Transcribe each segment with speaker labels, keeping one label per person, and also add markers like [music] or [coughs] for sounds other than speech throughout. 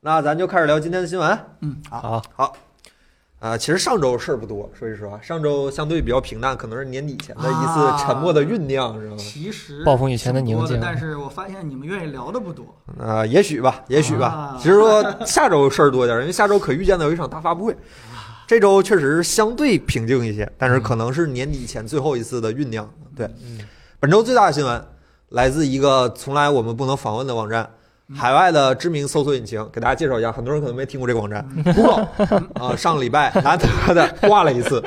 Speaker 1: 那咱就开始聊今天的新闻。
Speaker 2: 嗯，好，
Speaker 3: 好，
Speaker 1: 好，啊，其实上周事儿不多，说句实话，上周相对比较平淡，可能是年底前的一次沉默的酝酿，是吗？
Speaker 2: 其实
Speaker 3: 暴风雨前的宁
Speaker 2: 挺多
Speaker 3: 静
Speaker 2: 但是我发现你们愿意聊的不多。
Speaker 1: 啊、也许吧，也许吧
Speaker 2: 啊。
Speaker 1: 其实说下周事儿多点儿，因为下周可预见的有一场大发布会。这周确实相对平静一些，但是可能是年底前最后一次的酝酿。对，本周最大的新闻来自一个从来我们不能访问的网站，海外的知名搜索引擎，给大家介绍一下，很多人可能没听过这个网站，Google 啊、上礼拜难得的挂了一次，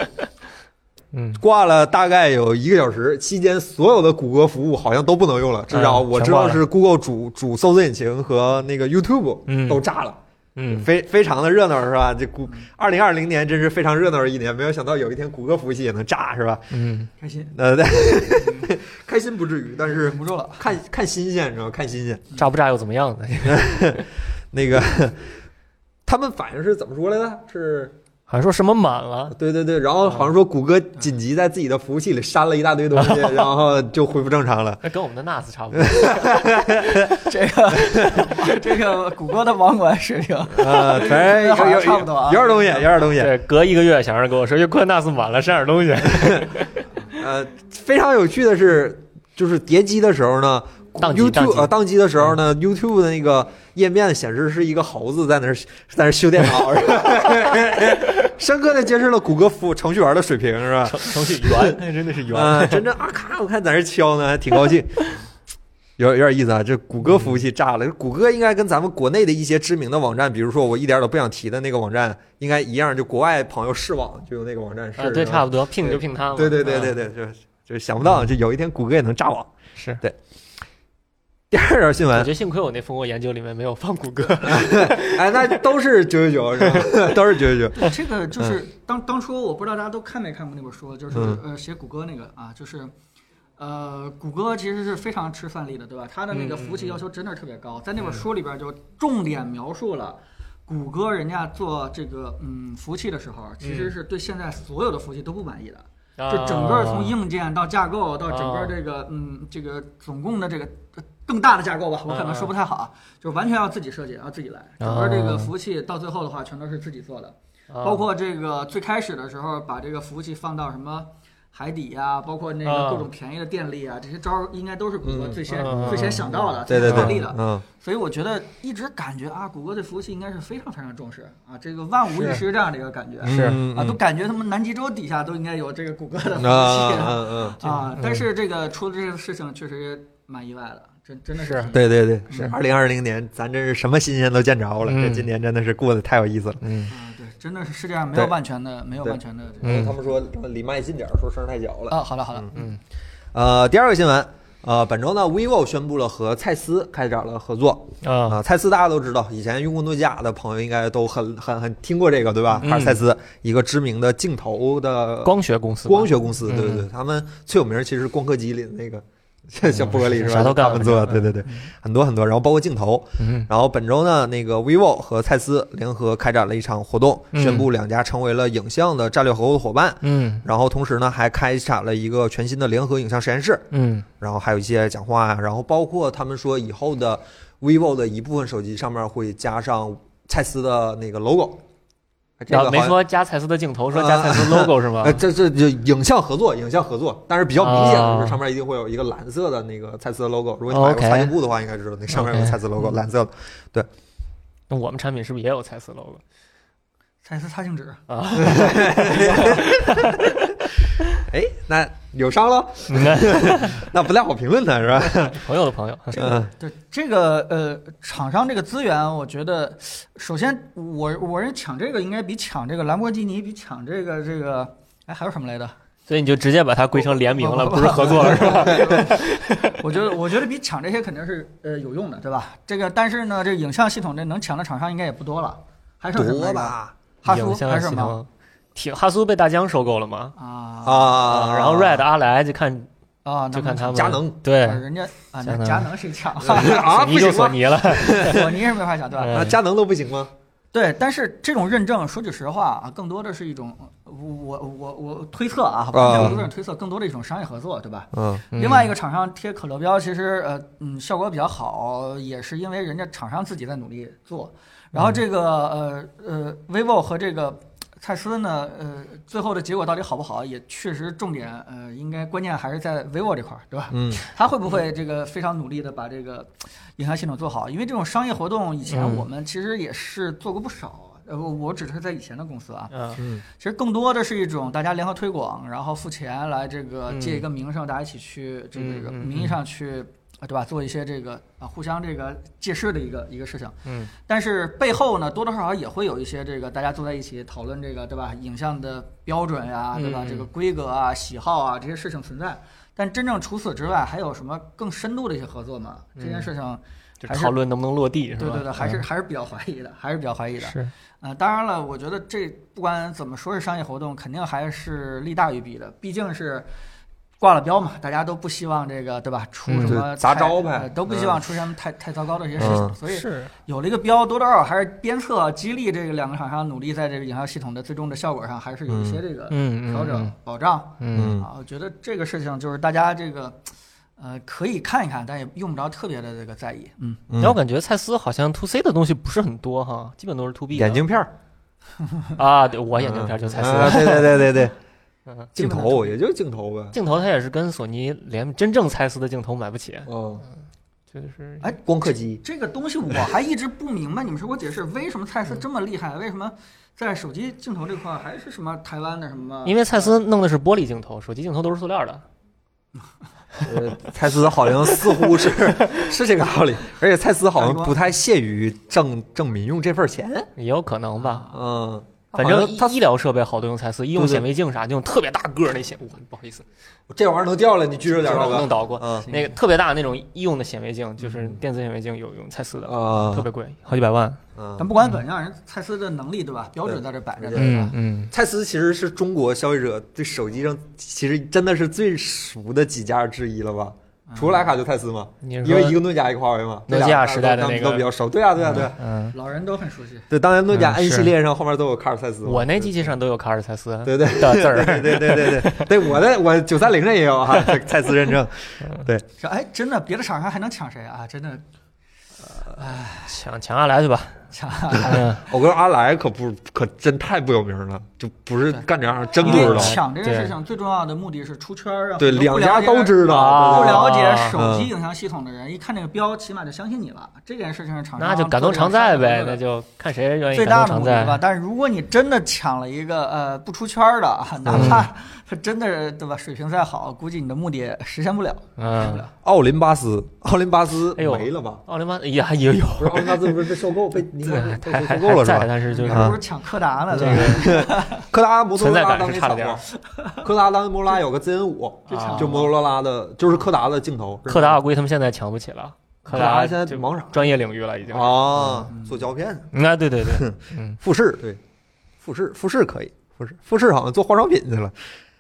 Speaker 3: [laughs] 嗯，
Speaker 1: 挂了大概有一个小时，期间所有的谷歌服务好像都不能用了，至少
Speaker 3: 嗯
Speaker 1: 我
Speaker 3: 全
Speaker 1: 知道
Speaker 3: 挂了
Speaker 1: 是 Google 主主搜索引擎和那个 YouTube
Speaker 3: 嗯
Speaker 1: 都炸了，
Speaker 3: 嗯，
Speaker 1: 非非常的热闹是吧？这谷二零二零年真是非常热闹的一年，没有想到有一天谷歌服务器也能炸是吧？
Speaker 3: 嗯，
Speaker 2: 开心，
Speaker 1: 呃，对嗯开心不至于，但是
Speaker 2: 忍不住了。
Speaker 1: 看看新鲜，你知道吗看新鲜。
Speaker 3: 炸不炸又怎么样呢？ [laughs]
Speaker 1: 那 [laughs] 个他们反应是怎么说来着？是
Speaker 3: 好像说什么满了，
Speaker 1: 对对对，然后好像说谷歌紧急在自己的服务器里删了一大堆东 [laughs] 西，然后就恢复正常了。
Speaker 3: 那跟我们的 NAS 差不多。
Speaker 2: 这 [laughs] 个这个谷歌的网管水平，
Speaker 1: 啊，反正 [laughs] 有
Speaker 2: 好像
Speaker 1: 有
Speaker 2: 差不多啊
Speaker 1: 有点东西，有点东西。
Speaker 3: [laughs] 对，隔一个月小人跟我说，就快 NAS 满了，删点 [laughs] 东西。
Speaker 1: 呃，非常有趣的是，就是叠机的时候呢。
Speaker 3: 宕机
Speaker 1: YouTube
Speaker 3: 宕机
Speaker 1: 呃，宕机的时候呢，YouTube 的那个页面显示是一个猴子在那儿在那儿修电
Speaker 3: [laughs]
Speaker 1: 脑，是吧？深刻的揭示了谷歌服务程序员的水平，是吧？
Speaker 3: 程程序员，那真的是 [laughs] 员。
Speaker 1: 啊，真正啊咔，我看在那儿敲呢，还挺高兴， [laughs] 有有点意思啊。这谷歌服务器炸了，谷歌应该跟咱们国内的一些知名的网站，比如说我一点儿都不想提的那个网站，应该一样。就国外朋友试网就用那个网站试，
Speaker 3: 啊，对，
Speaker 1: 是吧
Speaker 3: 差不多，聘就聘他嘛。
Speaker 1: 对对对对
Speaker 3: 嗯，
Speaker 1: 对，就就想不到，就有一天谷歌也能炸网。
Speaker 3: 是。
Speaker 1: 第二条新
Speaker 3: 我
Speaker 1: 闻
Speaker 3: 觉，得幸亏我那蜂窝研究里面没有放谷歌。 [laughs]
Speaker 1: 哎，那都是九九九，是吧？都是九九九。
Speaker 2: 这个就是当当初我不知道大家都看没看过那本书，就是
Speaker 1: 嗯
Speaker 2: 呃写谷歌那个啊，就是。呃，谷歌其实是非常吃范例的，对吧？它的那个
Speaker 3: 嗯嗯
Speaker 2: 服务器
Speaker 3: 嗯
Speaker 2: 要求真的是特别高，在那本书里边就重点描述了谷歌人家做这个嗯服务器的时候，其实是对现在所有的服务器都不满意的。
Speaker 3: 啊
Speaker 2: 就整个从硬件到架构到整个这个嗯这个总共的这个呃更大的架构吧，我可能说不太好啊，就是完全要自己设计，要自己来。整个这个服务器到最后的话，全都是自己做的，
Speaker 3: 啊
Speaker 2: 包括这个最开始的时候把这个服务器放到什么。海底呀、包括那个
Speaker 3: 啊
Speaker 2: 各种便宜的电力啊，这些招儿应该都是谷歌
Speaker 1: 嗯
Speaker 2: 最先、
Speaker 3: 嗯
Speaker 2: 最先想到的、
Speaker 1: 对
Speaker 2: 最
Speaker 1: 对
Speaker 2: 先发力
Speaker 1: 对
Speaker 2: 的，。
Speaker 1: 嗯，
Speaker 2: 所以我觉得一直感觉啊，谷歌对服务器应该是非常非常重视啊，这个万无一
Speaker 3: 是
Speaker 2: 失这样的一个感觉。
Speaker 3: 是
Speaker 1: 嗯
Speaker 2: 啊，都
Speaker 1: 嗯
Speaker 2: 感觉他们南极洲底下都应该有这个谷歌的服务
Speaker 1: 嗯
Speaker 2: 器
Speaker 1: 嗯嗯，
Speaker 2: [laughs] 啊。但是这个出了这个事情，确实蛮意外的，真真的
Speaker 3: 是
Speaker 2: 挺
Speaker 1: 对对对，是
Speaker 2: 嗯
Speaker 1: 二零二零年，咱真是什么新鲜都见着了。这
Speaker 3: 嗯
Speaker 1: 今年真的是过得太有意思了。
Speaker 3: 嗯，
Speaker 2: 啊，对，真的是世界上没有
Speaker 1: 对
Speaker 2: 万全的，没有
Speaker 1: 对
Speaker 2: 万全的这个
Speaker 3: 嗯
Speaker 1: 他们说离麦近点儿，说声儿太小了。
Speaker 2: 啊。好了好了，
Speaker 1: 嗯呃，第二个新闻，呃，本周呢，vivo 宣布了和蔡司开展了合作。
Speaker 3: 啊，
Speaker 1: 啊，蔡司大家都知道，以前用过诺基亚的朋友应该都很很很听过这个，对吧？
Speaker 3: 嗯
Speaker 1: 卡尔蔡司，一个知名的镜头的
Speaker 3: 光学公司吧，
Speaker 1: 光学公司，对对
Speaker 3: 嗯
Speaker 1: 对，他们最有名儿其实是光刻机里的那个小玻璃
Speaker 3: 是
Speaker 1: 是吧？
Speaker 3: 啥都干
Speaker 1: 他们做的，对对对，很多很多，然后包括镜头。
Speaker 3: 嗯，
Speaker 1: 然后本周呢，那个 vivo 和蔡司联合开展了一场活动，
Speaker 3: 嗯
Speaker 1: 宣布两家成为了影像的战略合作伙伴。
Speaker 3: 嗯
Speaker 1: 然后同时呢，还开展了一个全新的联合影像实验室，
Speaker 3: 嗯
Speaker 1: 然后还有一些讲话啊，然后包括他们说以后的 vivo 的一部分手机上面会加上蔡司的那个 logo，这啊个
Speaker 3: 然后啊没
Speaker 1: 好像
Speaker 3: 说加蔡司的镜头，说加蔡司 logo [laughs] 是吗
Speaker 1: 呃，？这这就影像合作，影像合作，但是比较明显的
Speaker 3: 啊哦
Speaker 1: 就是上面一定会有一个蓝色的那个蔡司的 logo。如果你买过
Speaker 3: OK
Speaker 1: 擦镜布的话，应该知道那上面有个
Speaker 3: OK
Speaker 1: 蔡司 logo，蓝色的。
Speaker 3: 那我们产品是不是也有蔡司 logo
Speaker 2: 蔡司擦净纸，
Speaker 3: 啊？
Speaker 1: 哎，那有伤了，
Speaker 3: 嗯
Speaker 1: [laughs] 那不太好评论它是
Speaker 3: [laughs]
Speaker 1: 吧？
Speaker 3: 朋友的朋友，
Speaker 2: 这
Speaker 1: 嗯
Speaker 2: 个对这个呃，厂商这个资源，我觉得首先我我认为抢这个应该比抢这个兰博基尼，比抢这个这个哎还有什么来着？
Speaker 3: 所以你就直接把它归成联名 [laughs] 了，不是合作了是吧？
Speaker 2: 我觉得，我觉得比抢这些肯定是呃有用的，对吧？这个，但是呢，这个影像系统这能抢的厂商应该也不多了，还剩什么
Speaker 1: 多
Speaker 2: 来着？
Speaker 1: 吧
Speaker 2: 哈苏
Speaker 3: 影像
Speaker 2: 还是
Speaker 3: 系
Speaker 2: 什么
Speaker 3: 统，挺哈苏被大疆收购了嘛？
Speaker 2: 啊
Speaker 1: 啊
Speaker 3: 然后 Red 阿莱就看
Speaker 2: 啊，
Speaker 3: 就看他们
Speaker 1: 佳
Speaker 3: [laughs]
Speaker 1: 能
Speaker 3: 对
Speaker 2: 啊人家啊，
Speaker 3: 佳
Speaker 2: 那
Speaker 3: 能
Speaker 2: 佳能是
Speaker 3: [laughs]
Speaker 2: 强，
Speaker 1: 啊
Speaker 3: 索尼就索
Speaker 1: 吗？
Speaker 3: 尼了，
Speaker 2: [laughs] 索尼是没法想
Speaker 3: 嗯
Speaker 2: 对吧？
Speaker 1: 啊，佳能都不行吗？
Speaker 2: 对，但是这种认证，说句实话啊，更多的是一种我我我我推测啊，
Speaker 1: 啊
Speaker 2: 我个人推测，更多的一种商业合作，对吧？
Speaker 1: 嗯
Speaker 3: 嗯
Speaker 2: 另外一个厂商贴可乐标，其实呃嗯效果比较好，也是因为人家厂商自己在努力做。然后这个呃呃 vivo 和这个蔡司呢，呃最后的结果到底好不好，也确实重点呃应该关键还是在 vivo 这块儿，对吧？
Speaker 1: 嗯
Speaker 2: [laughs] 他会不会这个非常努力的把这个影像系统做好？因为这种商业活动以前
Speaker 3: 嗯
Speaker 2: 我们其实也是做过不少。呃，我我只是在以前的公司啊，
Speaker 3: 嗯
Speaker 1: 嗯
Speaker 2: 其实更多的是一种大家联合推广，然后付钱来这个借一个名声，大家一起去这个这个
Speaker 3: 嗯嗯嗯嗯
Speaker 2: 名义上去，啊对吧？做一些这个啊互相这个借势的一个一个事情。
Speaker 3: 嗯
Speaker 2: 但是背后呢，多多少少也会有一些这个大家坐在一起讨论这个，对吧？影像的标准呀、对吧？
Speaker 3: 嗯
Speaker 2: 这个规格啊、喜好啊这些事情存在。但真正除此之外，还有什么更深度的一些合作吗？这
Speaker 3: 嗯
Speaker 2: 件事情，
Speaker 3: 就
Speaker 2: 还是
Speaker 3: 讨论能不能落地是吧？
Speaker 2: 对对对，还是
Speaker 3: 嗯
Speaker 2: 还是比较怀疑的，还是比较怀疑的。
Speaker 3: 是
Speaker 2: 呃，当然了，我觉得这不管怎么说是商业活动，肯定还是利大于弊的，毕竟是挂了标嘛，大家都不希望这个对吧，出
Speaker 3: 嗯
Speaker 2: 什
Speaker 1: 对
Speaker 2: 么
Speaker 1: 砸
Speaker 2: 太
Speaker 1: 招牌
Speaker 2: 呃都不希望出什么太太糟糕的这些事
Speaker 1: 嗯
Speaker 2: 情，所以
Speaker 3: 是，
Speaker 2: 有了一个标，多多少少还是鞭策激励这个两个厂商努力在这个影像系统的最终的效果上，还是有一些这个
Speaker 3: 嗯
Speaker 2: 呃调整保障
Speaker 3: 嗯
Speaker 1: 嗯
Speaker 2: 啊。我觉得这个事情就是大家这个呃可以看一看，但也用不着特别的这个在意，嗯。
Speaker 3: 然后
Speaker 1: 嗯，
Speaker 3: 感觉蔡司好像 to C 的东西不是很多哈，基本都是 to B 的
Speaker 1: 眼镜片儿，
Speaker 3: 啊，对我
Speaker 2: 嗯
Speaker 3: 眼镜片就蔡司
Speaker 1: 啊
Speaker 3: 的，
Speaker 1: 对对对对 [laughs] 对，
Speaker 3: 嗯
Speaker 1: 镜头也就镜头 [laughs] 呗。
Speaker 3: 镜头它也是跟索尼联，真正蔡司的镜头买不起，
Speaker 1: 嗯，
Speaker 3: 就是
Speaker 2: 哎
Speaker 1: 光刻机，
Speaker 2: 这个东西我还一直不明白，你们是给我解释为什么蔡司这么厉害？为什么在手机镜头这块儿还是什么台湾的什么？
Speaker 3: 因为蔡司弄的是玻璃镜头，手机镜头都是塑料的，
Speaker 1: 呃，蔡司好像似乎 [laughs] 是是这个道理，而且蔡司好像不太屑于挣挣民用这份钱。
Speaker 3: 也有可能
Speaker 2: 啊
Speaker 3: 吧。
Speaker 1: 嗯，
Speaker 3: 反
Speaker 1: 好
Speaker 3: 正
Speaker 1: 像
Speaker 3: 医
Speaker 1: 他
Speaker 3: 医疗设备好多用蔡司，医用
Speaker 1: 对对
Speaker 3: 显微镜啥就用特别大个儿那些，哇，不好意思，
Speaker 1: 这玩意儿能掉了，你举着点儿
Speaker 3: 这让
Speaker 1: 吧
Speaker 3: 我弄倒过。
Speaker 1: [laughs] 嗯
Speaker 3: 那个特别大那种医用的显微镜，就是电子显微镜，有用蔡司的，
Speaker 1: 啊
Speaker 3: 特别贵，好几百万。
Speaker 2: 咱
Speaker 1: 嗯，
Speaker 2: 不管怎样，人蔡司的能力对吧？标准在这摆着，对吧？
Speaker 3: 嗯，
Speaker 1: 蔡司其实是中国消费者对手机上其实真的是最熟的几家之一了吧？除了徕卡就蔡司嘛，
Speaker 3: 你是
Speaker 1: 因
Speaker 3: 说
Speaker 1: 为一个诺基亚一个华为嘛，这俩
Speaker 3: 诺基亚时代的
Speaker 1: 咱们
Speaker 3: 那个
Speaker 1: 都比较熟。对啊，对啊，对啊，
Speaker 3: 嗯，
Speaker 2: 老人都很熟悉。
Speaker 1: 对，当年诺基亚
Speaker 3: 嗯
Speaker 1: N
Speaker 3: 是
Speaker 1: 系列上后面都有卡尔蔡司嘛。
Speaker 3: 嗯我那机器上都有卡尔蔡司的
Speaker 1: 对对
Speaker 3: 字儿，
Speaker 1: 对对对对对，我的我九三零上也有哈，蔡蔡司认证。
Speaker 2: 是哎，真的，别的厂商还能抢谁啊？真的
Speaker 3: 抢抢下来去吧。
Speaker 2: 抢。
Speaker 3: 嗯，
Speaker 1: 我跟阿来可不可真太不有名了，就不是干这行真不
Speaker 2: 因
Speaker 1: 知
Speaker 2: 为
Speaker 1: 道。
Speaker 2: 抢这个事情最重要的目的是出圈儿，让
Speaker 1: 对，
Speaker 2: 很多不
Speaker 1: 两
Speaker 2: 了
Speaker 1: 家
Speaker 2: 解
Speaker 1: 都知道，
Speaker 2: 不
Speaker 1: 对对
Speaker 2: 了解
Speaker 3: 啊
Speaker 2: 手机影像系统的人，一看这个标，起码就相信你了。这件事情是厂商
Speaker 3: 那就感动常在呗，那
Speaker 2: 就。
Speaker 3: 就看谁愿意
Speaker 2: 最
Speaker 3: 感
Speaker 2: 大的
Speaker 3: 动常
Speaker 2: 目的吧。
Speaker 3: 在。
Speaker 2: 但是如果你真的抢了一个呃不出圈儿的，啊，哪
Speaker 1: 嗯
Speaker 2: 怕他真的对吧水平再好，估计你的目的也实现不了，实现不
Speaker 3: 嗯，
Speaker 2: 了。
Speaker 1: 奥林巴斯，奥林巴斯
Speaker 3: 哎呦
Speaker 1: 没了吧？
Speaker 3: 奥林巴也
Speaker 1: [laughs]
Speaker 3: 也有，
Speaker 1: 不是奥林巴斯不是被收购被尼
Speaker 3: 对，
Speaker 1: 康
Speaker 3: 还
Speaker 1: 被
Speaker 3: 还
Speaker 1: 收购了是
Speaker 3: 还在，
Speaker 1: 吧？啊
Speaker 3: 但是就
Speaker 2: 你
Speaker 3: 是
Speaker 2: 还不如抢柯达呢，
Speaker 3: 这
Speaker 2: 对吧？
Speaker 3: 个
Speaker 1: 柯达摩托罗拉
Speaker 3: 存在感
Speaker 1: 当
Speaker 3: 是
Speaker 1: 时
Speaker 3: 差
Speaker 1: 抢
Speaker 3: 了点儿
Speaker 1: 过，柯达当时摩托罗拉有个 ZN 五
Speaker 2: 这
Speaker 3: 啊，
Speaker 1: 就摩托罗拉的，就是柯达的镜头。
Speaker 3: 柯达，我估计他们现在抢不起了。
Speaker 1: 柯
Speaker 3: 达
Speaker 1: 达啊现在
Speaker 3: 就
Speaker 1: 忙啥？
Speaker 3: 专业领域了已经。
Speaker 1: 啊，做胶片，
Speaker 3: 嗯啊，对对对，
Speaker 1: 富士对，富士富士可以，富士富士好像做化妆品去了，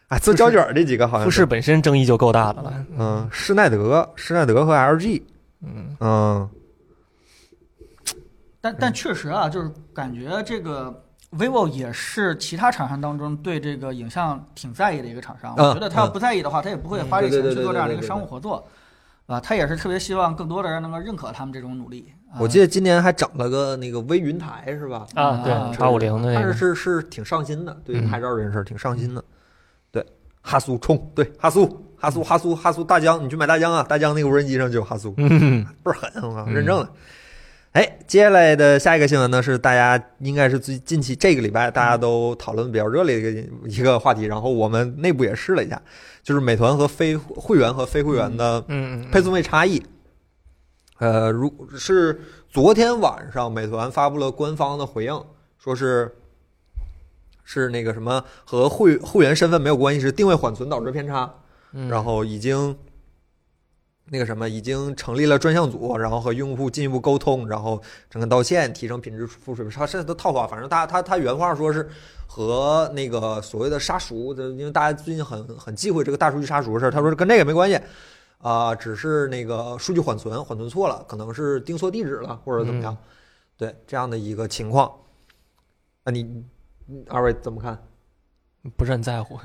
Speaker 1: 哎，做胶卷儿这几个好像
Speaker 3: 富
Speaker 1: 是
Speaker 3: 士本身争议就够大的了。
Speaker 1: 嗯，施耐德、施耐德和 LG，
Speaker 3: 嗯
Speaker 1: 嗯
Speaker 2: 但但确实啊，就是感觉这个 vivo 也是其他厂商当中对这个影像挺在意的一个厂商。
Speaker 1: 嗯
Speaker 2: 我觉得他要不在意的话，他也不会花这
Speaker 1: 嗯对
Speaker 2: 钱
Speaker 1: 对
Speaker 2: 去
Speaker 1: 对
Speaker 2: 做这样的一
Speaker 1: 对
Speaker 2: 个
Speaker 1: 对
Speaker 2: 商务合作。啊，他也是特别希望更多的人能够认可他们这种努力。啊，
Speaker 1: 我记得今年还整了个那个微云台是吧？
Speaker 3: 啊，
Speaker 2: 啊
Speaker 3: 对，叉五零的那
Speaker 1: 但是
Speaker 3: 个，
Speaker 1: 是是挺上心的，对于
Speaker 3: 嗯
Speaker 1: 拍照这件事儿挺上心的。对，哈苏冲，对哈苏。哈
Speaker 3: 嗯
Speaker 1: 苏，哈苏，哈苏，大疆，你去买大疆啊！大疆那个无人机上就有哈苏，
Speaker 3: 嗯，
Speaker 1: 倍儿狠，我靠，
Speaker 3: 嗯
Speaker 1: 认证了。哎，接下来的下一个新闻呢，是大家应该是最近期这个礼拜大
Speaker 3: 嗯
Speaker 1: 家都讨论比较热烈的一个一个话题，然后我们内部也试了一下，就是美团和非会员和非会员的
Speaker 3: 嗯嗯，
Speaker 1: 配送位差异。呃，如是昨天晚上美团发布了官方的回应，说是是那个什么和会会员身份没有关系，是定位缓存导致偏差，
Speaker 3: 嗯
Speaker 1: 然后已经那个什么已经成立了专项组，然后和用户进一步沟通，然后整个道歉，提升品质服务水平。他甚至都套话，反正他他他原话说是和那个所谓的杀熟，就因为大家最近很很忌讳这个大数据杀熟的事儿，他说跟这个没关系。啊、只是那个数据缓存缓存错了，可能是定错地址了，或者怎么样，对这样的一个情况，那你你二位怎么看？
Speaker 3: 嗯不是很在乎，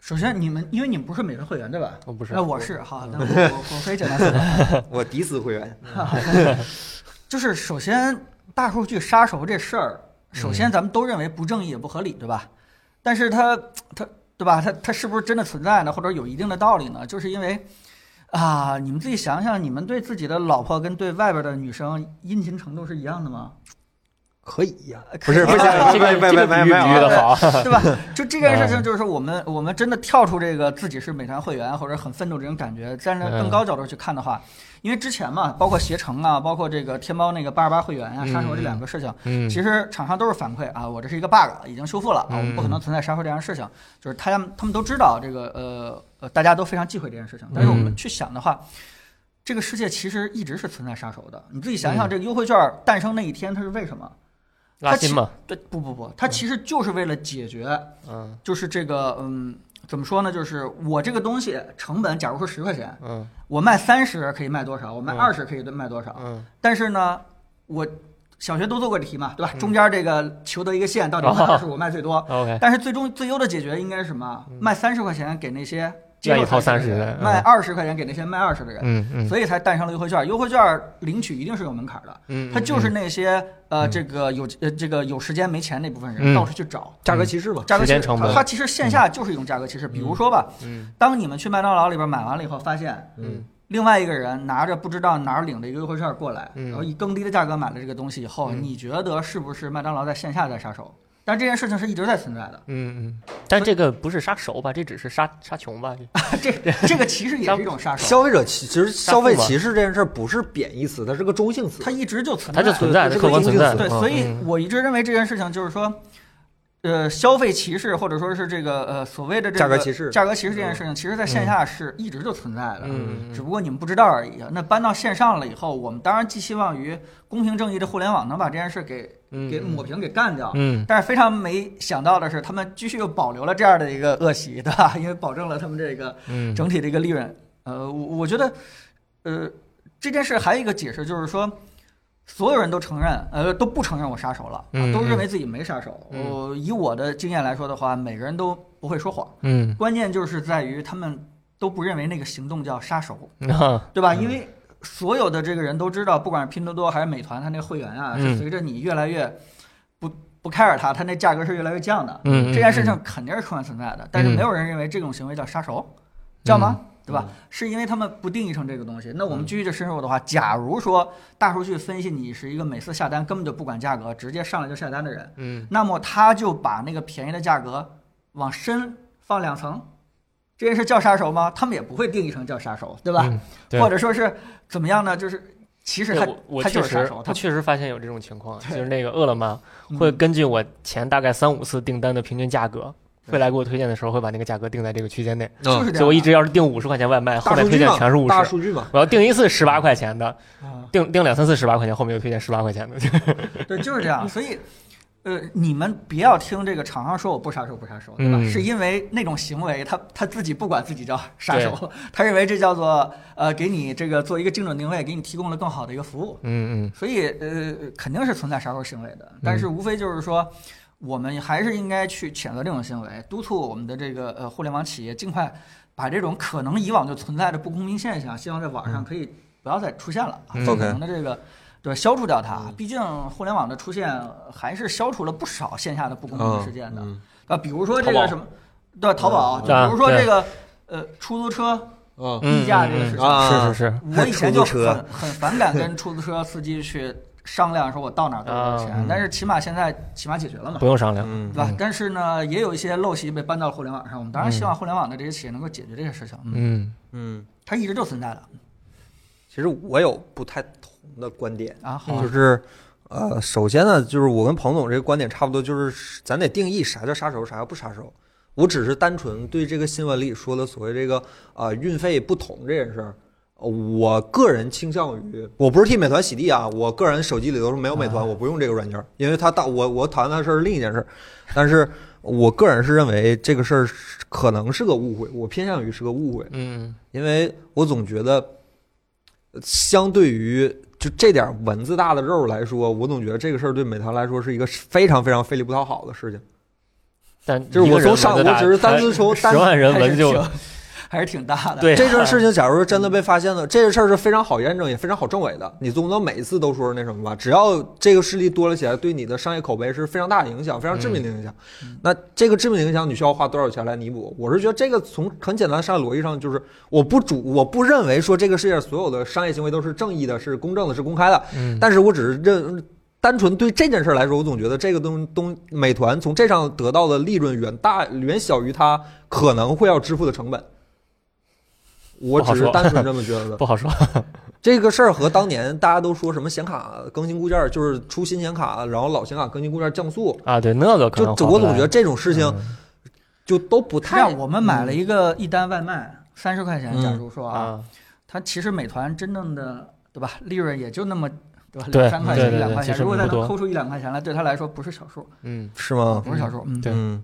Speaker 2: 首先，你们因为你们不是每人会员对吧？
Speaker 1: 哦
Speaker 3: 我不是
Speaker 2: 那。我是哈，
Speaker 1: [laughs]
Speaker 2: 那我我我可以简单说。
Speaker 1: [laughs] 我抵死会员，
Speaker 2: 就是首先大数据杀熟这事儿，首先咱们都认为不正义也不合理，对吧？但是它它对吧？它它是不是真的存在呢？或者有一定的道理呢？就是因为啊，你们自己想想，你们对自己的老婆跟对外边的女生殷勤程度是一样的吗？
Speaker 1: 可以呀、不
Speaker 2: 可以
Speaker 1: 是 [laughs]
Speaker 2: 呀
Speaker 1: 不是，
Speaker 3: 啊这个
Speaker 1: 没
Speaker 3: 这
Speaker 1: 没
Speaker 3: 个
Speaker 1: 没
Speaker 3: 比喻
Speaker 1: 没
Speaker 3: 比喻
Speaker 1: 有
Speaker 3: 的好，
Speaker 2: 对吧？就这件事情，就是我们我们真的跳出这个自己是美团会员或者很愤怒这种感觉，站在更高角度去看的话，因为之前嘛，包括携程啊，包括这个天猫那个八十八会员啊、杀手这两个事情，
Speaker 3: 嗯
Speaker 2: 其实厂商都是反馈啊，我这是一个 bug，已经修复了，啊，我们不可能存在杀手这样的事情。就是他们他们都知道这个呃呃，大家都非常忌讳这件事情，但是我们去想的话。这个世界其实一直是存在杀手的，你自己想想，这个优惠券诞生那一天它是为什么？
Speaker 3: 拉新嘛，
Speaker 2: 对，不不不，它其实就是为了解决
Speaker 3: 嗯
Speaker 2: 就是这个，嗯，怎么说呢？就是我这个东西成本，假如说十块钱，
Speaker 3: 嗯
Speaker 2: 我卖三十可以卖多少？我卖
Speaker 3: 嗯
Speaker 2: 二十可以卖多少？
Speaker 3: 嗯，
Speaker 2: 但是呢，我小学都做过这题嘛，
Speaker 3: 嗯
Speaker 2: 对吧？中间这个求得一个线，到底
Speaker 3: 哦
Speaker 2: 卖二十我卖最多？
Speaker 3: OK，
Speaker 2: 但是最终最优的解决应该是什么？卖三十块钱给那些接
Speaker 3: 嗯愿意
Speaker 2: 受
Speaker 3: 掏
Speaker 2: 30
Speaker 3: 30的
Speaker 2: 人
Speaker 3: 嗯
Speaker 2: 卖二十块钱给那些卖二十的人。
Speaker 3: 嗯嗯
Speaker 2: 所以才诞生了优惠券。优惠券领取一定是有门槛的，
Speaker 3: 嗯，
Speaker 2: 它就是那些呃这个有呃这个有时间没钱那部分人
Speaker 3: 嗯
Speaker 2: 到处去找，
Speaker 1: 价格歧视嘛，
Speaker 2: 哦嗯价格
Speaker 3: 时
Speaker 2: 歧
Speaker 3: 间
Speaker 2: 视，
Speaker 3: 成本
Speaker 2: 它它其实线下就是一种价格歧视。比如说吧，
Speaker 3: 嗯
Speaker 2: 当你们去麦当劳里边买完了以后，发现
Speaker 3: 嗯
Speaker 2: 另外一个人拿着不知道哪儿领的一个优惠券过来，
Speaker 3: 嗯
Speaker 2: 然后以更低的价格买了这个东西以后，
Speaker 3: 嗯
Speaker 2: 你觉得是不是麦当劳在线下在杀手？但这件事情是一直在存在的，
Speaker 3: 嗯啊嗯，但这个不是杀熟吧？这只是杀杀穷吧？ [laughs]
Speaker 2: 这这个其实也是一种杀手，
Speaker 1: 消费者歧其实消费
Speaker 3: 杀富嘛
Speaker 1: 歧视这件事儿不是贬义词，它是个中性词
Speaker 2: 它。一直就存
Speaker 3: 它
Speaker 2: 在
Speaker 3: 就
Speaker 2: 的。
Speaker 3: 存在，
Speaker 1: 这
Speaker 3: 它
Speaker 1: 个
Speaker 3: 客观存在。
Speaker 2: 对，
Speaker 1: 嗯
Speaker 2: 所以我一直认为这件事情就是说，呃，消费歧视或者说是这个呃所谓的这个
Speaker 1: 价格歧视
Speaker 2: 价格歧视这件事情，其实在线下是一直就存在的，
Speaker 3: 嗯嗯
Speaker 2: 只不过你们不知道而已啊。那搬到线上了以后，我们当然寄希望于公平正义的互联网能把这件事给
Speaker 3: 嗯
Speaker 2: 给抹平、给干掉。
Speaker 3: 嗯
Speaker 2: 但是非常没想到的是，他们继续又保留了这样的一个恶习，对吧？因 [laughs] 为保证了他们这个
Speaker 3: 嗯
Speaker 2: 整体的一个利润。呃，我我觉得，呃，这件事还有一个解释就是说，所有人都承认，呃，都不承认我杀手了，啊
Speaker 3: 嗯
Speaker 2: 都
Speaker 3: 嗯
Speaker 2: 认为自己没杀手。
Speaker 3: 嗯
Speaker 2: 我以我的经验来说的话，每个人都不会说谎，
Speaker 3: 嗯
Speaker 2: 关键就是在于他们都不认为那个行动叫杀手，
Speaker 3: 啊
Speaker 2: 对吧？因为所有的这个人都知道，不管是拼多多还是美团，它那个会员啊，
Speaker 3: 嗯
Speaker 2: 是随着你越来越不不 care 它，它那价格是越来越降的。
Speaker 3: 嗯，
Speaker 2: 这件事情肯定是客观存在的，但是没有人认为这种行为叫杀手，叫吗？
Speaker 3: 嗯
Speaker 2: 对吧？是因为他们不定义成这个东西。那我们继续这深入的话，假如说大数据分析你是一个每次下单根本就不管价格，直接上来就下单的人，
Speaker 3: 嗯
Speaker 2: 那么他就把那个便宜的价格往深放两层，这件事叫杀手吗？他们也不会定义成叫杀手，对吧？
Speaker 3: 嗯对
Speaker 2: 或者说是怎么样呢？就是其实
Speaker 3: 对
Speaker 2: 他
Speaker 3: 我我
Speaker 2: 他
Speaker 3: 确
Speaker 2: 就是杀
Speaker 3: 实
Speaker 2: 手，，
Speaker 3: 我
Speaker 2: 他
Speaker 3: 确实发现有这种情况，
Speaker 2: 对
Speaker 3: 就是那个饿了么
Speaker 2: 嗯
Speaker 3: 会根据我前大概三五次订单的平均价格，
Speaker 2: 对啊
Speaker 3: 会来给我推荐的时候会把那个价格定在这个区间内。
Speaker 2: 就
Speaker 1: 嗯
Speaker 2: 是这样的。
Speaker 3: 所以我一直要是订五十块钱外卖，后
Speaker 1: 大
Speaker 3: 面
Speaker 1: 数
Speaker 3: 推
Speaker 1: 据
Speaker 3: 荐
Speaker 1: 嘛，
Speaker 3: 全是五
Speaker 1: 大
Speaker 3: 十。
Speaker 1: 数据嘛，
Speaker 3: 我要订一次十八块钱的，
Speaker 2: 啊
Speaker 3: 订订两三次十八块钱，后面又推荐十八块钱的。
Speaker 2: 对，就是这样。所以，呃，你们别要听这个厂商说我不杀手不杀手，对吧？
Speaker 3: 嗯
Speaker 2: 是因为那种行为他他自己不管自己叫杀手，他认为这叫做呃给你这个做一个精准定位，给你提供了更好的一个服务。
Speaker 3: 嗯嗯
Speaker 2: 所以呃，肯定是存在杀手行为的，但是无非就是说。我们还是应该去谴责这种行为，督促我们的这个呃互联网企业尽快把这种可能以往就存在的不公平现象，希望在网上可以不要再出现了，啊
Speaker 3: 嗯
Speaker 2: 尽可能的这个对消除掉它。毕竟互联网的出现还是消除了不少线下的不公平事件的
Speaker 1: 嗯，
Speaker 2: 啊，比如说这
Speaker 3: 淘
Speaker 2: 个
Speaker 3: 宝
Speaker 2: 什么，对淘宝，
Speaker 1: 嗯
Speaker 2: 就比如说
Speaker 3: 对
Speaker 2: 这个呃出租车
Speaker 1: 嗯
Speaker 3: 嗯，
Speaker 2: 溢价这个事情，
Speaker 1: 啊
Speaker 3: 是是是，
Speaker 2: 我以前就
Speaker 1: 出租车
Speaker 2: 很很反感跟出租车司机去商量说我到哪儿多少钱，
Speaker 3: 啊
Speaker 2: 但是起码现在起码解决了嘛
Speaker 3: 不，用商量。
Speaker 1: 嗯
Speaker 2: 对吧？但是呢，也有一些陋习被搬到了互联网上，我们当然希望互联网的这些企业能够解决这些事情，嗯，
Speaker 3: 嗯
Speaker 1: 嗯，
Speaker 2: 它一直就存在的
Speaker 1: 其实我有不太同的观点，
Speaker 2: 啊。好
Speaker 3: 嗯
Speaker 2: 啊，
Speaker 1: 就是呃，首先呢，就是我跟彭总这个观点差不多，就是咱得定义啥叫杀手，啥叫不杀手。我只是单纯对这个新闻里说的所谓这个呃运费不同这件事儿，呃我个人倾向于，我不是替美团洗地啊，我个人手机里头是没有美团，
Speaker 4: 啊
Speaker 1: 我不用这个软件儿，因为它大我我讨厌它的事儿是另一件事儿，但是我个人是认为这个事儿是可能是个误会，我偏向于是个误会，
Speaker 3: 嗯
Speaker 1: 因为我总觉得，呃相对于就这点蚊子大的肉来说，我总觉得这个事儿对美团来说是一个非常非常费力不讨好的事情。
Speaker 3: 但
Speaker 1: 就是
Speaker 3: 一个
Speaker 1: 我
Speaker 3: 人
Speaker 1: 从上，
Speaker 3: 蚊子
Speaker 1: 我
Speaker 3: 大
Speaker 1: 只是单纯从
Speaker 3: 十
Speaker 1: 单
Speaker 3: 万人
Speaker 2: 还是
Speaker 3: 闻就
Speaker 2: 挺还是挺大的。
Speaker 3: 对
Speaker 1: 这件事情，假如是真的被发现了，这个事儿是非常好验证，也非常好证伪的。你总不能每一次都说是那什么吧？只要这个事例多了起来，对你的商业口碑是非常大的影响，非常致命的影响。
Speaker 2: 嗯
Speaker 1: 那这个致命的影响，你需要花多少钱来弥补？我是觉得这个从很简单的商业逻辑上，就是 [clears throat] 我不主，我不认为说这个世界上所有的商业行为都是正义的、是公正的、是公开的，
Speaker 3: 嗯
Speaker 1: 但是我只是认。单纯对这件事儿来说，我总觉得这个东东美团从这上得到的利润远大远小于它可能会要支付的成本。我
Speaker 3: 不好
Speaker 1: 只是
Speaker 3: 说
Speaker 1: 单纯这么觉得的。
Speaker 3: 不好说，
Speaker 1: [laughs] 这个事儿和当年大家都说什么显卡更新固件儿，就是出新显卡，然后老显卡更新固件儿降速，
Speaker 3: 啊，对那个可
Speaker 1: 就
Speaker 3: 能
Speaker 1: 就
Speaker 3: 划不
Speaker 1: 我总
Speaker 3: 来
Speaker 1: 觉得这种事情
Speaker 3: 嗯
Speaker 1: 就都不
Speaker 2: 实际
Speaker 1: 太
Speaker 2: 上，我们买了一个一单外卖，三十块钱，假如说啊，
Speaker 3: 啊，
Speaker 2: 它其实美团真正的对吧，利润也就那么对吧，
Speaker 3: 对
Speaker 2: 两三块钱、
Speaker 3: 对对
Speaker 2: 一
Speaker 3: 对
Speaker 2: 两块
Speaker 3: 其
Speaker 2: 钱，
Speaker 3: 实
Speaker 2: 如果再
Speaker 3: 不多
Speaker 2: 能抠出一两块钱来，对他来说不是小数，
Speaker 3: 嗯，
Speaker 1: 是吗？
Speaker 2: 不是小数。嗯，
Speaker 3: 对
Speaker 1: 嗯，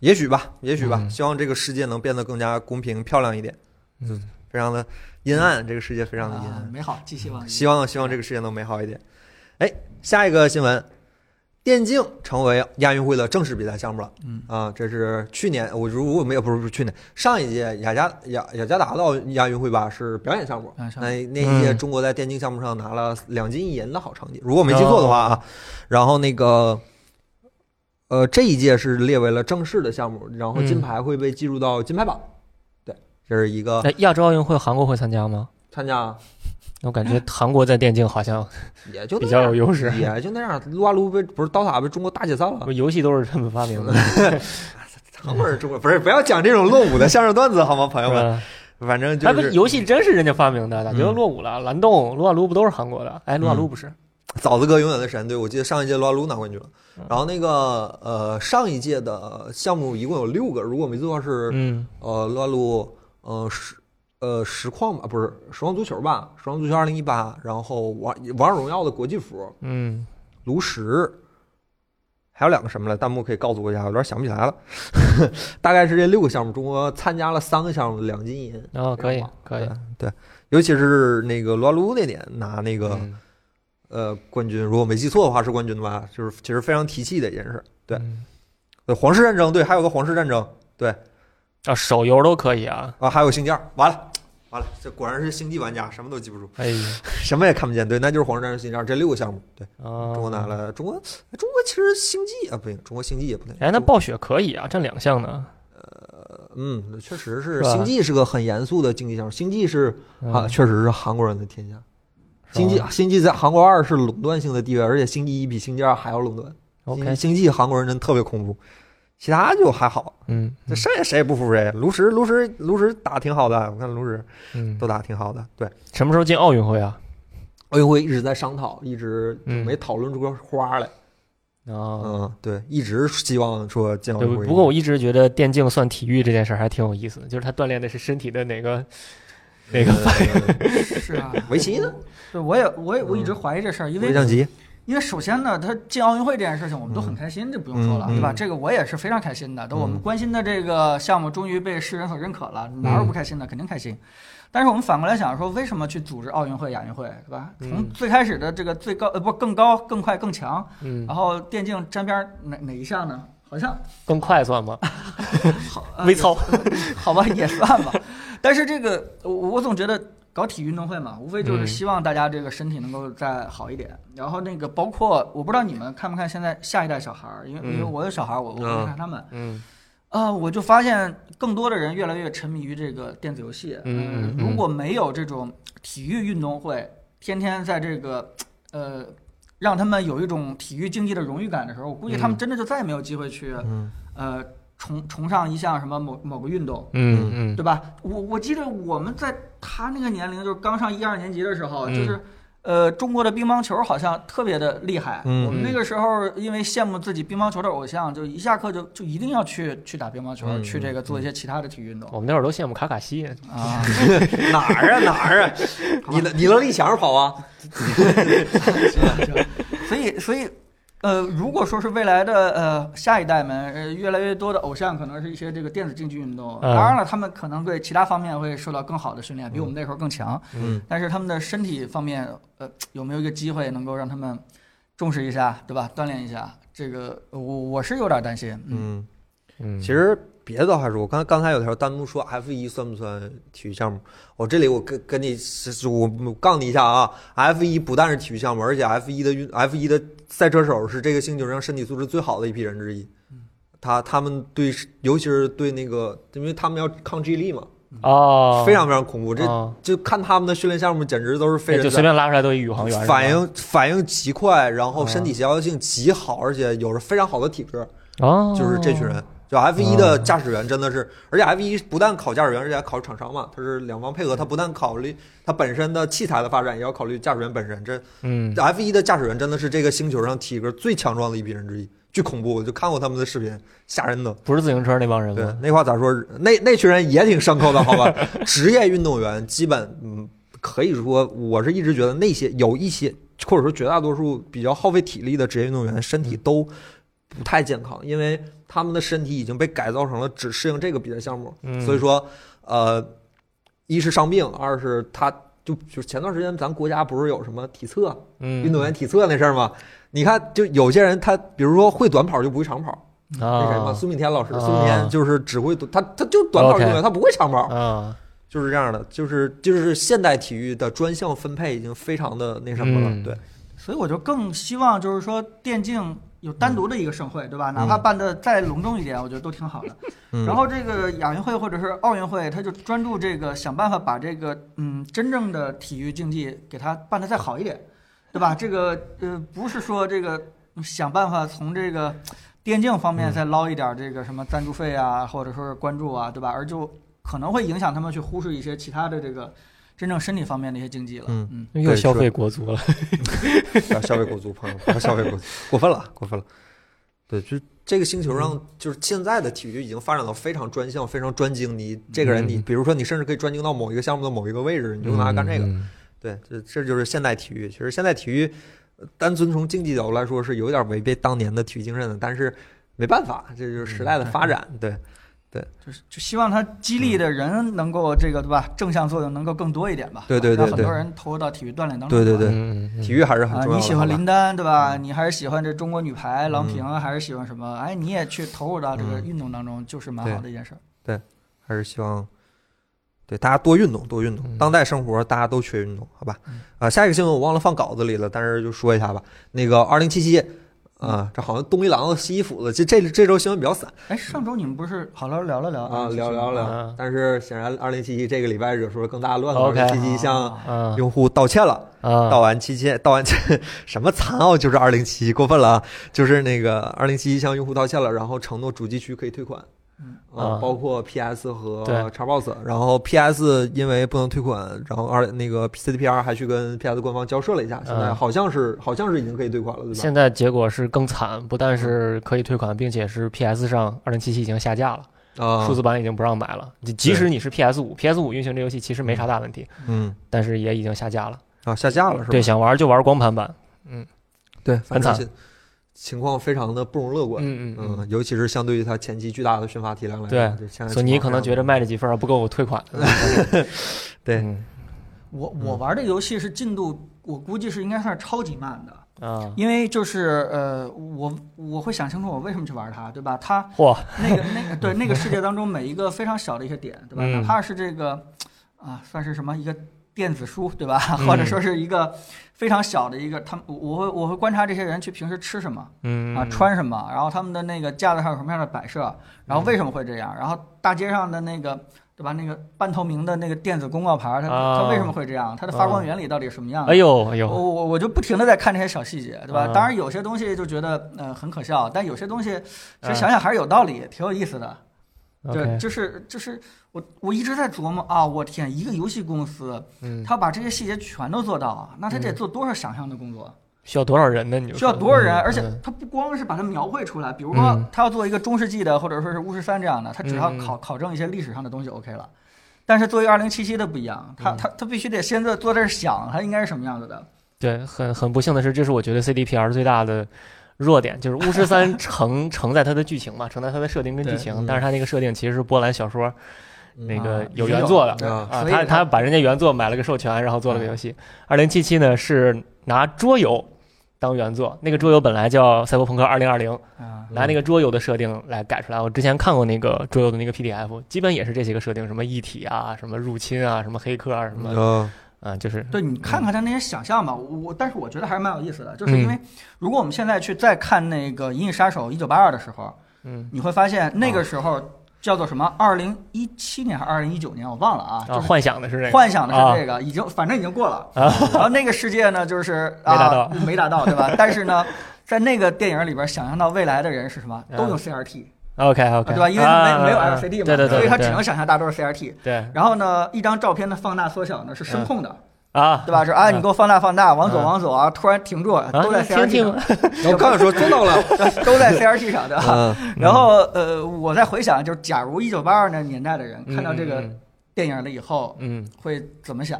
Speaker 1: 也许吧，也许吧，
Speaker 3: 嗯
Speaker 1: 希望这个世界能变得更加公平、漂亮一点。
Speaker 3: 嗯，
Speaker 1: 非常的阴暗，这个世界非常的阴
Speaker 2: 啊
Speaker 1: 暗。
Speaker 2: 美好，寄希望于。
Speaker 1: 希望希望这个世界能美好一点。哎，下一个新闻，电竞成为亚运会的正式比赛项目了。
Speaker 2: 嗯
Speaker 1: 啊，这是去年我如果没有不是不是去年上一届雅加雅雅加达的奥运亚运会吧是表演项目，
Speaker 2: 啊上
Speaker 1: 那那一届
Speaker 3: 嗯
Speaker 1: 中国在电竞项目上拿了两金一银的好成绩，如果没记错的话啊。然后那个。呃，这一届是列为了正式的项目，然后金
Speaker 3: 嗯
Speaker 1: 牌会被计入到金牌榜。对，这是一个
Speaker 3: 那亚洲奥运会韩国会参加吗？
Speaker 1: 参加
Speaker 3: 我感觉韩国在电竞好像
Speaker 1: 也就
Speaker 3: 比
Speaker 1: 那
Speaker 3: 较
Speaker 1: 样
Speaker 3: 有
Speaker 1: [laughs]
Speaker 3: 优势，
Speaker 1: 也就那样，撸啊撸被不是刀塔被中国大解散了。
Speaker 3: 游戏都是他们发
Speaker 1: [laughs]
Speaker 3: 明的，
Speaker 1: 他们是中国， [laughs] 不是不要讲这种落伍的相声段子好吗，朋友
Speaker 3: 是
Speaker 1: 们？
Speaker 3: 吧
Speaker 1: 反正就
Speaker 3: 嗯哎，不是，
Speaker 1: 是
Speaker 3: 游戏真是人家发明的，咋觉得
Speaker 1: 嗯
Speaker 3: 落伍了？蓝洞、撸啊撸不都是韩国的？哎，撸啊撸不是？
Speaker 1: 枣子哥永远的神队，我记得上一届撸啊撸拿冠军了
Speaker 3: 嗯。
Speaker 1: 然后那个呃，上一届的项目一共有六个，如果我没记错是
Speaker 3: 嗯
Speaker 1: 呃撸啊撸呃实呃实况吧，不是实况足球吧，实况足球二零一八，然后王王者荣耀的国际服
Speaker 3: 嗯，
Speaker 1: 炉石，还有两个什么了？弹幕可以告诉我一下，有点想不起来了。 [laughs] 大概是这六个项目，中国参加了三个项目，两金一银。
Speaker 3: 然后哦可以
Speaker 1: 非常棒
Speaker 3: 可以，
Speaker 1: 对，对尤其是那个撸啊撸那年拿那个、
Speaker 3: 嗯
Speaker 1: 呃冠军，如果没记错的话是冠军吧，就是其实非常提气的一件事。对，
Speaker 3: 嗯
Speaker 1: 呃皇室战争对，还有个皇室战争
Speaker 3: 啊，手游都可以啊。
Speaker 1: 啊，还有星际二，完了完了，这果然是星际玩家，什么都记不住，
Speaker 3: 哎呀，
Speaker 1: 什么也看不见。对，那就是皇室战争、星际二这六个项目。对，
Speaker 3: 啊，
Speaker 1: 中国拿了，中国哎中国其实星际啊不行，中国星际也不行。
Speaker 3: 哎，那
Speaker 1: 中
Speaker 3: 暴雪可以啊，这两项呢？
Speaker 1: 嗯，确实是
Speaker 3: 是吧
Speaker 1: 星际是个很严肃的竞技项目，星际是
Speaker 3: 嗯
Speaker 1: 啊，确实是韩国人的天下。
Speaker 3: 吧
Speaker 1: 星际星际在韩国二是垄断性的地位，而且星际一比星际二还要垄断。
Speaker 3: ，OK，
Speaker 1: 星际韩国人真特别恐怖，其他就还好，
Speaker 3: 嗯，
Speaker 1: 这谁也谁也不服谁。炉石炉石炉石打挺好的，我看炉石
Speaker 3: 嗯，
Speaker 1: 都打挺好的。对，
Speaker 3: 什么时候进奥运会啊？
Speaker 1: 奥运会一直在商讨，一直就
Speaker 3: 嗯
Speaker 1: 没讨论出个花来。
Speaker 3: 啊，
Speaker 1: 嗯，对，一直希望说进奥
Speaker 3: 对
Speaker 1: 运会。，
Speaker 3: 不过我一直觉得电竞算体育这件事儿还挺有意思的，就是它锻炼的是身体的哪个哪个。
Speaker 1: [laughs] 呃
Speaker 2: 是啊，
Speaker 1: 围棋呢？嗯
Speaker 2: 对，我也我也我一直怀疑这事儿，因为
Speaker 1: 围象
Speaker 3: [laughs]
Speaker 1: 棋，
Speaker 2: 因为首先呢，他进奥运会这件事情，我们都很开心，这不用说了，
Speaker 1: 嗯
Speaker 2: 对吧？
Speaker 1: 嗯
Speaker 2: 这个我也是非常开心的。都我们
Speaker 1: 嗯
Speaker 2: 关心的这个项目终于被世人所认可了，哪
Speaker 1: 嗯
Speaker 2: 有不开心的？肯定开心。但是我们反过来想说，为什么去组织奥运会、亚运会，对吧？从
Speaker 3: 嗯
Speaker 2: 最开始的这个最高呃不更高、更快、更强，
Speaker 3: 嗯，
Speaker 2: 然后电竞沾边儿哪哪一项呢？好像
Speaker 3: 更快算吗？
Speaker 2: 好呃
Speaker 1: 啊
Speaker 3: 微操，
Speaker 2: [laughs] 好吧，也算吧。但是这个，我我总觉得搞体育运动会嘛，无非就是
Speaker 3: 嗯
Speaker 2: 希望大家这个身体能够再好一点。然后那个，包括我不知道你们看不看现在下一代小孩儿，因为、
Speaker 3: 嗯
Speaker 2: 因为我有小孩儿，我我
Speaker 1: 嗯
Speaker 2: 会看他们。
Speaker 3: 嗯
Speaker 2: 啊、我就发现更多的人越来越沉迷于这个电子游戏。
Speaker 3: 嗯嗯嗯
Speaker 2: 呃如果没有这种体育运动会，天天在这个呃。让他们有一种体育竞技的荣誉感的时候，我估计他们
Speaker 3: 嗯
Speaker 2: 真的就再也没有机会去、
Speaker 1: 嗯
Speaker 2: 呃崇崇尚一项什么某某个运动。
Speaker 3: 嗯嗯，
Speaker 2: 对吧？我我记得我们在他那个年龄，就是刚上一二年级的时候，
Speaker 3: 嗯
Speaker 2: 就是呃，中国的乒乓球好像特别的厉害。
Speaker 1: 嗯
Speaker 2: 我们那个时候因为羡慕自己乒乓球的偶像，就一下课就就一定要去去打乒乓球，
Speaker 1: 嗯
Speaker 2: 去这个做一些其他的体育运
Speaker 1: [laughs]
Speaker 2: 动
Speaker 3: 我们那会儿都羡慕卡卡西，
Speaker 2: 啊。
Speaker 1: 哪儿啊哪
Speaker 3: [laughs]
Speaker 1: 儿啊？你能你能立墙上跑啊？
Speaker 2: 所以，所以，呃，如果说是未来的呃下一代们，呃，越来越多的偶像可能是一些这个电子竞技运动。
Speaker 3: 嗯
Speaker 2: 当然了，他们可能对其他方面会受到更好的训练，比我们那时候更强。
Speaker 1: 嗯，
Speaker 2: 但是他们的身体方面，呃，有没有一个机会能够让他们重视一下，对吧？锻炼一下，这个我我是有点担心。嗯，
Speaker 1: 嗯，
Speaker 3: 嗯，
Speaker 1: 其实别的倒还说，我刚刚才有条弹幕说 F 一算不算体育项目？我这里我跟跟你是是我我杠你一下啊，F 一不但是体育项目，而且 F 一的运 F 一的赛车手是这个星球上身体素质最好的一批人之一。
Speaker 3: 嗯
Speaker 1: 他他们对，尤其是对那个，因为他们要抗 G 力嘛，
Speaker 3: 哦，
Speaker 1: 非常非常恐怖。这
Speaker 3: 哦
Speaker 1: 就看他们的训练项目，简直都是非
Speaker 3: 对
Speaker 1: 人
Speaker 3: 哎就随
Speaker 1: 哉
Speaker 3: 便拉出来都一宇航员，是吧
Speaker 1: 反应反应极快，然后身体协调性极好，而且有着非常好的体格，
Speaker 3: 哦，
Speaker 1: 就是这群人。就 F 一的驾驶员真的是，而且 F 一不但考驾驶员，而且还考厂商嘛，它是两方
Speaker 3: 嗯
Speaker 1: 配合，它不但考虑它本身的器材的发展，也要考虑驾驶员本身。这
Speaker 3: 嗯，
Speaker 1: F 一的驾驶员真的是这个星球上体格最强壮的一批人之一，巨恐怖！我就看过他们的视频，吓人的。
Speaker 3: 不是自行车那帮人
Speaker 1: 对
Speaker 3: 吗？，
Speaker 1: 那话咋说？那那群人也挺牲口的，好吧？
Speaker 3: [laughs]
Speaker 1: 职业运动员基本，嗯，可以说，我是一直觉得那些有一些，或者说绝大多数比较耗费体力的职业运动员，身体都不太健康，因为他们的身体已经被改造成了只适应这个比赛项目。
Speaker 3: 嗯
Speaker 1: 所以说，呃，一是伤病，二是他就就前段时间咱国家不是有什么体测，
Speaker 3: 嗯，
Speaker 1: 运动员体测那事儿吗？你看，就有些人他，比如说会短跑就不会长跑。那谁嘛，
Speaker 3: 啊
Speaker 1: 苏炳添老师，
Speaker 3: 啊
Speaker 1: 苏炳添就是只会他他就短跑运动员，
Speaker 3: OK
Speaker 1: 他不会长跑，
Speaker 3: 啊，
Speaker 1: 就是这样的，就是就是现代体育的专项分配已经非常的那什么了，
Speaker 3: 嗯
Speaker 1: 对，
Speaker 2: 所以我就更希望就是说电竞有单独的一个盛会，对吧？哪怕办的再隆重一点，我觉得都挺好的。
Speaker 1: 嗯
Speaker 2: 然后这个亚运会或者是奥运会，他就专注这个，想办法把这个嗯真正的体育竞技给它办得再好一点，对吧？这个呃不是说这个嗯想办法从这个电竞方
Speaker 1: 嗯
Speaker 2: 面再捞一点这个什么赞助费啊，或者说是关注啊，对吧？而就可能会影响他们去忽视一些其他的这个真正身体方面的一些竞技了。
Speaker 1: 嗯
Speaker 2: 嗯，
Speaker 3: 又消费国足了，
Speaker 1: 不要消费国足，朋友，不要消费国足，过分了，过分了，对，就这个星球上，就是现在的体育已经发展到非常专项、非常专精，你这个人你，
Speaker 3: 嗯
Speaker 1: 比如说你甚至可以专精到某一个项目的某一个位置，你就拿它干这个，
Speaker 3: 嗯，
Speaker 1: 对，这这就是现代体育。其实现代体育，呃单纯从竞技角度来说是有点违背当年的体育精神的，但是没办法，这就是时代的发展。
Speaker 2: 嗯
Speaker 1: [laughs] 对，
Speaker 2: 就是就希望他激励的人能够这个对吧，正向作用能够更多一点吧。
Speaker 1: 对对对
Speaker 2: 让很多
Speaker 1: 对
Speaker 2: 人投入到体育锻炼当中。
Speaker 1: 对对
Speaker 2: 吧
Speaker 1: 对
Speaker 3: 嗯
Speaker 1: 体育还是很
Speaker 2: 啊
Speaker 1: 重要的。，嗯
Speaker 2: 你喜欢
Speaker 1: 好吧
Speaker 2: 林丹对吧？你还是喜欢这中国女排郎平，啊还是喜欢什么？哎，你也去投入到这个
Speaker 1: 嗯
Speaker 2: 运动当中，就是蛮好的一件事儿。
Speaker 1: 还是希望对大家多运动，多运动。
Speaker 3: 嗯
Speaker 1: 当代生活大家都缺运动，好吧
Speaker 2: 嗯？
Speaker 1: 啊，下一个新闻我忘了放稿子里了，但是就说一下吧。那个二零七七。啊，这好像东一榔头西一斧子，这这这周新闻比较散
Speaker 2: 哎，上周你们不是好好聊了聊
Speaker 1: 啊，聊聊聊
Speaker 3: 啊。
Speaker 1: 但是显然，二零七七这个礼拜惹出了更大的乱子，二
Speaker 3: OK
Speaker 1: 零七七向
Speaker 2: 啊
Speaker 3: 啊
Speaker 1: 用户道歉了。
Speaker 3: 啊
Speaker 1: 道完期间， [laughs] 道完什么残奥就是二零七过分了啊！就是那个二零七向用户道歉了，然后承诺主机区可以退款，
Speaker 2: 嗯
Speaker 1: 啊
Speaker 3: 啊，
Speaker 1: 包括 PS 和
Speaker 3: 对
Speaker 1: Xbox，然后 PS 因为不能退款，然后二那个 CDPR 还去跟 PS 官方交涉了一下，现在
Speaker 3: 嗯
Speaker 1: 好像是好像是已经可以退款了，对吧？
Speaker 3: 现在结果是更惨，不但是可以退款，并且是 PS 上二零七七已经下架了，
Speaker 1: 啊
Speaker 3: 数，字版已经不让买了。即即使你是 PS 五，PS 五运行这游戏其实没啥大问题，
Speaker 1: 嗯，但
Speaker 3: 但是也已经下架了。
Speaker 1: 啊，下架了是吧？
Speaker 3: 对，想玩就玩光盘版。
Speaker 1: 对，反正
Speaker 3: 很惨
Speaker 1: 现情况非常的不容乐观。
Speaker 3: 嗯
Speaker 1: 嗯，尤其是相对于它前期巨大的宣发体量来说，
Speaker 3: 对
Speaker 1: 就现在
Speaker 3: 索尼
Speaker 1: 情况
Speaker 3: 可能
Speaker 1: 非常
Speaker 3: 觉得卖这几份儿不够我退款。
Speaker 1: 对
Speaker 3: 嗯
Speaker 2: 我
Speaker 1: 嗯
Speaker 2: 我玩的游戏是进度，我估计是应该算是超级慢的，
Speaker 3: 啊，
Speaker 2: 因为就是呃，我我会想清楚我为什么去玩它，对吧？它
Speaker 3: 嚯，
Speaker 2: 那个那个对那个世界当中每一个非常小的一些点，对吧？
Speaker 3: 嗯
Speaker 2: 哪怕是这个啊，算是什么一个电子书，对吧？
Speaker 3: 嗯
Speaker 2: 或者说是一个非常小的一个，他们我我会我会观察这些人去平时吃什么
Speaker 3: 嗯
Speaker 2: 啊，穿什么，然后他们的那个架子上有什么样的摆设，然后为什么会这
Speaker 3: 嗯
Speaker 2: 样，然后大街上的那个。对吧？那个半透明的那个电子公告牌，它它
Speaker 3: 啊嗯
Speaker 2: 为什么会这样？它的发光原理到底是什么样的
Speaker 3: 哎？呦哎
Speaker 2: 我
Speaker 3: 呦，
Speaker 2: 我我就不停的在看这些小细节，对吧？
Speaker 3: 嗯
Speaker 2: 当然有些东西就觉得呃很可笑，但有些东西其实想想还是有道理，挺有意思的。对，
Speaker 3: 嗯 OK，
Speaker 2: 就是就是我我一直在琢磨啊，我天，一个游戏公司，
Speaker 3: 嗯，
Speaker 2: 他把这些细节全都做到，啊那他得做多少想象的工作？
Speaker 3: 需要多少人呢？你就
Speaker 2: 需要
Speaker 3: 说
Speaker 2: 多少人？
Speaker 3: 嗯
Speaker 2: 而且
Speaker 3: 嗯
Speaker 2: 他不光是把它描绘出来，比如
Speaker 3: 嗯
Speaker 2: 说他要做一个中世纪的，或者说是巫师三这样的，他只要
Speaker 3: 嗯嗯
Speaker 2: 考考证一些历史上的东西 OK 了。但是作为二零七七的不一样，他
Speaker 3: 嗯
Speaker 2: 他他必须得先在坐这儿想，他应该是什么样子的。
Speaker 3: 对，很很不幸的是，这是我觉得 CDPR 最大的弱点，就是《巫
Speaker 2: [laughs]
Speaker 3: 师三》承承载它的剧情嘛，承载它的设定跟剧
Speaker 2: 对
Speaker 3: 情，
Speaker 1: 嗯
Speaker 3: 但是它那个设定其实是波兰小说那个
Speaker 2: 啊
Speaker 3: 有
Speaker 2: 已经
Speaker 3: 原
Speaker 2: 有
Speaker 3: 作
Speaker 2: 了
Speaker 3: 的。
Speaker 2: 对
Speaker 1: 啊
Speaker 3: 啊，
Speaker 2: 所以嗯
Speaker 3: 他
Speaker 2: 他
Speaker 3: 他把人家原作买了个授权，然后做了个游戏。二零七七呢是拿桌游当原作，那个桌游本来叫《赛博朋克二零二零》，
Speaker 2: 啊，
Speaker 3: 拿那个桌游的设定来改出来。我之前看过那个桌游的那个 PDF，基本也是这些个设定，什么一体啊，什么入侵啊，什么黑客啊，什么
Speaker 1: 嗯
Speaker 3: [laughs] 啊，就是
Speaker 2: 对你看看他那些想象吧，我我但是我觉得还是蛮有意思的，就是因
Speaker 3: 嗯
Speaker 2: 为如果我们现在去再看那个《银翼杀手》一九八二的时候，
Speaker 3: 嗯
Speaker 2: 你会发现那个时候叫做什么？二零一七年还是二零一九年？我忘了啊，就
Speaker 3: 啊，
Speaker 2: 是
Speaker 3: 幻想的是这个，
Speaker 2: 幻想的
Speaker 3: 啊
Speaker 2: 是这个，已经反正已经过了。然后那个世界呢，就是啊
Speaker 3: [laughs] 没达到，
Speaker 2: 没达到，对吧？但是呢，在那个电影里边，想象到未来的人是什么，都用 CRT，
Speaker 3: OK 嗯 OK，
Speaker 2: 啊对吧？因为
Speaker 3: 啊
Speaker 2: 没没有 LCD 嘛，
Speaker 3: 对对对，
Speaker 2: 所以他只
Speaker 3: 对
Speaker 2: 能想象大家都是 CRT。
Speaker 3: 对
Speaker 2: 然后呢，一张照片的放大缩小呢是声控的，
Speaker 3: 啊，
Speaker 2: 对吧？说啊，
Speaker 3: 嗯
Speaker 2: 你给我放大放大，往左
Speaker 3: 嗯
Speaker 2: 往左啊，突然停住，
Speaker 3: 啊
Speaker 2: 都在 CRT
Speaker 3: 听
Speaker 2: 上
Speaker 3: 听，
Speaker 1: 我刚想说做到
Speaker 3: [laughs]
Speaker 1: 了，
Speaker 2: [laughs] 都在 CRT 上的。
Speaker 1: 嗯，
Speaker 2: 然后呃，我再回想，就是假如一九八二那年代的人看到这个
Speaker 3: 嗯
Speaker 2: 电影了以后，
Speaker 3: 嗯，
Speaker 2: 会怎么想，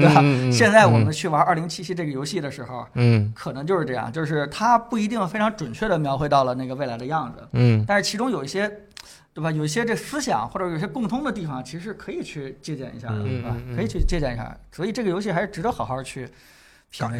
Speaker 2: [laughs] 对吧？
Speaker 3: 嗯嗯嗯
Speaker 2: 现在我们去玩二零七七这个游戏的时候，
Speaker 3: 嗯
Speaker 2: 可能就是这样，就是它不一定非常准确的描绘到了那个未来的样子，
Speaker 3: 嗯
Speaker 2: 但是其中有一些，对吧？有一些这思想或者有一些共通的地方，其实可以去借鉴一下，
Speaker 1: 嗯
Speaker 2: 对吧
Speaker 3: 嗯嗯？
Speaker 2: 可以去借鉴一下，所以这个游戏还是值得好好去
Speaker 1: 感
Speaker 2: 品味一下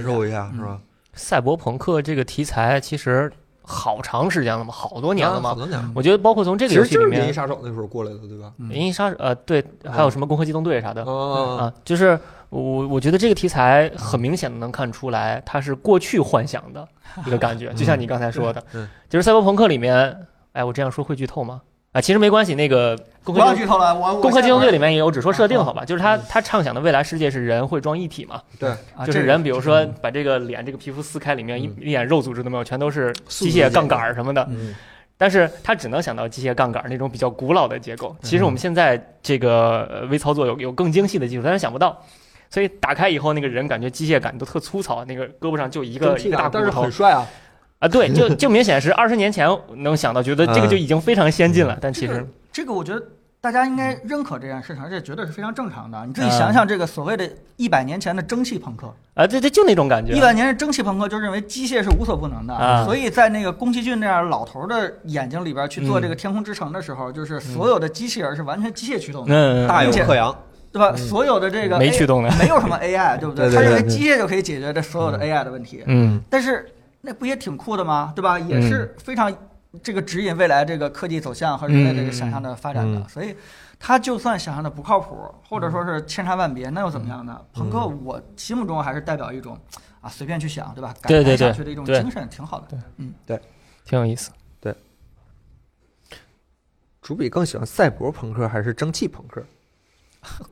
Speaker 1: 受一下是吧？
Speaker 3: 赛博朋克这个题材其实好长时间了嘛，好多
Speaker 1: 多
Speaker 3: 年了
Speaker 2: 啊
Speaker 3: 嘛
Speaker 1: 好。多年了。
Speaker 3: 我觉得包括从这
Speaker 1: 其
Speaker 3: 个游
Speaker 1: 实
Speaker 3: 戏
Speaker 1: 就是
Speaker 3: 里
Speaker 1: 《银翼
Speaker 3: 面，
Speaker 1: 杀手》那时候过来的，对吧？
Speaker 2: 嗯
Speaker 3: 银翼杀手呃对，还有什么攻壳机动队啥的
Speaker 1: 啊，
Speaker 3: 啊，就是我我觉得这个题材很明显的能看出来，它是过去幻想的一个感
Speaker 2: [laughs]
Speaker 3: 觉，就像你刚才说的
Speaker 1: 嗯，
Speaker 3: 就是赛博朋克里面，哎，我这样说会剧透吗？啊，其实没关系，那个
Speaker 2: 不
Speaker 3: 攻壳机
Speaker 2: 要
Speaker 3: 动
Speaker 2: 剧透了，我
Speaker 3: 《
Speaker 2: 我
Speaker 3: 攻壳机动队》
Speaker 2: 现
Speaker 3: 里面也有，只
Speaker 1: 啊
Speaker 3: 说设定好吧，就是他
Speaker 1: 嗯
Speaker 3: 他畅想的未来世界是人会装一体嘛，
Speaker 2: 在啊
Speaker 3: 就
Speaker 2: 这
Speaker 3: 是
Speaker 2: 个
Speaker 3: 人比如说把这个脸这个皮肤撕开，里面一
Speaker 1: 嗯
Speaker 3: 一点肉组织都没有，全都是
Speaker 1: 素
Speaker 3: 机
Speaker 1: 质的
Speaker 3: 械
Speaker 1: 结
Speaker 3: 杠杆
Speaker 1: 构
Speaker 3: 儿什么的。
Speaker 1: 嗯
Speaker 3: 但是他只能想到机械杠杆儿那种比较古老的结构。
Speaker 1: 嗯
Speaker 3: 其实我们现在这个呃微操作有有更精细的技术，但是想不到。所以打开以后，那个人感觉机械感都特粗糙，那个胳膊上就一个一个大骨
Speaker 1: 但是
Speaker 3: 头
Speaker 1: 很帅啊，
Speaker 3: 啊，对，就就明显是二十年前能想到，觉得这个
Speaker 1: 嗯
Speaker 3: 就已经非常先进了，但其
Speaker 2: 这
Speaker 3: 实
Speaker 2: 个这个我觉得。大家应该认可这件事情，而且觉得是非常正常的。你自己
Speaker 3: 嗯
Speaker 2: 想想，这个所谓的一百年前的蒸汽朋克，
Speaker 3: 啊，这这就那种感觉
Speaker 2: 一，百年是蒸汽朋克，就认为机械是无所不能的，
Speaker 3: 啊
Speaker 2: 所以在那个宫崎骏那样老头儿的眼睛里边去
Speaker 3: 嗯
Speaker 2: 做这个《天空之城》的时候，就是所有的机器人是完全机械驱动的，
Speaker 3: 嗯，嗯
Speaker 1: 大有
Speaker 2: 并且
Speaker 1: 克洋。
Speaker 2: 对吧？
Speaker 1: 嗯
Speaker 2: 所有的这个
Speaker 3: 没
Speaker 2: A-
Speaker 3: 驱动的，
Speaker 2: [laughs] 没有什么 AI，对不
Speaker 1: 对对
Speaker 2: 他
Speaker 1: 对
Speaker 2: 认为
Speaker 1: 对
Speaker 2: 机械就可以解决这所有的 AI 的问题，
Speaker 3: 嗯。
Speaker 2: 但是那不也挺酷的吗？对吧？也是非常这个指引未来这个科技走向和人类这个想象的发展的，
Speaker 1: 嗯
Speaker 2: 所以他就算想象的不靠谱，或者说是千差万别，那又怎
Speaker 3: 嗯
Speaker 2: 么样呢？朋克我心目中还是代表一种啊随便去想，对吧？改
Speaker 3: 对对
Speaker 2: 来
Speaker 3: 对
Speaker 2: 下去的一种
Speaker 3: 对
Speaker 2: 精神，挺好的。
Speaker 3: 挺有意思。
Speaker 1: 主笔更喜欢赛博朋克还是蒸汽朋克？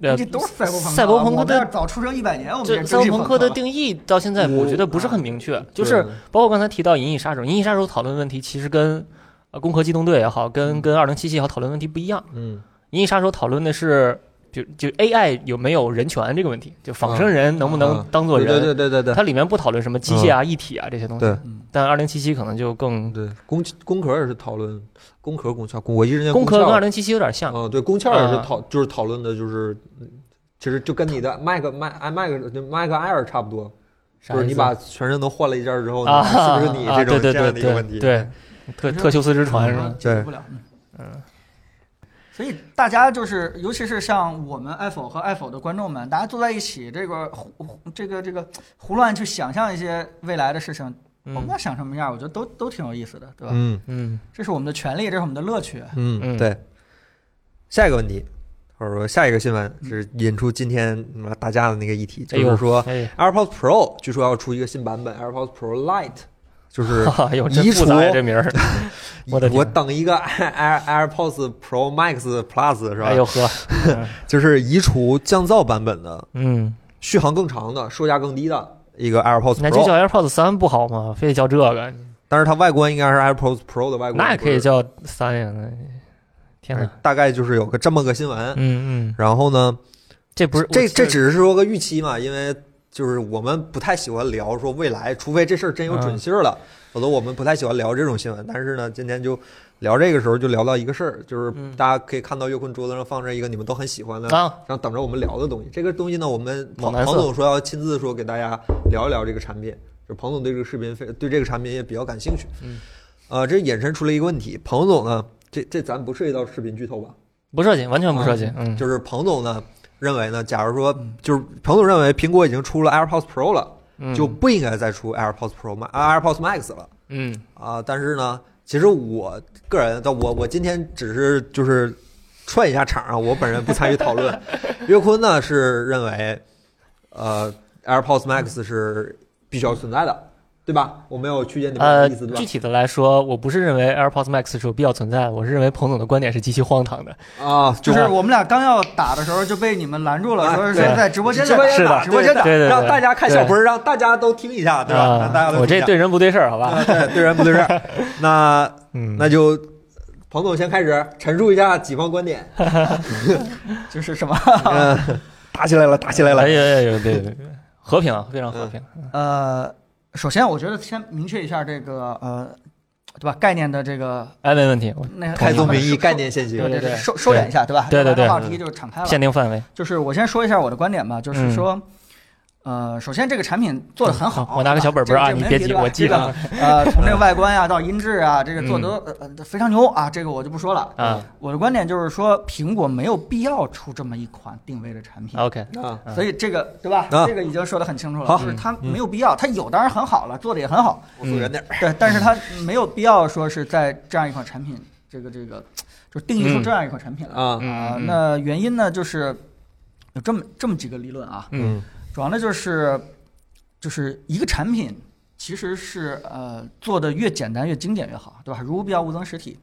Speaker 3: 呃
Speaker 2: 这，都是赛博朋克啊，
Speaker 3: 赛博朋克
Speaker 2: 我们
Speaker 3: 的
Speaker 2: 要早出生一百年，我们
Speaker 3: 这
Speaker 2: 也
Speaker 3: 赛博朋克的
Speaker 2: 定
Speaker 3: 定义到现
Speaker 1: 嗯
Speaker 3: 在我觉得不是很明确，就是包括刚才提到《银翼杀手》，《银翼杀手》讨论问题其实跟呃《攻壳机动队》也好，跟跟《二零七七》也好讨论问题不一样，《
Speaker 1: 嗯
Speaker 3: 银翼杀手》讨论的是就就 AI 有没有人权这个问题，就仿生人能不能
Speaker 1: 啊
Speaker 3: 当做
Speaker 1: 对
Speaker 3: 人，
Speaker 1: 对对对对
Speaker 3: 它里面不讨论什么机械啊、一体啊这些东西
Speaker 1: 对，
Speaker 2: 嗯
Speaker 3: 但《二零七七》可能就更
Speaker 1: 对，工工壳也是讨论工壳工壳，我一直间
Speaker 3: 攻壳跟《
Speaker 1: 壳
Speaker 3: 二零七七》有点像，
Speaker 1: 啊，对，工壳也是讨就是讨论的就是，嗯其实就跟你的麦克麦哎麦克就麦克埃尔差不多，
Speaker 3: 啥
Speaker 1: 就是
Speaker 3: 意
Speaker 1: 你
Speaker 3: 思
Speaker 1: 把全身都换了一件之后，
Speaker 3: 啊，
Speaker 1: 是不是你
Speaker 3: 啊
Speaker 1: 这种
Speaker 3: 对
Speaker 1: 这
Speaker 3: 对
Speaker 1: 样的一个
Speaker 3: 对
Speaker 1: 问题？
Speaker 3: 对，对特特修斯之船是吧？
Speaker 2: 解决不了。嗯。所以大家就是，尤其是像我们爱否和爱否的观众们，大家坐在一起，这个胡胡这个这个胡乱去想象一些未来的事情，甭
Speaker 3: 嗯
Speaker 2: 管想什么样，我觉得都都挺有意思的，对吧？
Speaker 1: 嗯
Speaker 3: 嗯
Speaker 2: 这是我们的权利，这是我们的乐趣。
Speaker 1: 嗯
Speaker 3: 嗯
Speaker 1: 对。下一个问题，或者说下一个新闻是引出今天嗯大家的那个议题，
Speaker 3: 嗯
Speaker 1: 就
Speaker 3: 哎呦
Speaker 1: 是说
Speaker 3: 哎
Speaker 1: AirPods Pro 据说要出一个新版本 AirPods Pro Lite，就是
Speaker 3: [laughs] 哈哈，有真
Speaker 1: 移
Speaker 3: 复杂呀
Speaker 1: 除
Speaker 3: 这名儿，我的天
Speaker 1: 我等一个 [laughs] Air Air- AirPods Pro Max Plus 是吧？
Speaker 3: 哎呦呵，
Speaker 1: 就是移除降噪版本的，
Speaker 3: 嗯，
Speaker 1: 续航更长的，售价更低的一个 AirPods
Speaker 3: 那就
Speaker 1: Pro，
Speaker 3: 叫 AirPods 三不好吗？非得叫这个，
Speaker 1: 但是它外观应该是哎 AirPods Pro 的外观，
Speaker 3: 那也可以
Speaker 1: 不是
Speaker 3: 叫三呀，那天哪，
Speaker 1: 大概就是有个这么个新闻。
Speaker 3: 嗯嗯，
Speaker 1: 然后呢，
Speaker 3: 这不是
Speaker 1: 这
Speaker 3: 我
Speaker 1: 这只是说个预期嘛，因为就是我们不太喜欢聊说未来，除非这事儿真有
Speaker 3: 嗯
Speaker 1: 准信儿了，否则我们不太喜欢聊这种新闻。但是呢，今天就聊这个时候就聊到一个事儿，就是
Speaker 3: 嗯
Speaker 1: 大家可以看到月坤桌子上放着一个你们都很喜欢的，然
Speaker 3: 啊，
Speaker 1: 后等着我们聊的东西。这个东西呢，我们庞
Speaker 3: 猛男
Speaker 1: 庞
Speaker 3: 色
Speaker 1: 总说要亲自说给大家聊一聊这个产品，就庞总对这个视频非对这个产品也比较感兴趣。
Speaker 3: 嗯，
Speaker 1: 呃，这引申出了一个问题，庞总呢，这这咱不涉及到视频剧透吧？
Speaker 3: 不涉及，完全不涉及。嗯，
Speaker 1: 啊就是彭总呢认为呢，假如说就是彭总认为苹果已经出了 AirPods Pro 了，
Speaker 3: 嗯
Speaker 1: 就不应该再出 AirPods Pro Ma- 啊 AirPods Max 了
Speaker 3: 嗯
Speaker 1: 啊。但是呢，其实我个人，但我我今天只是就是串一下场啊，我本人不参与讨
Speaker 3: [laughs]
Speaker 1: 论。岳坤呢是认为，呃，AirPods Max 是必须要存在的，对吧？我没有曲解你们的
Speaker 3: 呃，
Speaker 1: 意思，对吧
Speaker 3: 具？体的来说，我不是认为 AirPods Max 是有必要存在的，我是认为彭总的观点是极其荒唐的。
Speaker 1: 啊，
Speaker 2: 就是我们俩刚要打的时候就被你们拦住了，
Speaker 1: 哎
Speaker 2: 说是
Speaker 3: 对
Speaker 2: 在直播间
Speaker 1: 直
Speaker 2: 在
Speaker 1: 播
Speaker 2: 打
Speaker 1: 间
Speaker 3: 是
Speaker 1: 打，
Speaker 3: 的
Speaker 1: 直播间打，
Speaker 3: 对对对
Speaker 1: 让大家看小
Speaker 3: 对
Speaker 1: 不是，让大家都听一下，对吧？让大家
Speaker 3: 啊
Speaker 1: 都，听
Speaker 3: 我
Speaker 1: 一
Speaker 3: 这
Speaker 1: 下
Speaker 3: 对人不对事儿，好吧？
Speaker 1: 啊，对对人不对事儿。那
Speaker 3: 嗯，
Speaker 1: 那就彭总先开始陈述一下己方观点。
Speaker 2: 就
Speaker 1: [laughs]
Speaker 2: 是什么
Speaker 1: 嗯，打起来了，打起来嗯
Speaker 3: 哎呀哎呀，别别别，和平啊，非常和平。
Speaker 2: 呃，首先我觉得先明确一下这个呃，对吧？概念的这个
Speaker 3: 哎，没问题，我
Speaker 2: 那
Speaker 1: 开宗明
Speaker 2: 收
Speaker 1: 义，概念先行
Speaker 3: 对。
Speaker 2: 对对，收收敛一下，对吧？
Speaker 3: 对对对
Speaker 2: 要不然的话题就敞开了。
Speaker 3: 限定范围
Speaker 2: 就是我先说一下我的观点吧，就是说，呃，首先这个产品做的很好
Speaker 3: 嗯，好我拿个小本本啊
Speaker 2: 对吧
Speaker 3: 你别急
Speaker 2: 这这没问题
Speaker 3: 我记
Speaker 2: 对吧
Speaker 3: [laughs]
Speaker 2: 这个呃，从这个外观啊到音质啊，这个做得
Speaker 3: 嗯
Speaker 2: 呃呃非常牛啊，这个我就不说了。
Speaker 3: 啊
Speaker 2: 我的观点就是说，苹果没有必要出这么一款定位的产品。
Speaker 3: ，OK，
Speaker 1: 啊，
Speaker 3: 嗯
Speaker 2: 所以这个对吧？
Speaker 1: 啊
Speaker 2: 这个已经说得很清楚了，
Speaker 1: 好
Speaker 2: 就是它没有必要，它有当然很好了，做的也很好，
Speaker 1: 我走远点儿。
Speaker 2: 对，但是它没有必要说是在这样一款产品，这个这个，就是定
Speaker 3: 嗯
Speaker 2: 义出这样一款产品来。
Speaker 1: 啊，
Speaker 2: 啊、
Speaker 3: 嗯嗯
Speaker 2: 那原因呢，就是有这么这么几个理论啊，
Speaker 3: 嗯
Speaker 2: 主要呢就是就是一个产品其实是呃做的越简单越经典越好，对吧？如无必要勿增实体。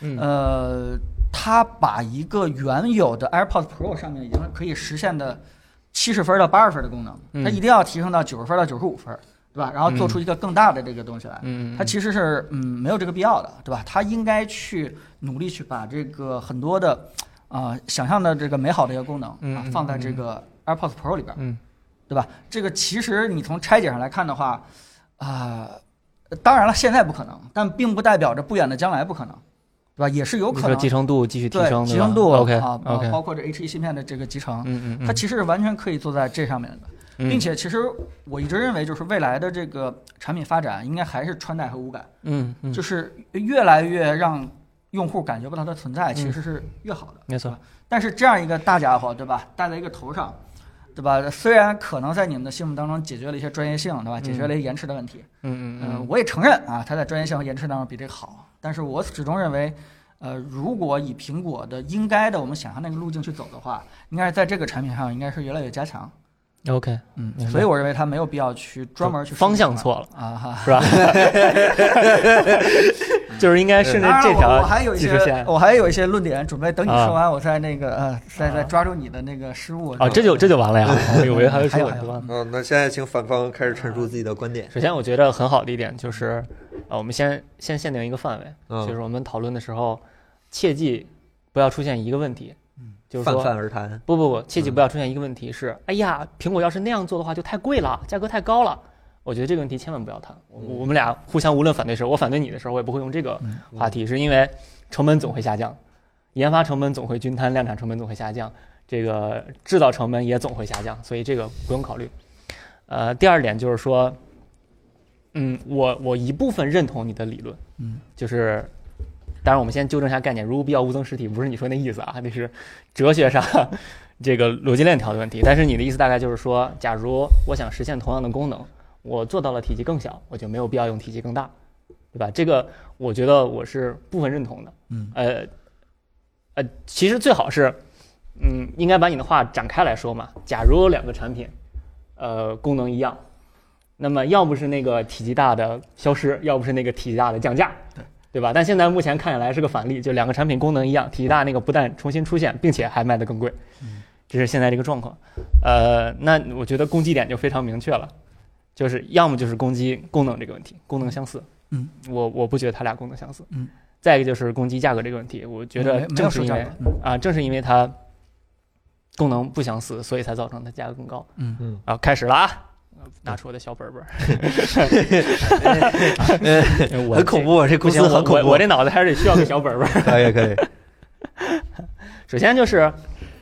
Speaker 3: 嗯
Speaker 2: 呃，它把一个原有的 AirPods Pro 上面已经可以实现的七十分到八十分的功能，
Speaker 3: 嗯
Speaker 2: 它一定要提升到九十分到九十五分，对吧？然后做出一个更大的这个东西来。
Speaker 3: 嗯，
Speaker 2: 它其实是嗯没有这个必要的，对吧？它应该去努力去把这个很多的啊、呃想象的这个美好的一个功能啊、
Speaker 3: 嗯嗯
Speaker 2: 放在这个 AirPods Pro 里边儿，
Speaker 3: 嗯
Speaker 2: 对吧？这个其实你从拆解上来看的话，啊、当然了，现在不可能，但并不代表着不远的将来不可能，对吧？也是有
Speaker 3: 你
Speaker 2: 可
Speaker 3: 说
Speaker 2: 能
Speaker 3: 集成度继续提
Speaker 2: 对
Speaker 3: 升，
Speaker 2: 集成度
Speaker 3: OK
Speaker 2: 啊，
Speaker 3: OK，
Speaker 2: 包括这 H1 芯片的这个集成，
Speaker 3: 嗯嗯，
Speaker 2: 它其实是完全可以做在这上面的。并且，其实我一直认为，就是未来的这个产品发展应该还是穿戴和无感。
Speaker 3: 嗯嗯，
Speaker 2: 就是越来越让用户感觉不到它的存在，
Speaker 3: 嗯
Speaker 2: 其实是越好的。
Speaker 3: 没错，
Speaker 2: 但是这样一个大家伙，对吧，戴在一个头上，对吧？虽然可能在你们的心目当中解决了一些专业性，对吧？解决了一些延迟的问题，
Speaker 3: 嗯
Speaker 2: 嗯、
Speaker 3: 嗯
Speaker 2: 我也承认啊，它在专业性和延迟当中比这个好，但是我始终认为。呃，如果以苹果的应该的我们想象那个路径去走的话，应该是在这个产品上应该是越来越加强，
Speaker 3: 嗯，OK，
Speaker 2: 嗯
Speaker 3: 明，白
Speaker 2: 所以我认为它没有必要去专门去
Speaker 3: 方向
Speaker 2: 设计
Speaker 3: 错了
Speaker 2: 它啊哈，
Speaker 3: 是吧？ [laughs] 就是应该顺着这
Speaker 2: 嗯当然了我
Speaker 3: 条
Speaker 2: 我还有一
Speaker 3: 技术
Speaker 2: 些哦
Speaker 3: 线，
Speaker 2: 我还有一些论点，准备等你
Speaker 3: 啊
Speaker 2: 说完，我再那个呃，再再抓住你的那个失误。
Speaker 3: 哦，这就这就完了呀！我以为还会
Speaker 2: 还
Speaker 3: 说
Speaker 2: 有
Speaker 3: 我
Speaker 2: 还有
Speaker 3: 就忘了。
Speaker 1: 嗯，那现在请反方开始陈述自己的观点。
Speaker 3: 首先，我觉得很好的一点就是，呃，我们先先限定一个范围，
Speaker 1: 嗯
Speaker 3: 就是我们讨论的时候，切记不要出现一个问题，
Speaker 2: 嗯
Speaker 3: 就是
Speaker 1: 泛
Speaker 3: 说
Speaker 1: 泛而谈，
Speaker 3: 不不不，切记不要出现一个问题是，哎呀，苹果要是那样做的话就太贵了，价格太高了。我觉得这个问题千万不要谈。我我们俩互相无论反对时，我反对你的时候，我也不会用这个话题，是因为成本总会下降，研发成本总会均摊，量产成本总会下降，这个制造成本也总会下降，所以这个不用考虑。呃，第二点就是说，嗯，我我一部分认同你的理论，
Speaker 2: 嗯，
Speaker 3: 就是，当然我们先纠正一下概念，如无必要勿增实体，不是你说那意思啊，那是哲学上这个逻辑链条的问题。但是你的意思大概就是说，假如我想实现同样的功能，我做到了体积更小，我就没有必要用体积更大，对吧？这个我觉得我是部分认同的。
Speaker 2: 嗯，
Speaker 3: 呃，呃，其实最好是，嗯，应该把你的话展开来说嘛。假如有两个产品，呃，功能一样，那么要不是那个体积大的消失，要不是那个体积大的降价，对对吧？但现在目前看起来是个反例，就两个产品功能一样，体积大那个不但重新出现，并且还卖得更贵，这是现在这个状况。呃，那我觉得攻击点就非常明确了，就是要么就是攻击功能这个问题，功能相似，
Speaker 2: 嗯，
Speaker 3: 我我不觉得它俩功能相似，
Speaker 2: 嗯，
Speaker 3: 再一个就是攻击价格这个问题，我觉得
Speaker 2: 没没
Speaker 3: 正
Speaker 2: 有
Speaker 3: 是
Speaker 2: 说
Speaker 3: 因
Speaker 2: 价
Speaker 3: 为
Speaker 2: 格，嗯
Speaker 3: 啊，正是因为它功能不相似，所以才造成它价格更高。
Speaker 2: 嗯
Speaker 1: 嗯
Speaker 3: 啊，开始了啊！拿出我的小本本儿，我
Speaker 1: 很恐怖啊，这
Speaker 3: 这。不
Speaker 1: 公
Speaker 3: 行，
Speaker 1: 司
Speaker 3: 我
Speaker 1: 很恐
Speaker 3: 我
Speaker 1: 怖。
Speaker 3: 我这脑子还是得需要个小本本儿。
Speaker 1: 可以可以，
Speaker 3: 首先就是，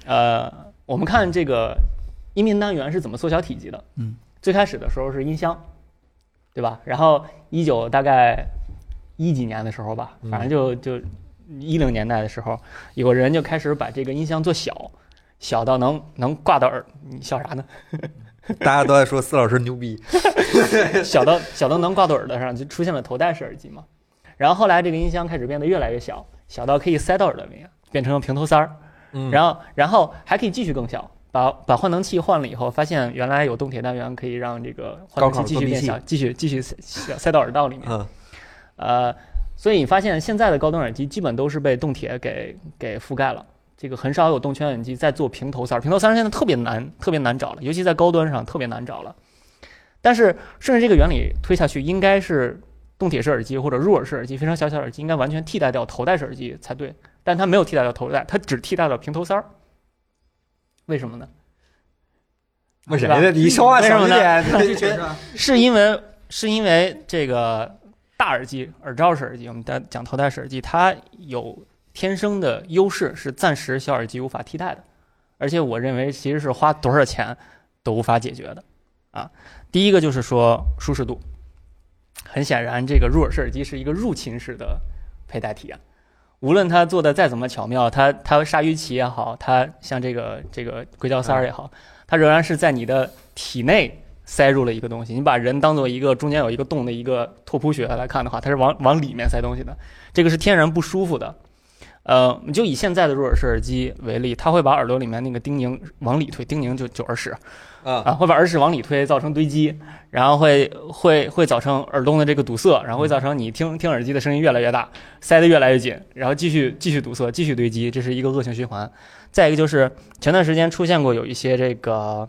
Speaker 3: 呃，我们看这个音频单元是怎么缩小体积的。
Speaker 2: 嗯，
Speaker 3: 最开始的时候是音箱，对吧？然后一九大概一几年的时候吧，
Speaker 1: 嗯
Speaker 3: 反正就就一零年代的时候，有个人就开始把这个音箱做小，小到能能挂到耳，你笑啥呢？
Speaker 1: 大家都在说司老师牛逼，
Speaker 3: [laughs] 小到小到能挂到耳朵上，就出现了头戴式耳机嘛。然后后来这个音箱开始变得越来越小，小到可以塞到耳朵里面，变成了平头塞儿。
Speaker 1: 嗯
Speaker 3: 然后然后还可以继续更小，把把换能器换了以后，发现原来有动铁单元可以让这个换
Speaker 1: 高
Speaker 3: 能
Speaker 1: 考
Speaker 3: 器
Speaker 1: 作
Speaker 3: 继续
Speaker 1: 弊
Speaker 3: 变
Speaker 1: 器
Speaker 3: 小，继续继续塞塞塞到耳道里面。
Speaker 1: 嗯
Speaker 3: 呃，所以你发现现在的高端耳机基本都是被动铁给给覆盖了。这个很少有动圈耳机在做平头塞儿，平头塞儿现在特别难，特别难找了，尤其在高端上特别难找了。但是顺着这个原理推下去，应该是动铁式耳机或者入耳式耳机、非常小巧耳机应该完全替代掉头戴式耳机才对，但它没有替代掉头戴，它只替代了平头塞儿。为什么呢？
Speaker 1: 为谁
Speaker 3: 吧
Speaker 1: 呢？你说话
Speaker 3: 为什
Speaker 1: 小
Speaker 3: 么
Speaker 1: 一
Speaker 3: 呢
Speaker 1: 点，
Speaker 2: 这确实啊，
Speaker 3: 是因为是因为这个大耳机、耳罩式耳机，我们在讲头戴式耳机，它有天生的优势，是暂时小耳机无法替代的。而且我认为，其实是花多少钱都无法解决的啊。第一个就是说舒适度，很显然，这个入耳式耳机是一个入侵式的佩戴体验。无论它做的再怎么巧妙，它它鲨鱼鳍也好，它像这个这个硅胶塞儿也好，它仍然是在你的体内塞入了一个东西。你把人当做一个中间有一个洞的一个拓扑学来看的话，它是往往里面塞东西的，这个是天然不舒服的。呃，就以现在的入耳式耳机为例，它会把耳朵里面那个丁宁往里推，丁宁就就耳屎，
Speaker 1: 啊，
Speaker 3: 啊，会把耳屎往里推，造成堆积，然后会会会造成耳洞的这个堵塞，然后会造成你听听耳机的声音越来越大，塞得越来越紧，然后继续继续堵塞，继续堆积，这是一个恶性循环。再一个就是前段时间出现过有一些这个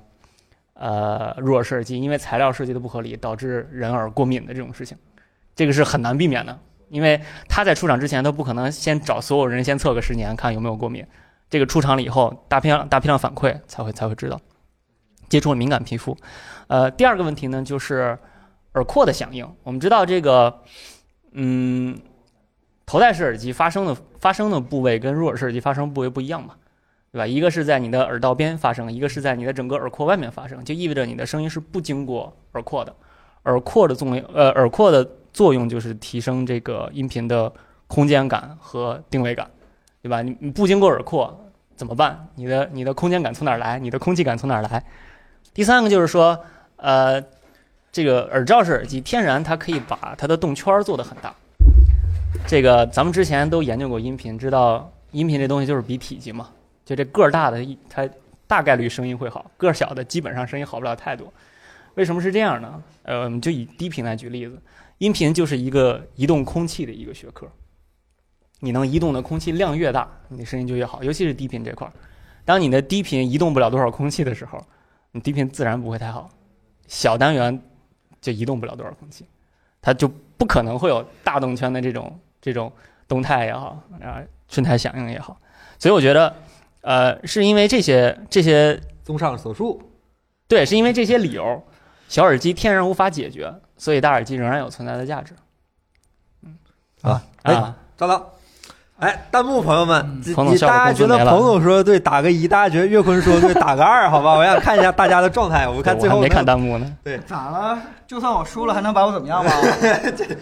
Speaker 3: 呃入耳式耳机，因为材料设计的不合理，导致人耳过敏的这种事情，这个是很难避免的，因为他在出厂之前，他不可能先找所有人先测个十年，看有没有过敏。这个出厂了以后，大批量大批量反馈才会才会知道，接触了敏感皮肤。呃，第二个问题呢，就是耳廓的响应。我们知道这个，嗯，头戴式耳机发声的发声的部位跟入耳式耳机发声部位不一样嘛，对吧？一个是在你的耳道边发声，一个是在你的整个耳廓外面发声，就意味着你的声音是不经过耳廓的。耳廓的作用，呃，耳廓的作用就是提升这个音频的空间感和定位感，对吧？你你不经过耳廓怎么办？你的你的空间感从哪儿来？你的空气感从哪儿来？第三个就是说，呃，这个耳罩式耳机天然它可以把它的动圈儿做得很大。这个咱们之前都研究过音频，知道音频这东西就是比体积嘛，就这个儿大的一它大概率声音会好，个儿小的基本上声音好不了太多。为什么是这样呢？呃，我们就以低频来举例子，音频就是一个移动空气的一个学科，你能移动的空气量越大，你的声音就越好，尤其是低频这块儿。当你的低频移动不了多少空气的时候，你低频自然不会太好，小单元就移动不了多少空气，它就不可能会有大动圈的这种这种动态也好，啊瞬态响应也好，所以我觉得，呃，是因为这些这些
Speaker 1: 综上所述，
Speaker 3: 对，是因为这些理由，小耳机天然无法解决，所以大耳机仍然有存在的价值。嗯
Speaker 1: 啊
Speaker 3: 啊，
Speaker 1: 张导。哎，弹幕朋友们，这
Speaker 3: 彭总
Speaker 1: 你
Speaker 3: 效果
Speaker 1: 大家
Speaker 3: 工
Speaker 1: 觉
Speaker 3: 资
Speaker 1: 得
Speaker 3: 没了
Speaker 1: 彭总说对打个一，大家觉得岳坤说对打个二，好吧？我想看一下大家的状态，我们看
Speaker 3: 对
Speaker 1: 最
Speaker 3: 我还
Speaker 1: 后
Speaker 3: 没看
Speaker 1: 到
Speaker 3: 弹幕呢。
Speaker 2: 咋了？就算我输了，还能把我怎么
Speaker 3: [laughs]
Speaker 2: 样吗？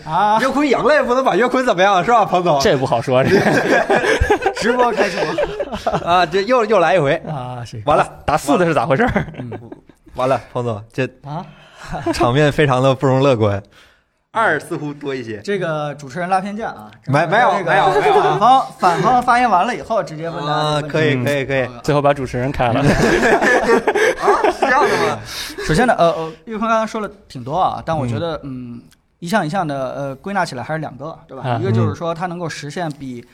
Speaker 2: 啊，
Speaker 1: 岳坤赢了，也不能把岳坤怎么样，是吧，彭总？
Speaker 3: 这不好说，这个
Speaker 1: 直播开除啊，这又又来一回，
Speaker 3: 啊，是
Speaker 1: [laughs] 完了
Speaker 3: 打四的是咋回事儿？
Speaker 1: 完了，彭总这
Speaker 2: 啊，
Speaker 1: 场面非常的不容乐观，二似乎多一些，
Speaker 2: 这个主持人拉偏架啊，
Speaker 1: 没没有
Speaker 2: 这个
Speaker 1: 没有没有
Speaker 2: 反方反方发言完了以后，直接问大家
Speaker 1: 啊，
Speaker 2: 问题
Speaker 1: 可以可以可以，
Speaker 3: 最后把主持人开
Speaker 1: 嗯
Speaker 3: 了。
Speaker 1: 啊，是这样的吗？
Speaker 3: [laughs]
Speaker 2: 首先呢，呃呃，玉坤刚刚说了挺多啊，但我觉得，嗯，一项一项的，呃，归纳起来还是两个，对吧？
Speaker 3: 啊
Speaker 2: 一个就是说它能够实现比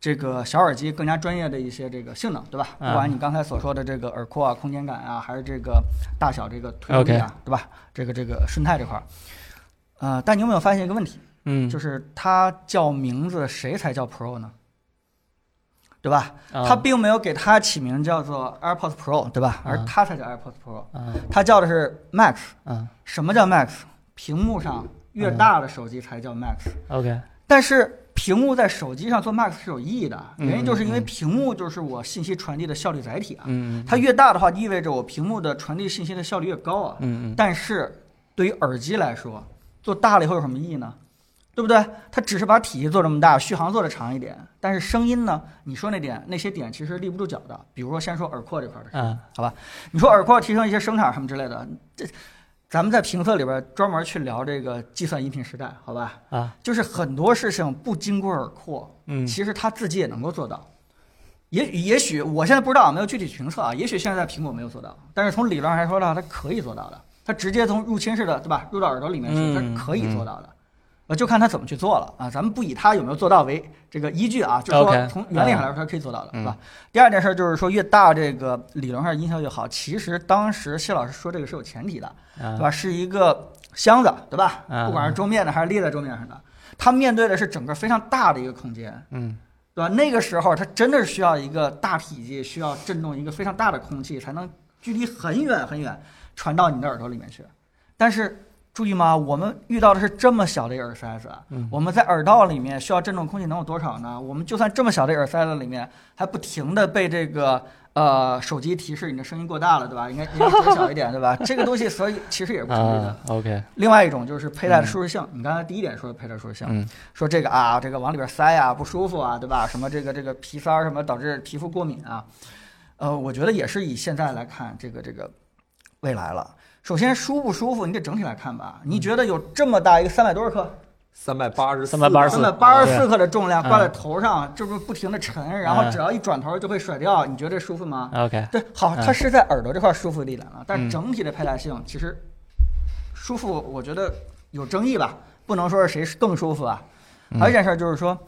Speaker 2: 这个小耳机更加专业的一些这个性能，对吧？
Speaker 3: 啊
Speaker 2: 不管你刚才所说的这个耳廓啊、空间感啊，还是这个大小、这个推动力啊对吧？这个这个顺态这块儿，呃，但你有没有发现一个问题？
Speaker 3: 嗯，
Speaker 2: 就是它叫名字，谁才叫 Pro 呢？对吧？
Speaker 3: 啊
Speaker 2: 它并没有给它起名叫做 AirPods Pro，对吧？而
Speaker 3: 啊
Speaker 2: 它才叫 AirPods Pro，
Speaker 3: 啊
Speaker 2: 它叫的是 Max。
Speaker 3: 啊
Speaker 2: 什么叫 Max？屏幕上
Speaker 3: 嗯
Speaker 2: 越大的手机才叫 Max，
Speaker 3: ，OK，
Speaker 2: 但是屏幕在手机上做 Max 是有意义的，
Speaker 3: 嗯
Speaker 2: 原因就是因为
Speaker 3: 嗯
Speaker 2: 屏幕就是我信息传递的效率载体啊。
Speaker 3: 嗯，
Speaker 2: 它越大的话，意味着我屏幕的传递信息的效率越高啊。
Speaker 3: 嗯嗯
Speaker 2: 但是对于耳机来说，做大了以后有什么意义呢？对不对？它只是把体积做这么大，续航做的长一点，但是声音呢？你说那点那些点其实立不住脚的。比如说，先说耳廓这块儿的事，
Speaker 3: 啊
Speaker 2: 你说耳廓提升一些声卡什么之类的，这咱们在评测里边专门去聊这个计算音频时代，好吧？
Speaker 3: 啊
Speaker 2: 就是很多事情不经过耳廓，
Speaker 3: 嗯
Speaker 2: 其实他自己也能够做到。也也许我现在不知道啊，没有具体评测啊。也许现在苹果没有做到，但是从理论上来说的话，它可以做到的。它直接从入侵式的，对吧？入到耳朵里面去，它
Speaker 3: 嗯
Speaker 2: 是可以做到的。呃，就看它怎么去做了啊。咱们不以它有没有做到为这个依据啊，就是说
Speaker 3: OK，
Speaker 2: 从原理上来说，它是可以做到的，
Speaker 3: 嗯
Speaker 2: 是吧？第二件事就是说，越大这个理论上音效越好。其实当时谢老师说这个是有前提的，对
Speaker 3: 啊
Speaker 2: 吧？是一个箱子，对吧？
Speaker 3: 啊
Speaker 2: 不管是桌面的还是立在桌面上的，它面对的是整个非常大的一个空间。
Speaker 3: 嗯
Speaker 2: 对吧？那个时候它真的是需要一个大体积，需要震动一个非常大的空气，才能距离很远很远传到你的耳朵里面去。但是注意吗？我们遇到的是这么小的一个耳塞子，
Speaker 3: 嗯
Speaker 2: 我们在耳道里面需要震动空气能有多少呢？我们就算这么小的耳塞子里面，还不停的被这个呃手机提示你的声音过大了，对吧？应该应该减小一点，对吧？这个东西所以其实也是不成立的。
Speaker 3: 啊，OK，
Speaker 2: 另外一种就是佩戴的舒适性，你刚才第一点说的佩戴舒适性，
Speaker 3: 嗯
Speaker 2: 说这个啊，这个往里边塞啊不舒服啊，对吧？什么这个这个皮塞儿什么导致皮肤过敏啊？呃，我觉得也是以现在来看，这个这个未来了。首先舒不舒服，你得整体来看吧。你觉得有这么大一个三百多少克、
Speaker 1: 三百八十
Speaker 3: 384
Speaker 2: 三百八十
Speaker 3: 对
Speaker 2: 四克的重量
Speaker 3: 嗯
Speaker 2: 挂在头上，这不是不停的沉，然后
Speaker 3: 嗯
Speaker 2: 只要一转头就会甩掉，你觉得这舒服吗？
Speaker 3: ，OK，
Speaker 2: 对，好，
Speaker 3: 嗯
Speaker 2: 它是在耳朵这块舒服的一点了，但
Speaker 3: 嗯
Speaker 2: 整体的佩戴性其实舒服，我觉得有争议吧，不能说是谁更舒服啊。还有一件事儿就是说，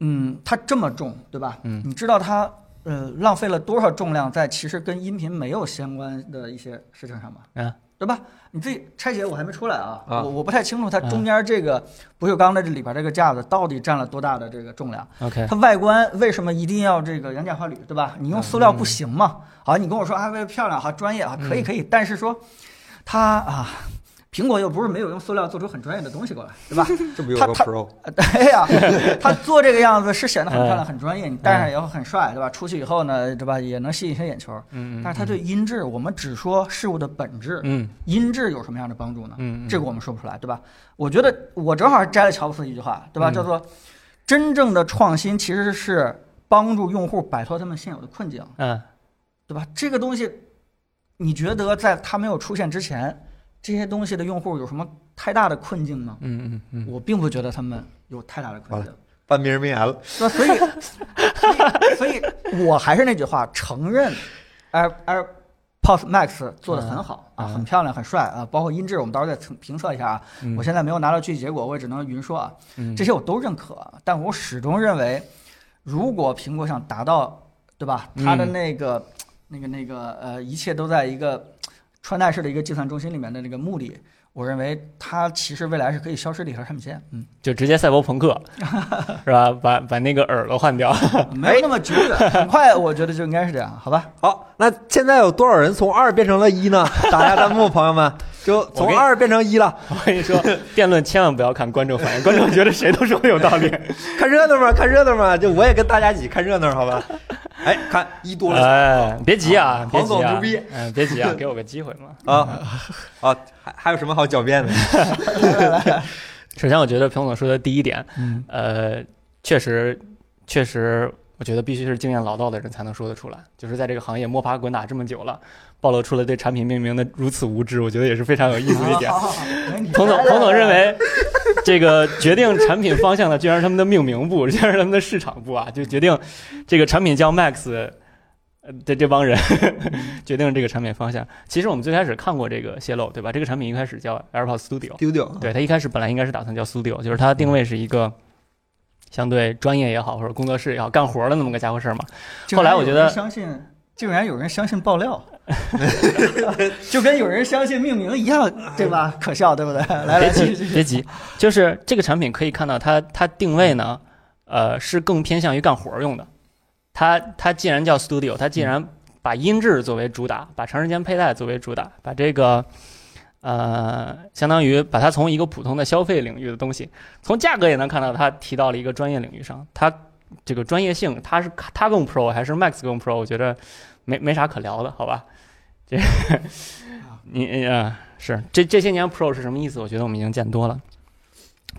Speaker 2: 嗯，它这么重，对吧？
Speaker 3: 嗯
Speaker 2: 你知道它呃浪费了多少重量在其实跟音频没有相关的一些事情上吗？
Speaker 3: 嗯，
Speaker 2: 对吧？你自己拆解，我还没出来啊，
Speaker 1: 啊
Speaker 2: 我我不太清楚它
Speaker 3: 嗯
Speaker 2: 中间这个不锈钢的这里边这个架子到底占了多大的这个重量。
Speaker 3: ，OK，
Speaker 2: 它外观为什么一定要这个羊角花铝，对吧？你用塑料不行
Speaker 3: 嗯
Speaker 2: 吗？好，你跟我说啊，为了漂亮，好专业啊，可以可以，但是说它啊，苹果又不是没有用塑料做出很专业的东西过来，
Speaker 3: [laughs]
Speaker 2: 对吧？
Speaker 1: 这不有
Speaker 2: 他
Speaker 1: 个
Speaker 2: 他
Speaker 1: Pro？
Speaker 2: 呃对呀、它做这个样子是显得很
Speaker 3: 哎
Speaker 2: 漂亮、很专业，你戴上以后很帅，对吧？出去以后呢，对吧，也能吸引一些眼球。
Speaker 3: 嗯嗯，
Speaker 2: 但是它对音质，我们只说事物的本质，
Speaker 3: 嗯
Speaker 2: 音质有什么样的帮助呢？
Speaker 3: 嗯嗯
Speaker 2: 这个我们说不出来，对吧？我觉得我正好摘了乔布斯一句话，对吧？
Speaker 3: 嗯
Speaker 2: 叫做真正的创新其实是帮助用户摆脱他们现有的困境，
Speaker 3: 嗯
Speaker 2: 对吧？这个东西，你觉得在它没有出现之前，这些东西的用户有什么太大的困境吗？
Speaker 3: 嗯嗯嗯，
Speaker 2: 我并不觉得他们有太大的困境，
Speaker 1: 半名人名言了，
Speaker 2: 那
Speaker 3: [laughs]
Speaker 2: 所以，所以，所以我还是那句话，承认 Air Air Pods Max 做的很好啊，
Speaker 3: 嗯嗯
Speaker 2: 很漂亮，很帅啊，包括音质，我们到时候再评评测一下啊。
Speaker 3: 嗯
Speaker 2: 我现在没有拿到具体结果，我也只能云说啊，这些我都认可，啊但我始终认为，如果苹果想达到，对吧，它的
Speaker 3: 嗯
Speaker 2: 那个、那个那个呃，一切都在一个穿戴式的一个计算中心里面的那个目的。我认为它其实未来是可以消失的一条产品
Speaker 3: [laughs]
Speaker 2: 线，嗯，
Speaker 3: 就直接赛博朋 [laughs] 克是吧？把把那个耳朵换掉， [laughs]
Speaker 2: 没有那么久远，很快我觉得就应该是这样，好吧？
Speaker 1: 好，那现在有多少人从二变成了一呢？打下弹幕，朋友们，就
Speaker 3: 我
Speaker 1: 从
Speaker 3: 给
Speaker 1: 二变成一了，
Speaker 3: 我跟你说，辩论千万不要看观众反应，观众觉得谁都说有道 [laughs] 理。
Speaker 1: 看热闹嘛，看热闹嘛，就我也跟大家一起看热闹，好吧？哎，看一多了
Speaker 3: 哎，别急啊，别
Speaker 1: 黄
Speaker 3: 急
Speaker 1: 总
Speaker 3: 啊
Speaker 1: 牛逼，
Speaker 3: 嗯，别 [laughs] 急啊，给我个机会嘛。
Speaker 1: 啊啊，还还有什么好狡辩的？
Speaker 3: 首先，我觉得彭总说的第一点，
Speaker 2: 嗯
Speaker 3: 呃，确实，确实，我觉得必须是经验老道的人才能说得出来。就是在这个行业摸爬滚打这么久了，暴露出了对产品命名的如此无知，我觉得也是非常有意思的一点。
Speaker 2: 好好哦好，没你
Speaker 3: 彭总
Speaker 2: 来，来
Speaker 3: 彭总
Speaker 2: 来
Speaker 3: 认为，这个决定产品方向的，居然是他们的命名部，居然是他们的市场部啊，就决定这个产品叫 Max 呃的这帮人 [laughs] 决定这个产品方向。其实我们最开始看过这个泄露，对吧？这个产品一开始叫 AirPods Studio，
Speaker 1: 丢丢，
Speaker 2: 啊
Speaker 3: 对，它一开始本来应该是打算叫 Studio，就是它定位是一个相对专业也好，或者工作室也好，干活的那么个家伙事儿嘛。
Speaker 2: 竟
Speaker 3: 后来
Speaker 2: 然
Speaker 3: 我
Speaker 2: 有
Speaker 3: 觉
Speaker 2: 人
Speaker 3: 得
Speaker 2: 相信，竟然有人相信爆料，就跟有人相信命名一样，对吧？可笑，对不对？来来，
Speaker 3: 别
Speaker 2: 继续
Speaker 3: 急
Speaker 2: 继续。
Speaker 3: 别急，就是这个产品可以看到它它定位呢，呃，是更偏向于干活儿用的。它它既然叫 Studio，它
Speaker 2: 嗯
Speaker 3: 既然把音质作为主打，把长时间佩戴作为主打，把这个呃，相当于把它从一个普通的消费领域的东西，从价格也能看到它提到了一个专业领域上，它这个专业性，它是它更 Pro 还是 Max 更 Pro？我觉得没没啥可聊的，好吧？这 [laughs] 你啊、呃是这这些年 Pro 是什么意思？我觉得我们已经见多了。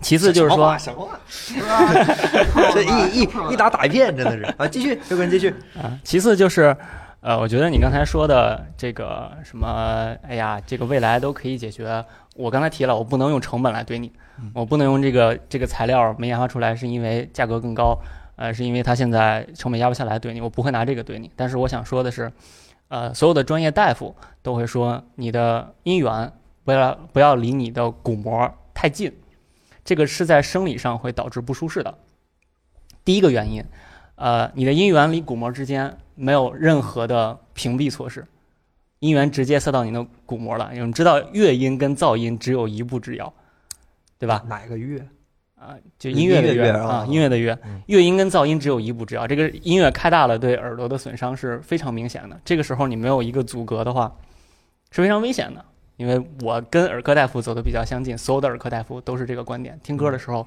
Speaker 3: 其次就是说，
Speaker 1: 什么话，这
Speaker 2: 这
Speaker 1: 一一一打打一片，真的是啊！继续，刘哥你继续，
Speaker 3: 啊，其次就是，呃，我觉得你刚才说的这个什么，哎呀，这个未来都可以解决。我刚才提了，我不能用成本来怼你，我不能用这个这个材料没研发出来，是因为价格更高，呃，是因为它现在成本压不下来怼你，我不会拿这个怼你。但是我想说的是，呃，所有的专业大夫都会说，你的姻缘不要不要离你的骨膜太近，这个是在生理上会导致不舒适的。第一个原因，呃，你的姻缘离骨膜之间没有任何的屏蔽措施，姻缘直接塞到你的骨膜了。因为我们知道乐音跟噪音只有一步之遥，对吧？
Speaker 1: 哪个月？
Speaker 3: 啊，就音乐的
Speaker 1: 音乐
Speaker 3: 乐
Speaker 1: 乐啊
Speaker 3: 啊，音乐的乐
Speaker 1: 嗯，
Speaker 3: 乐音跟噪音只有一步之遥。这个音乐开大了，对耳朵的损伤是非常明显的。这个时候你没有一个阻隔的话，是非常危险的。因为我跟耳科大夫走的比较相近，所有的耳科大夫都是这个观点：
Speaker 1: 嗯
Speaker 3: 听歌的时候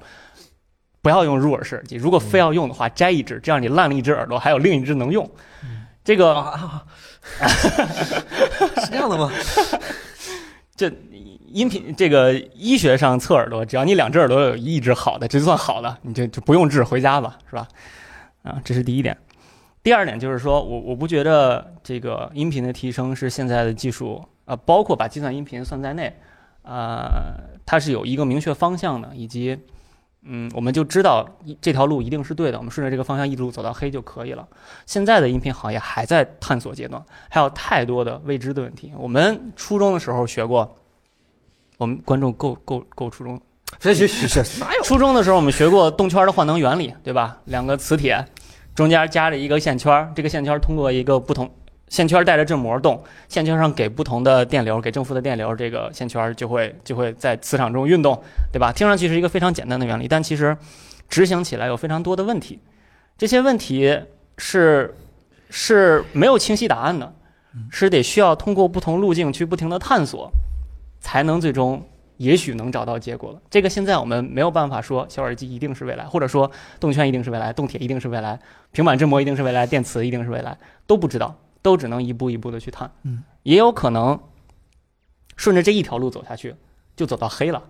Speaker 3: 不要用入耳式耳机，如果非要用的话，摘一只，这样你烂了一只耳朵，还有另一只能用。
Speaker 1: 嗯
Speaker 3: 这个
Speaker 1: 啊，是这样的吗？
Speaker 3: 这音频这个医学上测耳朵，只要你两只耳朵有一只好的，这就算好了，你就就不用治，回家吧，是吧？啊，这是第一点。第二点就是说我我不觉得这个音频的提升是现在的技术啊、呃包括把计算音频算在内，啊，它是有一个明确方向的，以及嗯，我们就知道一这条路一定是对的，我们顺着这个方向一路走到黑就可以了。现在的音频行业还在探索阶段，还有太多的未知的问题。我们初中的时候学过，我们观众够够够初中，
Speaker 1: 行行行行，哪有？
Speaker 3: 初中的时候我们学过动圈的换能原理，对吧？两个磁铁中间夹着一个线圈儿，这个线圈儿通过一个不同线圈儿带着振膜动，线圈上给不同的电流，给正负的电流，这个线圈儿就会就会在磁场中运动，对吧？听上去是一个非常简单的原理，但其实执行起来有非常多的问题，这些问题是是没有清晰答案的，是得需要通过不同路径去不停的探索，才能最终也许能找到结果了。这个现在我们没有办法说小耳机一定是未来，或者说动圈一定是未来，动铁一定是未来，平板振膜一定是未来，电磁一定是未来，都不知道，都只能一步一步的去探。
Speaker 2: 嗯，
Speaker 3: 也有可能顺着这一条路走下去，就走到黑了，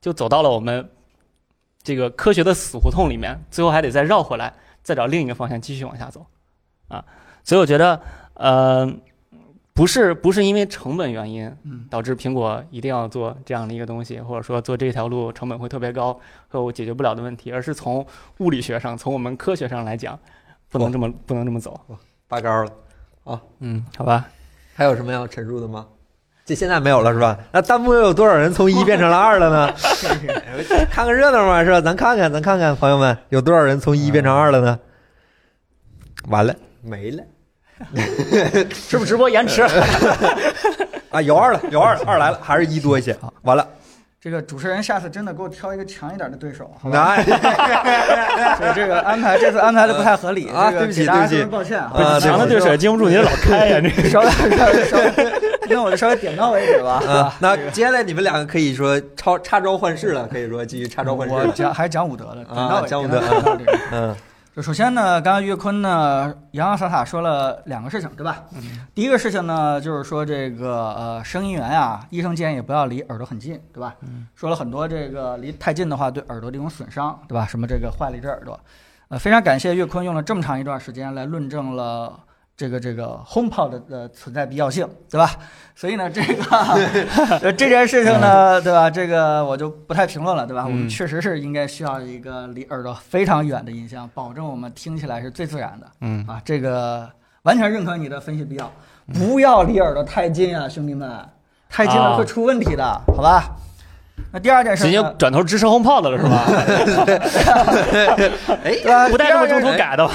Speaker 3: 就走到了我们这个科学的死胡同里面，最后还得再绕回来，再找另一个方向继续往下走啊。所以我觉得，呃。不是不是因为成本原因，
Speaker 2: 嗯
Speaker 3: 导致苹果一定要做这样的一个东西，或者说做这条路成本会特别高，和我解决不了的问题，而是从物理学上，从我们科学上来讲，不能这么不能这么走。
Speaker 1: 拔高了。
Speaker 3: 嗯，好吧，
Speaker 1: 还有什么要陈述的吗？这现在没有了是吧？那弹幕又有多少人从一变成了二了呢？看个热闹嘛是吧？咱看看，咱看看，朋友们有多少人从一变成二了呢？完了，没了
Speaker 3: 是不是直播延迟？
Speaker 1: 啊！有二了，有二了，二来了，还是一多一些。完了，
Speaker 2: 这个主持人下次真的给我挑一个强一点的对手，好吧？
Speaker 1: 那
Speaker 2: 这这个安排这次安排的不太合理
Speaker 1: 啊
Speaker 2: 这个
Speaker 1: 对不起
Speaker 2: 给大家
Speaker 1: 对不起
Speaker 2: 说声抱歉啊。
Speaker 1: 啊
Speaker 3: 强的对手也经不住你的老开呀，这
Speaker 2: 稍微稍微稍微，那我就稍微点到为止吧。
Speaker 1: 啊，那接下来你们两个可以说超插招换式了，可以说继续插招换式
Speaker 2: 我
Speaker 1: 了。
Speaker 2: 讲还是讲武德了，点
Speaker 1: 啊
Speaker 2: 到为止。
Speaker 1: 讲武
Speaker 2: 点
Speaker 1: 德
Speaker 2: 到位点到位
Speaker 1: 嗯
Speaker 2: 就首先呢，刚刚岳坤呢洋洋洒洒说了两个事情，对吧？第一个事情呢，就是说这个呃，声音源啊，医生建议不要离耳朵很近，对吧？
Speaker 3: 嗯
Speaker 2: 说了很多这个离太近的话对耳朵这种损伤，对吧？什么这个坏了一只耳朵，呃，非常感谢岳坤用了这么长一段时间来论证了。这个这个 HomePod 的的存在必要性，对吧？所以呢，这个
Speaker 3: [laughs]
Speaker 2: 呃这件事情呢，对吧？这个我就不太评论了，对吧？我们
Speaker 3: 嗯
Speaker 2: 确实是应该需要一个离耳朵非常远的音箱，保证我们听起来是最自然的。
Speaker 3: 嗯
Speaker 2: 啊，这个完全认可你的分析必要，不要离耳朵太近啊，兄弟们，太近了
Speaker 3: 啊
Speaker 2: 会出问题的，好吧？那第二件事
Speaker 3: 直接
Speaker 2: 呢，
Speaker 3: 转头支持轰炮的了是
Speaker 2: [laughs]
Speaker 3: 吧？
Speaker 1: [laughs] 哎
Speaker 2: 对吧？
Speaker 3: 哎不带这么
Speaker 2: 第二
Speaker 3: 中
Speaker 2: 件
Speaker 3: 途改的吧？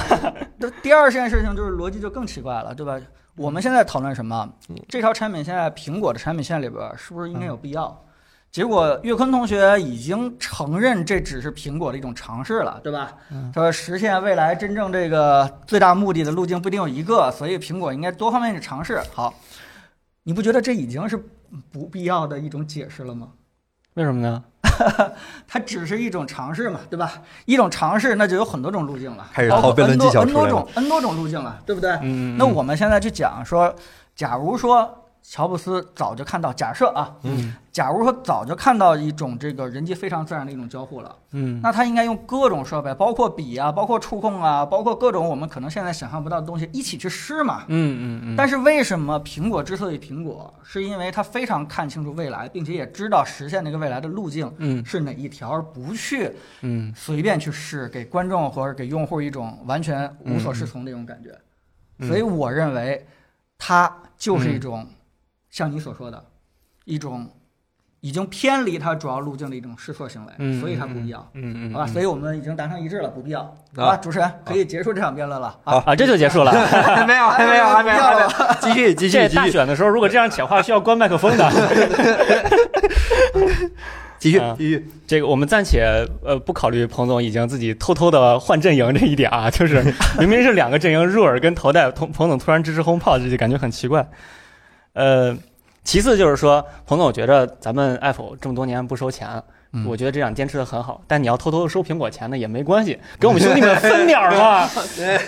Speaker 2: 对第二件事情就是逻辑就更奇怪了，对
Speaker 1: 嗯
Speaker 2: 吧？我们现在讨论什么？这条产品线，苹果的产品线里边儿是不是应
Speaker 1: 嗯
Speaker 2: 该有必要？结果岳坤同学已经承认这只是苹果的一种尝试了，对吧？
Speaker 1: 嗯
Speaker 2: 他说实现未来真正这个最大目的的路径不一定有一个，所以苹果应该多方面去尝试。好，你不觉得这已经是不必要的一种解释了吗？
Speaker 3: 为什么呢？
Speaker 2: 它只是一种尝试嘛，对吧？一种尝试，那就有很多种路径了，
Speaker 1: 开始
Speaker 2: 包
Speaker 1: 套
Speaker 2: 括
Speaker 1: 辩论
Speaker 2: N
Speaker 1: 技
Speaker 2: 多
Speaker 1: 巧
Speaker 2: N
Speaker 1: 出
Speaker 2: 多
Speaker 1: 来了
Speaker 2: 种 N 多种路径了，对不对？
Speaker 3: 嗯，
Speaker 2: 那我们现在去讲说，假如说乔布斯早就看到，假设啊，
Speaker 3: 嗯
Speaker 2: 假如说早就看到一种这个人机非常自然的一种交互了，
Speaker 3: 嗯
Speaker 2: 那他应该用各种设备，包括笔啊，包括触控啊，包括各种我们可能现在想象不到的东西一起去试嘛。
Speaker 3: 嗯嗯嗯，
Speaker 2: 但是为什么苹果之所以苹果，是因为它非常看清楚未来，并且也知道实现那个未来的路径
Speaker 3: 嗯
Speaker 2: 是哪一条，而不去
Speaker 3: 嗯
Speaker 2: 随便去试，给观众或者给用户一种完全无所适从的一种感觉。
Speaker 3: 嗯
Speaker 2: 所以我认为，它就是一种像你所说的，一种已经偏离它主要路径的一种试错行为，
Speaker 3: 嗯，
Speaker 2: 所以它不必要，
Speaker 3: 嗯嗯，
Speaker 2: 好吧？所
Speaker 3: 以
Speaker 2: 以我们已经达成一致了，不必要，好吧？主持人可以结束这场辩论了哎啊。
Speaker 3: 啊，这就结束了。
Speaker 2: [laughs]
Speaker 1: 没有，还没有，还没有，还没有，继续，继续，
Speaker 3: 这
Speaker 1: 继
Speaker 3: 大
Speaker 1: 续，
Speaker 3: 选的时候，如果这样讲话，需要关麦克风的。
Speaker 1: 继续
Speaker 3: 啊，
Speaker 1: 继续。
Speaker 3: 这个我们暂且呃不考虑彭总已经自己偷偷的换阵营这一点啊， [laughs] 就是明明是两个阵营，入耳跟头戴，彭彭总突然支持轰炮，这就感觉很奇怪。呃，其次就是说，彭总，我觉得咱们 Apple 这么多年不收钱
Speaker 2: 嗯。
Speaker 3: 我觉得这样坚持的很好，但你要偷偷收苹果钱呢也没关系，给我们兄弟们分点儿嘛，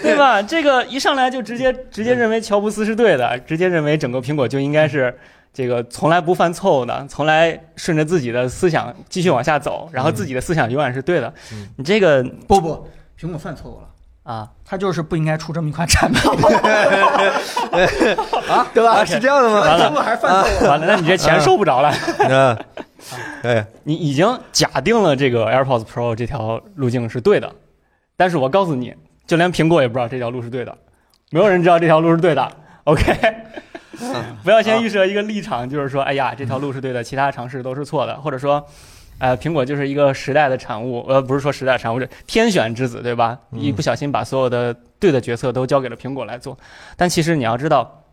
Speaker 3: 对吧？这个一上来就直接直接认为乔布斯是对的，直接认为整个苹果就应该是这个从来不犯错误的，从来顺着自己的思想继续往下走，然后自己的思想永远是对的。
Speaker 1: 嗯
Speaker 3: 你这个
Speaker 2: 不不，苹果犯错误了。
Speaker 3: 啊，
Speaker 2: 它就是不应该出这么一款产品，
Speaker 1: 对吧？啊是这样的吗？
Speaker 3: 完
Speaker 2: 苹
Speaker 3: 了
Speaker 2: 果还是犯错误了。
Speaker 3: 完了，那你这钱收不着了。
Speaker 1: 嗯，对，
Speaker 3: 你已经假定了这个 AirPods Pro 这条路径是对的，但是我告诉你，就连苹果也不知道这条路是对的，没有人知道这条路是对的。OK，不要先预设一个立场，就是说，哎呀，这条路是对的，其他尝试都是错的，或者说。呃，苹果就是一个时代的产物，呃，不是说时代产物，是天选之子，对吧？
Speaker 1: 嗯
Speaker 3: 一不小心把所有的对的决策都交给了苹果来做，但其实你要知道，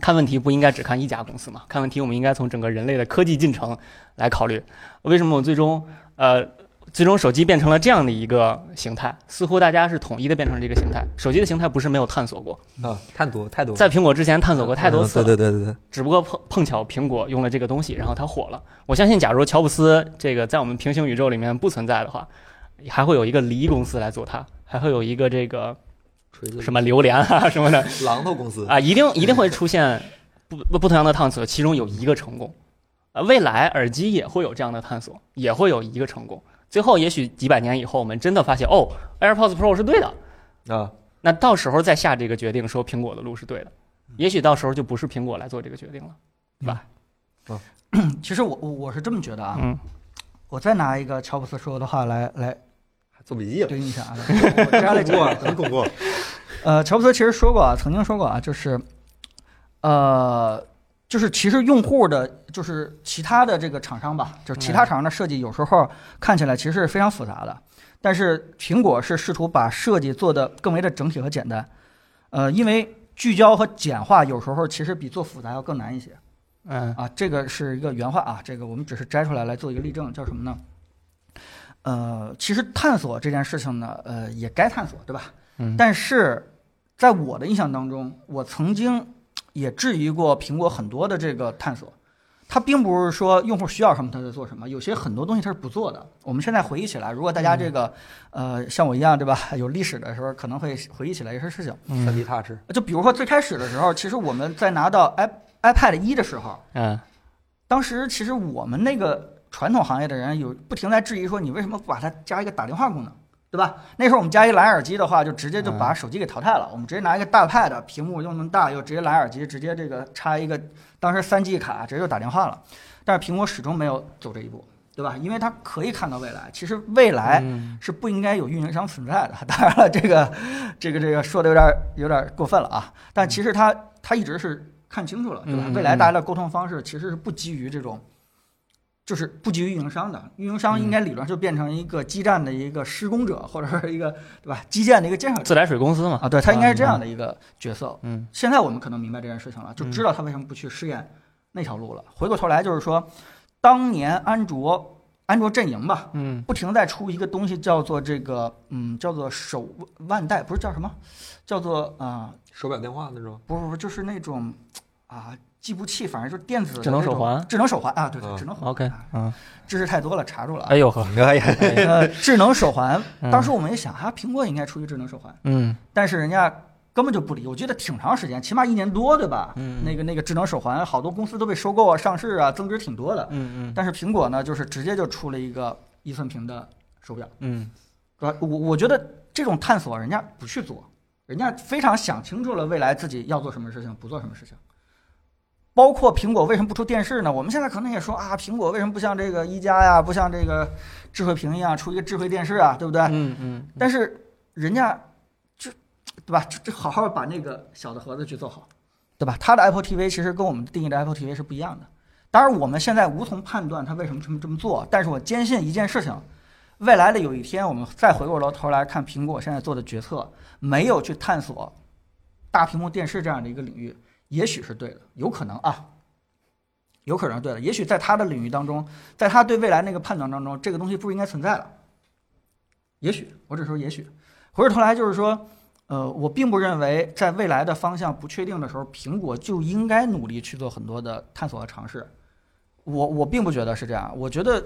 Speaker 3: 看问题不应该只看一家公司嘛，看问题我们应该从整个人类的科技进程来考虑。为什么我最终呃，最终手机变成了这样的一个形态？似乎大家是统一的变成了这个形态。手机的形态不是没有探索过，
Speaker 1: 啊，太多太多，
Speaker 3: 在苹果之前探索过太多次
Speaker 1: 嗯
Speaker 3: 了，
Speaker 1: 对对对对
Speaker 3: 只不过碰碰巧苹果用了这个东西，然后它火了。我相信，假如乔布斯这个在我们平行宇宙里面不存在的话，还会有一个梨公司来做它，还会有一个这个
Speaker 1: 锤子
Speaker 3: 什么榴莲啊什么的
Speaker 1: 榔头公司
Speaker 3: 啊，一定一定会出现不不不同样的探索，其中有一个成功。呃，未来耳机也会有这样的探索，也会有一个成功。最后，也许几百年以后，我们真的发现，哦，AirPods Pro 是对的，
Speaker 1: 啊，
Speaker 3: 那到时候再下这个决定，说苹果的路是对的，也许到时候就不是苹果来做这个决定了。
Speaker 2: 其实我我我是这么觉得啊，
Speaker 3: 嗯
Speaker 2: 我再拿一个乔布斯说的话来来
Speaker 1: 还做笔记了，
Speaker 2: 对你一下啊，我我摘了
Speaker 1: 很
Speaker 2: 几
Speaker 1: 恐怖
Speaker 2: 个
Speaker 1: 啊，很恐怖。
Speaker 2: 呃，乔布斯其实说过啊，曾经说过啊，就是，呃，就是其实用户的，就是其他的这个厂商吧，就是其他厂商的设计有时候看起来其实是非常复杂的，但是苹果是试图把设计做得更为的整体和简单，呃，因为聚焦和简化有时候其实比做复杂要更难一些。
Speaker 3: 嗯
Speaker 2: 啊，这个是一个原话啊，这个我们只是摘出来来做一个例证，叫什么呢？呃，其实探索这件事情呢，呃，也该探索，对吧？
Speaker 3: 嗯
Speaker 2: 但是在我的印象当中，我曾经也质疑过苹果很多的这个探索，它并不是说用户需要什么它就做什么，有些很多东西它是不做的。我们现在回忆起来，如果大家这个、呃像我一样，对吧？ [laughs] 有历史的时候，可能会回忆起来一些事情。
Speaker 1: 三 D Touch，
Speaker 2: 就比如说最开始的时候，其实我们在拿到 i iPad 一的时候。
Speaker 3: 嗯
Speaker 2: 当时其实我们那个传统行业的人有不停在质疑说，你为什么不把它加一个打电话功能，对吧？那时候我们加一蓝牙耳机的话，就直接就把手机给淘汰了，我们直接拿一个大 pad，屏幕又那么大，又直接蓝牙耳机，直接这个插一个当时三 G 卡，直接就打电话了。但是苹果始终没有走这一步，对吧？因为它可以看到未来，其实未来
Speaker 3: 嗯
Speaker 2: 是不应该有运营商存在的。 [laughs] 当然了，这个这个这个说的有点有点过分了啊。但其实他他一直是看清楚了，对吧
Speaker 3: 嗯嗯？
Speaker 2: 未来大家的沟通方式其实是不基于这种就是不及于运营商的，运营商
Speaker 3: 嗯
Speaker 2: 应该理论上就变成一个基站的一个施工者，或者是一个对吧？基建的一个建设者
Speaker 3: 自来水公司嘛，
Speaker 2: 啊，对他应该是这样的一个角色。
Speaker 3: 嗯
Speaker 2: 现在我们可能明白这件事情了，就知道他为什么不去试验那条路了。回过头来就是说，当年安卓安卓阵营吧，
Speaker 3: 嗯，
Speaker 2: 不停在出一个东西叫做这个嗯叫做手腕带，不是叫什么，叫做啊、
Speaker 1: 手表电话那种，
Speaker 2: 不是不是就是那种啊计步器，反正就是电子的
Speaker 3: 智能
Speaker 2: 那种
Speaker 3: 手环
Speaker 2: 智能手环啊，对
Speaker 1: 嗯
Speaker 2: 对，智能手环。
Speaker 3: ，OK，
Speaker 2: 啊
Speaker 3: 嗯，
Speaker 2: 知识太多了，查住了啊
Speaker 3: 哎。呦呵，
Speaker 1: 哎呀，
Speaker 3: 哎
Speaker 2: 呃，智能手环，
Speaker 3: [laughs] 嗯
Speaker 2: 当时我们也想，哈、苹果应该出一智能手环，
Speaker 3: 嗯
Speaker 2: 但是人家根本就不理。我觉得挺长时间，起码一年多，对吧？
Speaker 3: 嗯
Speaker 2: 那个那个智能手环，好多公司都被收购啊、上市啊，增值挺多的。
Speaker 3: 嗯嗯
Speaker 2: 但是苹果呢，就是直接就出了一个一寸屏的手表，
Speaker 3: 嗯
Speaker 2: 对吧？我我觉得这种探索人家不去做，人家非常想清楚了未来自己要做什么事情，不做什么事情。包括苹果为什么不出电视呢？我们现在可能也说啊，苹果为什么不像这个一加呀，不像这个智慧屏一样出一个智慧电视啊，对不对？
Speaker 3: 嗯嗯，
Speaker 2: 但是人家就对吧，就就好好把那个小的盒子去做好，对吧？他的 Apple TV 其实跟我们定义的 Apple TV 是不一样的。当然，我们现在无从判断他为什么这么这么做，但是我坚信一件事情：未来的有一天，我们再回过头来看苹果现在做的决策，没有去探索大屏幕电视这样的一个领域，也许是对的，有可能啊，有可能是对的。也许在他的领域当中，在他对未来那个判断当中，这个东西不应该存在了。也许，我只说也许。回过头来就是说，呃，我并不认为在未来的方向不确定的时候，苹果就应该努力去做很多的探索和尝试。我我并不觉得是这样，我觉得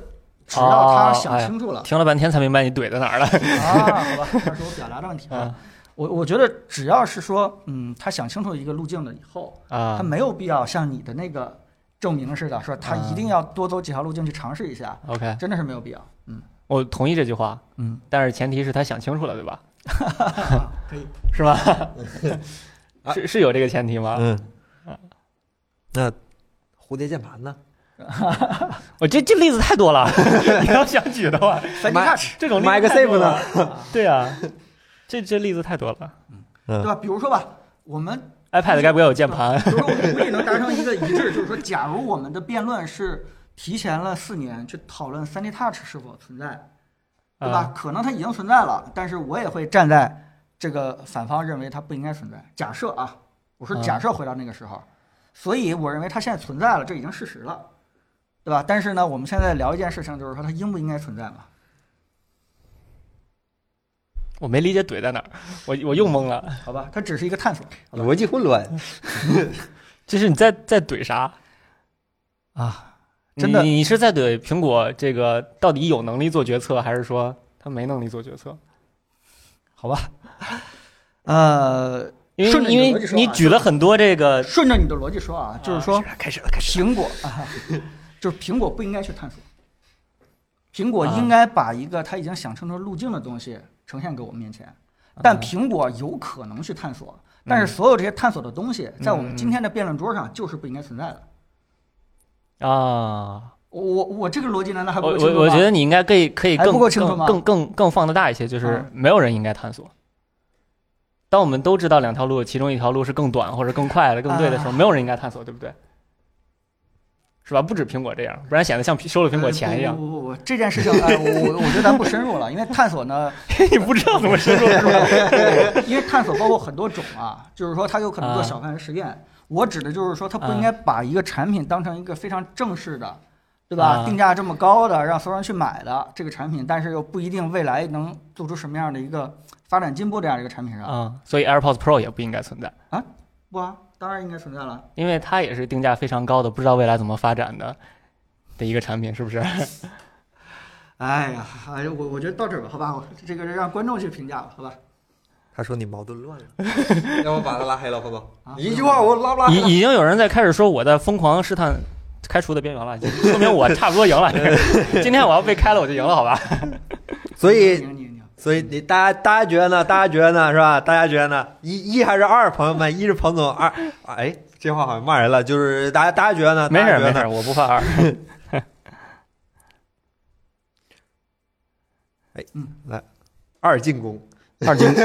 Speaker 2: 只要他想清楚了
Speaker 3: 听了半天才明白你怼在哪儿了。
Speaker 2: 啊，好吧，那是我表达的问题啊。我我觉得只要是说，嗯，他想清楚一个路径了以后，他
Speaker 3: 啊
Speaker 2: 没有必要像你的那个证明似的，说他一定要多走几条路径去尝试一下，
Speaker 3: ，OK，
Speaker 2: 真的是没有必要。嗯
Speaker 3: 我同意这句话，
Speaker 2: 嗯，
Speaker 3: 但是前提是他想清楚了，对吧？
Speaker 2: [laughs] 可以。
Speaker 3: 是吧？是是有这个前提吗？
Speaker 1: 嗯，那蝴蝶键盘呢？
Speaker 3: 我这这例子太
Speaker 2: [laughs]
Speaker 3: 多了，你要想举的话，
Speaker 2: 三 D touch
Speaker 3: 这种例
Speaker 1: 买
Speaker 3: 子
Speaker 1: 个
Speaker 3: 太多
Speaker 1: safe
Speaker 3: 了
Speaker 1: 呢？？
Speaker 3: [laughs] 对啊，这这例子太多了。
Speaker 2: 对吧？比如说吧，我们
Speaker 3: iPad 该不该有键盘？
Speaker 2: 就是我们也能达成一个一致，就是说，假如我们的辩论是提前了四年去讨论 3D Touch 是否存在， [laughs] 对
Speaker 3: 啊
Speaker 2: 吧？
Speaker 1: 嗯
Speaker 2: 可能它已经存在了，但是我也会站在这个反方，认为它不应该存在。假设啊，我说
Speaker 3: 嗯
Speaker 2: 假设回到那个时候，所以我认为它现在存在了，这已经事实了，对吧？但是呢，我们现在聊一件事情，就是说它应不应该存在嘛？
Speaker 3: 我没理解怼在哪儿，我我又懵了。
Speaker 2: 好吧，它只是一个探索
Speaker 1: 啊逻辑混乱，
Speaker 3: 这是你在在怼啥？
Speaker 2: 啊。真的
Speaker 3: 你，你是在怼苹果这个到底有能力做决策，还是说他没能力做决策？
Speaker 2: 好吧，呃，
Speaker 3: 因
Speaker 2: 顺
Speaker 3: 为
Speaker 2: 着
Speaker 3: 因
Speaker 2: 你的逻
Speaker 3: 为
Speaker 2: 辑说啊
Speaker 3: 你举了很多这个，
Speaker 2: 顺着你的逻辑说啊，就是说，
Speaker 1: 开始了，开始了。
Speaker 2: 苹果 [laughs] 啊，就是苹果不应该去探索，苹果
Speaker 3: 啊
Speaker 2: 应该把一个他已经想清楚路径的东西呈现给我们面前，
Speaker 3: 嗯
Speaker 2: 但苹果有可能去探索，但是所有这些探索的东西，在我们今天的辩论桌上就是不应该存在的。
Speaker 3: 啊，
Speaker 2: 我我我这个逻辑难道还不
Speaker 3: 我
Speaker 2: 够清楚
Speaker 3: 我
Speaker 2: 吗
Speaker 3: 我觉得你应该可以可以
Speaker 2: 还
Speaker 3: 更
Speaker 2: 不够清楚
Speaker 3: 更
Speaker 2: 吗
Speaker 3: 更更更放得大一些，就是
Speaker 2: 啊
Speaker 3: 没有人应该探索。当我们都知道两条路，其中一条路是更短或者更快的、更对的时候，
Speaker 2: 啊
Speaker 3: 没有人应该探索，对不对？是吧？不止苹果这样，不然显得像收了苹果钱一样。
Speaker 2: 呃不不不不，这件事情，哎，我我我觉得咱不深入了，因为探索
Speaker 3: [laughs]
Speaker 2: 呢，
Speaker 3: [laughs] 你不知道怎么
Speaker 2: [laughs]
Speaker 3: 说出来。
Speaker 2: 因为探索包括很多种啊，就是说它有可能做小范围实验。
Speaker 3: 嗯
Speaker 2: 我指的就是说，它不应该把一个产品当成一个非常正式的，对吧？
Speaker 3: 啊
Speaker 2: 定价这么高的，让所有人去买的这个产品，但是又不一定未来能做出什么样的一个发展进步这样的一个产品上
Speaker 3: 嗯，所以 AirPods Pro 也不应该存在，
Speaker 2: 不啊，当然应该存在了。
Speaker 3: 因为它也是定价非常高的，不知道未来怎么发展的的一个产品，是不是？
Speaker 2: 哎呀，哎呀，我我觉得到这儿吧，好吧，我这个让观众去评价吧，好吧。
Speaker 1: 他说你矛盾乱了， [laughs] 要不把他拉黑了，好不
Speaker 2: 啊
Speaker 1: 好？一句话我拉不拉黑了？ [laughs]
Speaker 3: 已已经有人在开始说我在疯狂试探开除的边缘了，就说明我差不多赢
Speaker 1: [laughs]
Speaker 3: 了。这个今天我要被开了，我就赢了，好吧？
Speaker 1: 所以，
Speaker 2: 你你你，
Speaker 1: 所以你大家大家觉得呢？大家觉得呢？是吧？大家觉得呢？一一还是二？朋友们，一是彭总，二啊哎，这话好像骂人了。就是大家大家觉得呢？
Speaker 3: 没
Speaker 1: 大
Speaker 3: 事
Speaker 1: 家
Speaker 3: 儿
Speaker 1: 觉得
Speaker 3: 没事
Speaker 1: 呢
Speaker 3: 儿，我不犯
Speaker 1: [laughs]
Speaker 3: 二。
Speaker 1: 二进攻，
Speaker 3: 二进攻。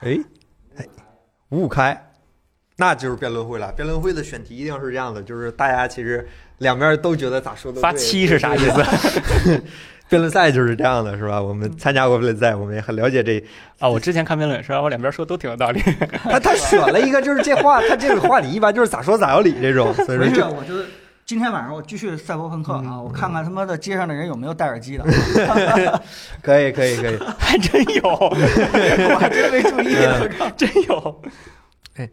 Speaker 1: 哎哎，五五开，那就是辩论会了。辩论会的选题一定是这样的，就是大家其实两边都觉得咋说都
Speaker 3: 发七是啥意思？
Speaker 1: 辩论赛就是这样的，是吧？我们参加过辩论赛，我们也很了解这。
Speaker 3: 啊，我之前看辩论也是，我两边说都挺有道理。
Speaker 1: 他他选了一个，就是这话，他这个话题一般就是咋说咋有理这种。所以说
Speaker 2: 没事，
Speaker 3: 啊
Speaker 1: 这
Speaker 2: 我就是今天晚上我继续赛博朋克啊，我看看他妈的街上的人有没有戴耳机的，
Speaker 1: 可以可以
Speaker 3: [laughs]
Speaker 1: 可以。
Speaker 3: 还真
Speaker 1: [laughs]
Speaker 3: 有，
Speaker 2: 我还真没注意。
Speaker 3: 啊
Speaker 1: 嗯
Speaker 3: 真有。
Speaker 1: 哎，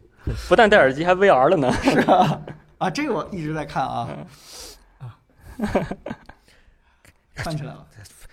Speaker 3: 不但戴耳机还 VR 了呢。
Speaker 2: 啊，这个我一直在看啊，啊， [laughs] 看起来了，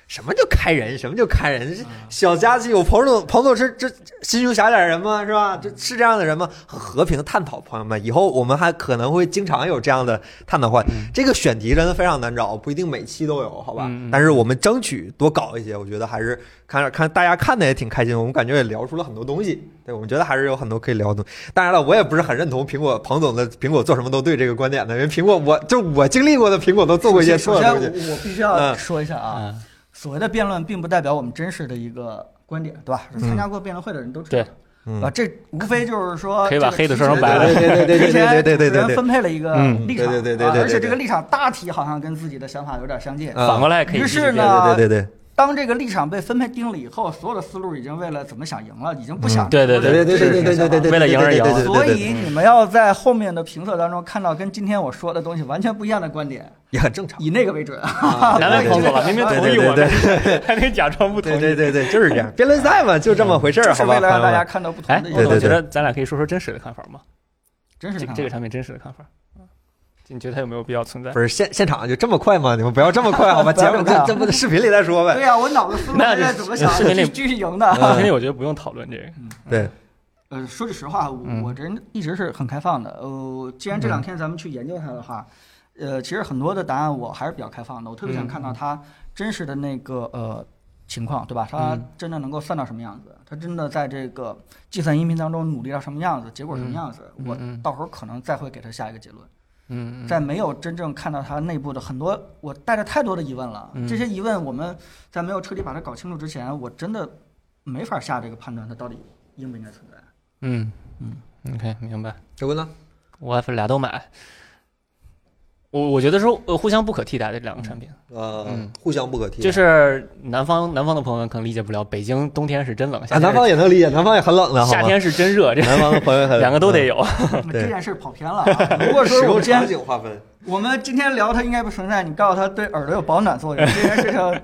Speaker 1: 什么叫开人？什么叫开人？
Speaker 3: 嗯
Speaker 1: 这小家子有朋友，朋友是这这心胸狭窄的人吗？是吧？这是这样的人吗？很和平地探讨，朋友们，以后我们还可能会经常有这样的探讨话题。这个选题真的非常难找，不一定每期都有，好吧？
Speaker 3: 嗯嗯嗯
Speaker 1: 但是我们争取多搞一些，我觉得还是看看大家看的也挺开心，我们感觉也聊出了很多东西。对，我们觉得还是有很多可以聊的东西。当然了，我也不是很认同苹果彭总的苹果做什么都对这个观点的，因为苹果我就我经历过的苹果都做过一些错
Speaker 2: 首
Speaker 1: 的
Speaker 2: 先
Speaker 1: 东
Speaker 2: 我
Speaker 1: 西。
Speaker 2: 我必须要说一下啊，所谓的辩论并不代表我们真实的一个观点，对吧？参加过辩论会的人都知道。
Speaker 1: 嗯
Speaker 2: 啊，这无非就是说
Speaker 3: 可以
Speaker 2: 这
Speaker 3: 把
Speaker 2: 个
Speaker 3: 黑的
Speaker 2: 提
Speaker 3: 说成
Speaker 2: 出
Speaker 3: 白
Speaker 2: 的
Speaker 3: 的
Speaker 1: 对对对对对
Speaker 2: 之前
Speaker 1: 对对对对
Speaker 2: 主持人
Speaker 1: 对
Speaker 2: 分配了一个
Speaker 3: 嗯
Speaker 2: 立场，
Speaker 1: 对对对对对
Speaker 2: 啊而且
Speaker 1: 对
Speaker 2: 这个立场大体好像跟自己的想法有点相近。
Speaker 1: 啊
Speaker 3: 反过来也可以
Speaker 2: 于
Speaker 3: 继续
Speaker 2: 是
Speaker 3: 辩论。
Speaker 2: 呢，
Speaker 1: 对对对
Speaker 2: 当这个立场被分配定了以后，所有的思路已经为了怎么想赢了，已经不想
Speaker 3: 嗯对对
Speaker 1: 对对对对对对对对对，
Speaker 3: 为了赢而赢
Speaker 1: 对对对对
Speaker 2: 所
Speaker 1: 对对
Speaker 2: 以你们要在后面的评测当中看到跟今天我说的东西完全不一样的观点，
Speaker 1: 也很正常。
Speaker 2: 以那个为准。
Speaker 1: 啊
Speaker 3: 难
Speaker 1: 对
Speaker 3: 为彭
Speaker 1: 对
Speaker 3: 总了，明明
Speaker 1: 对
Speaker 3: 同
Speaker 1: 对
Speaker 3: 意我
Speaker 1: 对
Speaker 3: 的，还得假装不同
Speaker 1: 对
Speaker 3: 意。
Speaker 1: 对对对，就是这样，辩论赛嘛，就这么回事
Speaker 2: 就
Speaker 1: 儿，
Speaker 2: 是
Speaker 1: 好
Speaker 2: 为
Speaker 1: 吧？
Speaker 2: 了让大
Speaker 1: 朋友
Speaker 2: 家
Speaker 1: 们
Speaker 2: 看到不同
Speaker 3: 哎，
Speaker 2: 的意
Speaker 1: 对啊对
Speaker 2: 见，
Speaker 3: 我觉得咱俩可以说说真实的看法吗？
Speaker 2: 真是
Speaker 3: 这个这个产品真实的看法，你觉得它有没有必要存在？
Speaker 1: 不是现现场就这么快吗？你们不要这么快好吧？
Speaker 2: 不
Speaker 1: 节
Speaker 2: 要
Speaker 1: 目
Speaker 2: 这么快
Speaker 1: 这
Speaker 2: 啊
Speaker 1: 这不视频里再说
Speaker 2: 对
Speaker 1: 呗。
Speaker 2: 呀，我脑子思路
Speaker 3: 那
Speaker 2: 现在
Speaker 3: 就
Speaker 2: 怎么想
Speaker 3: 视频里
Speaker 2: 的？继续赢的。
Speaker 1: 嗯
Speaker 3: [laughs] 因为我觉得不用讨论这个。
Speaker 1: 对，
Speaker 2: 呃，说句实话，
Speaker 3: 嗯
Speaker 2: 我我这人一直是很开放的。呃，既然这
Speaker 1: 嗯
Speaker 2: 两天咱们去研究它的话，呃，其实很多的答案我还是比较开放的。我特别
Speaker 1: 嗯
Speaker 2: 想看到它真实的那个呃情况，对吧？它
Speaker 3: 嗯
Speaker 2: 真的能够算到什么样子？它真的在这个计算音频当中努力到什么样子？结果什么样子？
Speaker 3: 嗯
Speaker 2: 我
Speaker 3: 嗯
Speaker 2: 到时候可能再会给它下一个结论。
Speaker 3: 嗯，
Speaker 2: 在没有真正看到它内部的很多，我带着太多的疑问了
Speaker 3: 嗯。
Speaker 2: 这些疑问，我们在没有彻底把它搞清楚之前，我真的没法下这个判断，它到底应不应该存
Speaker 3: [laughs]
Speaker 2: 在。
Speaker 3: 嗯嗯，OK，明白。
Speaker 1: 小坤呢？
Speaker 3: 我俩都买。我我觉得是呃互相不可替代的这两个产品，
Speaker 1: 呃
Speaker 3: 嗯，
Speaker 1: 互相不可替代。
Speaker 3: 就是南方南方的朋友们可能理解不了，北京冬天是真冷，夏
Speaker 1: 啊，
Speaker 3: 天
Speaker 1: 南
Speaker 3: 是
Speaker 1: 方也能理解，南方也很冷的，好吗
Speaker 3: 夏天是真热，这
Speaker 1: 南方的朋友很
Speaker 3: [laughs] 两个都得
Speaker 1: 有。
Speaker 3: 有。
Speaker 1: 对
Speaker 2: 这件事跑偏了、
Speaker 3: [laughs]
Speaker 2: 啊。如果说我们今天
Speaker 1: 景划分，
Speaker 2: 我们今天聊它应该不存在，你告诉他对耳朵有保暖作用，这件事
Speaker 3: [laughs]
Speaker 2: 情，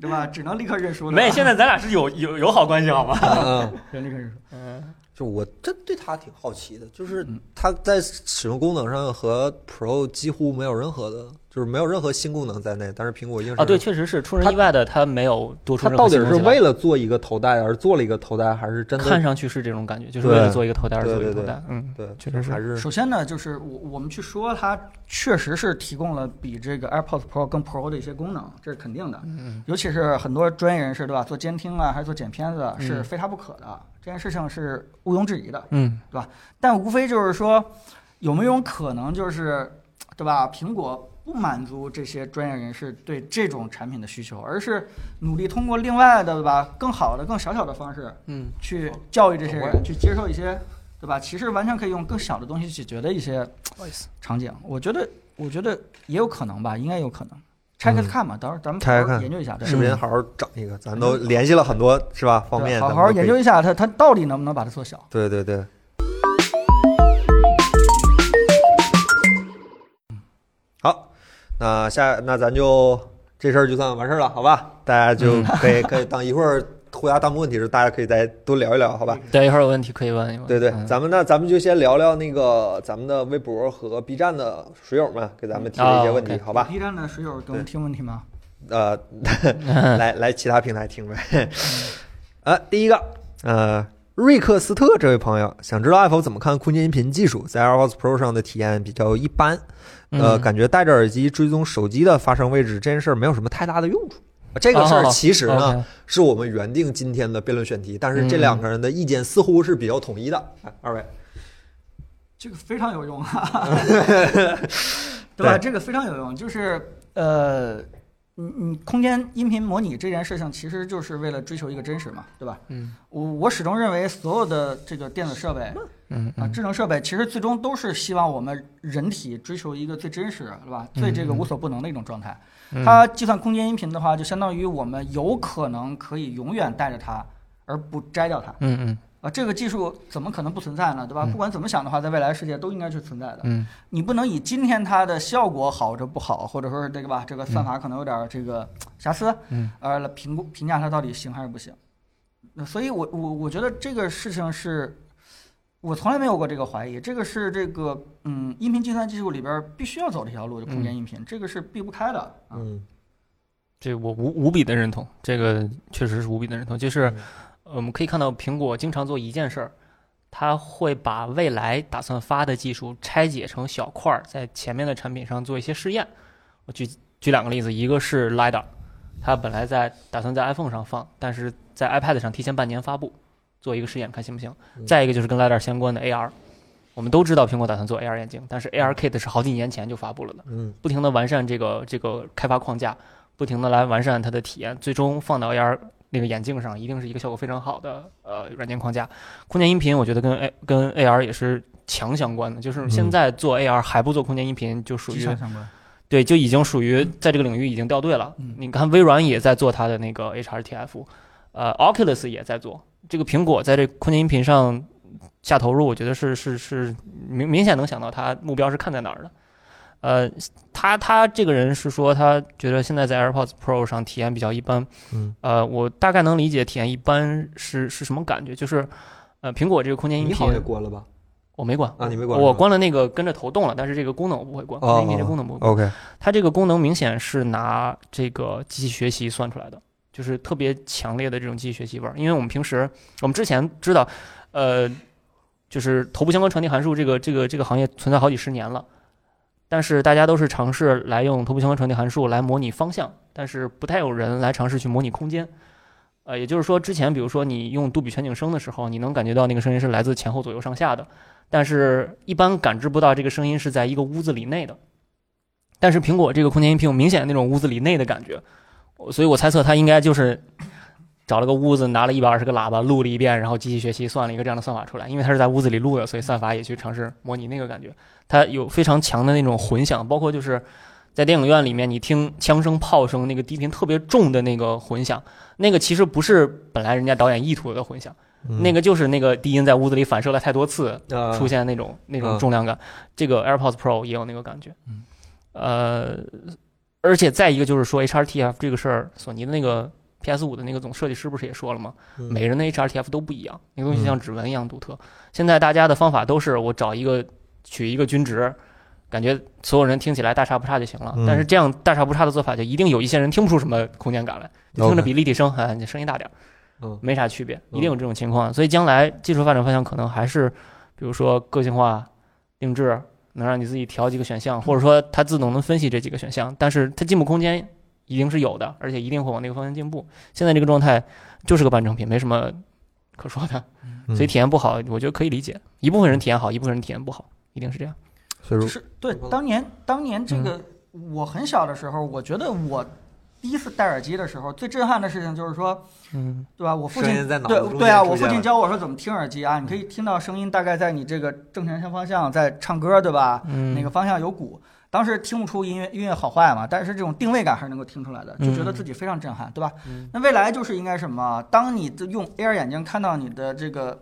Speaker 2: 对吧？只能立刻认输了。
Speaker 3: 没，现在咱俩是有有友好关系，好吗？
Speaker 1: 嗯，
Speaker 2: 只能立刻认输。
Speaker 3: 嗯
Speaker 1: 就我真对它挺好奇的，就是
Speaker 2: 嗯
Speaker 1: 它在使用功能上和 Pro 几乎没有任何的，就是没有任何新功能在内。但是苹果硬是
Speaker 3: 啊，对，确实是出人意外的，它没有多出
Speaker 1: 它
Speaker 3: 任
Speaker 1: 到
Speaker 3: 何
Speaker 1: 底
Speaker 3: 新东
Speaker 1: 是
Speaker 3: 西来。
Speaker 1: 为了做一个头戴而做了一个头戴，还是真
Speaker 3: 看
Speaker 1: 的？
Speaker 3: 上去是这种感觉，就是
Speaker 1: 对
Speaker 3: 为了做一个头戴而
Speaker 1: 对
Speaker 3: 做一
Speaker 1: 对
Speaker 3: 个头
Speaker 1: 对
Speaker 3: 戴。嗯，
Speaker 1: 对，
Speaker 3: 确实是
Speaker 1: 还是
Speaker 2: 首先呢，就是我我们去说它确实是提供了比这个 AirPods Pro 更 Pro 的一些功能，这是肯定的。
Speaker 3: 嗯
Speaker 2: 尤其是很多专业人士，对吧？做监听啊，还是做剪片子，是
Speaker 3: 嗯
Speaker 2: 非它不可的。这件事情是毋庸置疑的。
Speaker 3: 嗯
Speaker 2: 但无非就是说，有没有可能就是，对吧？苹果不满足这些专业人士对这种产品的需求，而是努力通过另外的，对吧？更好的、更小巧的方式
Speaker 3: 嗯
Speaker 2: 去教育这些人，去接受一些，对吧？其实完全可以用更小的东西解决的一些
Speaker 3: 不好意思。
Speaker 2: 场景。我觉得，我觉得也有可能吧，应该有可能。拆开看吧，到时候咱
Speaker 1: 嗯
Speaker 2: 们好
Speaker 1: 拆开
Speaker 2: 好
Speaker 1: 看
Speaker 2: 研究一下。对
Speaker 1: 视频好好整一个，咱
Speaker 3: 嗯
Speaker 1: 都联系了很多是吧方
Speaker 2: 对
Speaker 1: 面，
Speaker 2: 好
Speaker 1: 咱
Speaker 2: 好
Speaker 1: 们都可以
Speaker 2: 研究一下它，它到底能不能把它做小？
Speaker 1: 对对对，好，那下那咱就这事儿就算完事儿了，好吧？大家
Speaker 3: 嗯
Speaker 1: 就可以可以等一会儿回答弹幕问题的时，候，大家可以再多聊一聊，好吧？
Speaker 3: 对，一会儿有问题可以问一问。
Speaker 1: 对对，
Speaker 3: 嗯
Speaker 1: 咱们那咱们就先聊聊那个咱们的微博和 B 站的水友们给咱们提的一些问题，
Speaker 3: 嗯
Speaker 1: 好吧？
Speaker 2: B 站的水友给我们听问题吗？
Speaker 3: [laughs]
Speaker 1: 呃，来来其他平台听呗。呃，第一个，呃，瑞克斯特这位朋友想知道 Apple 怎么看空间音频技术，在 AirPods Pro 上的体验比较一般，呃，
Speaker 3: 嗯
Speaker 1: 感觉戴着耳机追踪手机的发声位置这件事儿没有什么太大的用处。这个事儿
Speaker 3: 哦
Speaker 1: 其实呢、
Speaker 3: OK
Speaker 1: 是我们原定今天的辩论选题，但是这
Speaker 3: 嗯啊
Speaker 1: 两个人的意见似乎是比较统一的。哎二位，
Speaker 2: 这个非常有
Speaker 3: [laughs]
Speaker 2: 用啊，对
Speaker 1: 对
Speaker 2: 吧？这个非常有用，就是呃，你你空间音频模拟这件事情，其实就是为了追求一个真实嘛，对吧？
Speaker 3: 嗯
Speaker 2: 我我始终认为所有的这个电子设备
Speaker 3: 嗯
Speaker 2: 啊，智能设备其实最终都是希望我们人体追求一个最真实，对吧？
Speaker 3: 嗯
Speaker 2: 最这个
Speaker 3: 嗯
Speaker 2: 无所不能的一种状态。
Speaker 3: 嗯
Speaker 2: 它计算空间音频的话，就相当于我们有可能可以永远带着它，而不摘掉它。
Speaker 3: 嗯嗯
Speaker 2: 啊，这个技术怎么可能不存在呢？对吧？
Speaker 3: 嗯
Speaker 2: 不管怎么想的话，在未来世界都应该是存在的。
Speaker 3: 嗯
Speaker 2: 你不能以今天它的效果好着不好，或者说是这个吧，这个算法可能有点儿这个瑕疵，
Speaker 3: 嗯，
Speaker 2: 呃，来评估评价它到底行还是不行。那所以我，我我觉得这个事情是，我从来没有过这个怀疑，这个是这个嗯，音频计算技术里边儿必须要走的一条路，就空
Speaker 3: 嗯
Speaker 2: 间音频，这个是避不开的啊。
Speaker 1: 嗯，
Speaker 3: 这个我无无比的认同，这个确实是无比的认同。就是
Speaker 1: 嗯
Speaker 3: 呃我们可以看到，苹果经常做一件事儿，它会把未来打算发的技术拆解成小块儿，在前面的产品上做一些试验。我举举两个例子，一个是 LiDAR，它本来在打算在 iPhone 上放，但是在 iPad 上提前半年发布，做一个试验看行不行。
Speaker 1: 嗯
Speaker 3: 再一个就是跟 LiDAR 相关的 AR，我们都知道苹果打算做 AR 眼镜，但是 AR Kit 是好几年前就发布了的。
Speaker 1: 嗯
Speaker 3: 不停的完善这个这个开发框架，不停的来完善它的体验，最终放到 AR 那个眼镜上，一定是一个效果非常好的呃软件框架。空间音频我觉得跟 A 跟 AR 也是强相关的，就是
Speaker 1: 嗯
Speaker 3: 现在做 AR 还不做空间音频，就属
Speaker 2: 极
Speaker 3: 于、
Speaker 2: 强相关。
Speaker 3: 对，就已经属于在这个领域已经掉队了。
Speaker 2: 嗯
Speaker 3: 你看微软也在做它的那个 HRTF，呃，Oculus 也在做。这个苹果在这空间音频上下投入，我觉得是是是明明显能想到它目标是看在哪儿的。呃，他他这个人是说他觉得现在在 AirPods Pro 上体验比较一般。
Speaker 1: 嗯，
Speaker 3: 呃，我大概能理解体验一般是是什么感觉，就是呃，苹果这个空间音
Speaker 1: 你
Speaker 3: 频
Speaker 1: 好像也关了吧？
Speaker 3: 我没关
Speaker 1: 啊你没关
Speaker 3: 我
Speaker 1: 是吧
Speaker 3: 关了那个跟着头动了，但是这个功能我不会关，空
Speaker 1: 哦
Speaker 3: 间音频这功能不会关。
Speaker 1: OK，
Speaker 3: 它这个功能明显是拿这个机器学习算出来的，就是特别强烈的这种机器学习味儿。因为我们平时，我们之前知道，呃，就是头部相关传递函数这个这个这个行业存在好几十年了，但是大家都是尝试来用头部相关传递函数来模拟方向，但是不太有人来尝试去模拟空间。呃，也就是说，之前比如说你用杜比全景声的时候，你能感觉到那个声音是来自前后左右上下的，但是一般感知不到这个声音是在一个屋子里内的。但是苹果这个空间音频有明显那种屋子里内的感觉，我所以我猜测它应该就是找了个屋子，拿了一百二十个喇叭录了一遍，然后机器学习算了一个这样的算法出来。因为它是在屋子里录的，所以算法也去尝试模拟那个感觉。它有非常强的那种混响，包括就是在电影院里面你听枪声、炮声那个低频特别重的那个混响，那个其实不是本来人家导演意图的混响，
Speaker 1: 嗯
Speaker 3: 那个就是那个低音在屋子里反射了太多次，
Speaker 1: 个
Speaker 3: 出现那种那
Speaker 1: 嗯
Speaker 3: 种重量感。这个 AirPods Pro 也有那个感觉。
Speaker 2: 嗯，
Speaker 3: 呃，而且再一个就是说 HRTF 这个事儿，索尼的那个 PS 五的那个总设计师不是也说了吗？每个人的 HRTF 都不一样，那个东西
Speaker 1: 嗯
Speaker 3: 像指纹一样独特。现在大家的方法都是我找一个取一个均值。感觉所有人听起来大差不差就行了，
Speaker 1: 嗯
Speaker 3: 但是这样大差不差的做法，就一定有一些人听不出什么空间感来，就听着比立体声，哎，你声音大点儿。
Speaker 1: 嗯
Speaker 3: 没啥区别，
Speaker 1: 嗯
Speaker 3: 一定有这种情况。所以将来技术发展方向可能还是，比如说个性化定制，能让你自己调几个选项，或者说它自动能分析这几个选项，但是它进步空间一定是有的，而且一定会往那个方向进步。现在这个状态就是个半成品，没什么可说的，
Speaker 1: 嗯
Speaker 3: 所以体验不好，我觉得可以理解。一部分人体验好，一部分人体验不好，一定是这样。
Speaker 1: 所以说
Speaker 2: 是对
Speaker 1: 不，能
Speaker 2: 当年当年这
Speaker 1: 嗯
Speaker 2: 个、我很小的时候，我觉得我第一次戴耳机的时候，最震撼的事情就是说，
Speaker 3: 嗯
Speaker 2: 对吧？我父
Speaker 1: 声
Speaker 2: 亲
Speaker 1: 音在脑子中
Speaker 2: 对
Speaker 1: 间
Speaker 2: 对啊，
Speaker 1: 出
Speaker 2: 我父
Speaker 1: 现
Speaker 2: 亲
Speaker 1: 了
Speaker 2: 教我说怎么听耳机啊，你可以听到声音大概在你这个正前方向在唱歌，对吧？
Speaker 3: 嗯
Speaker 2: 哪个方向有鼓。当时听不出音乐音乐好坏嘛，但是这种定位感还是能够听出来的，就觉得自己非常震撼，对吧？
Speaker 3: 嗯
Speaker 2: 那未来就是应该什么？当你的用 AR 眼镜看到你的这个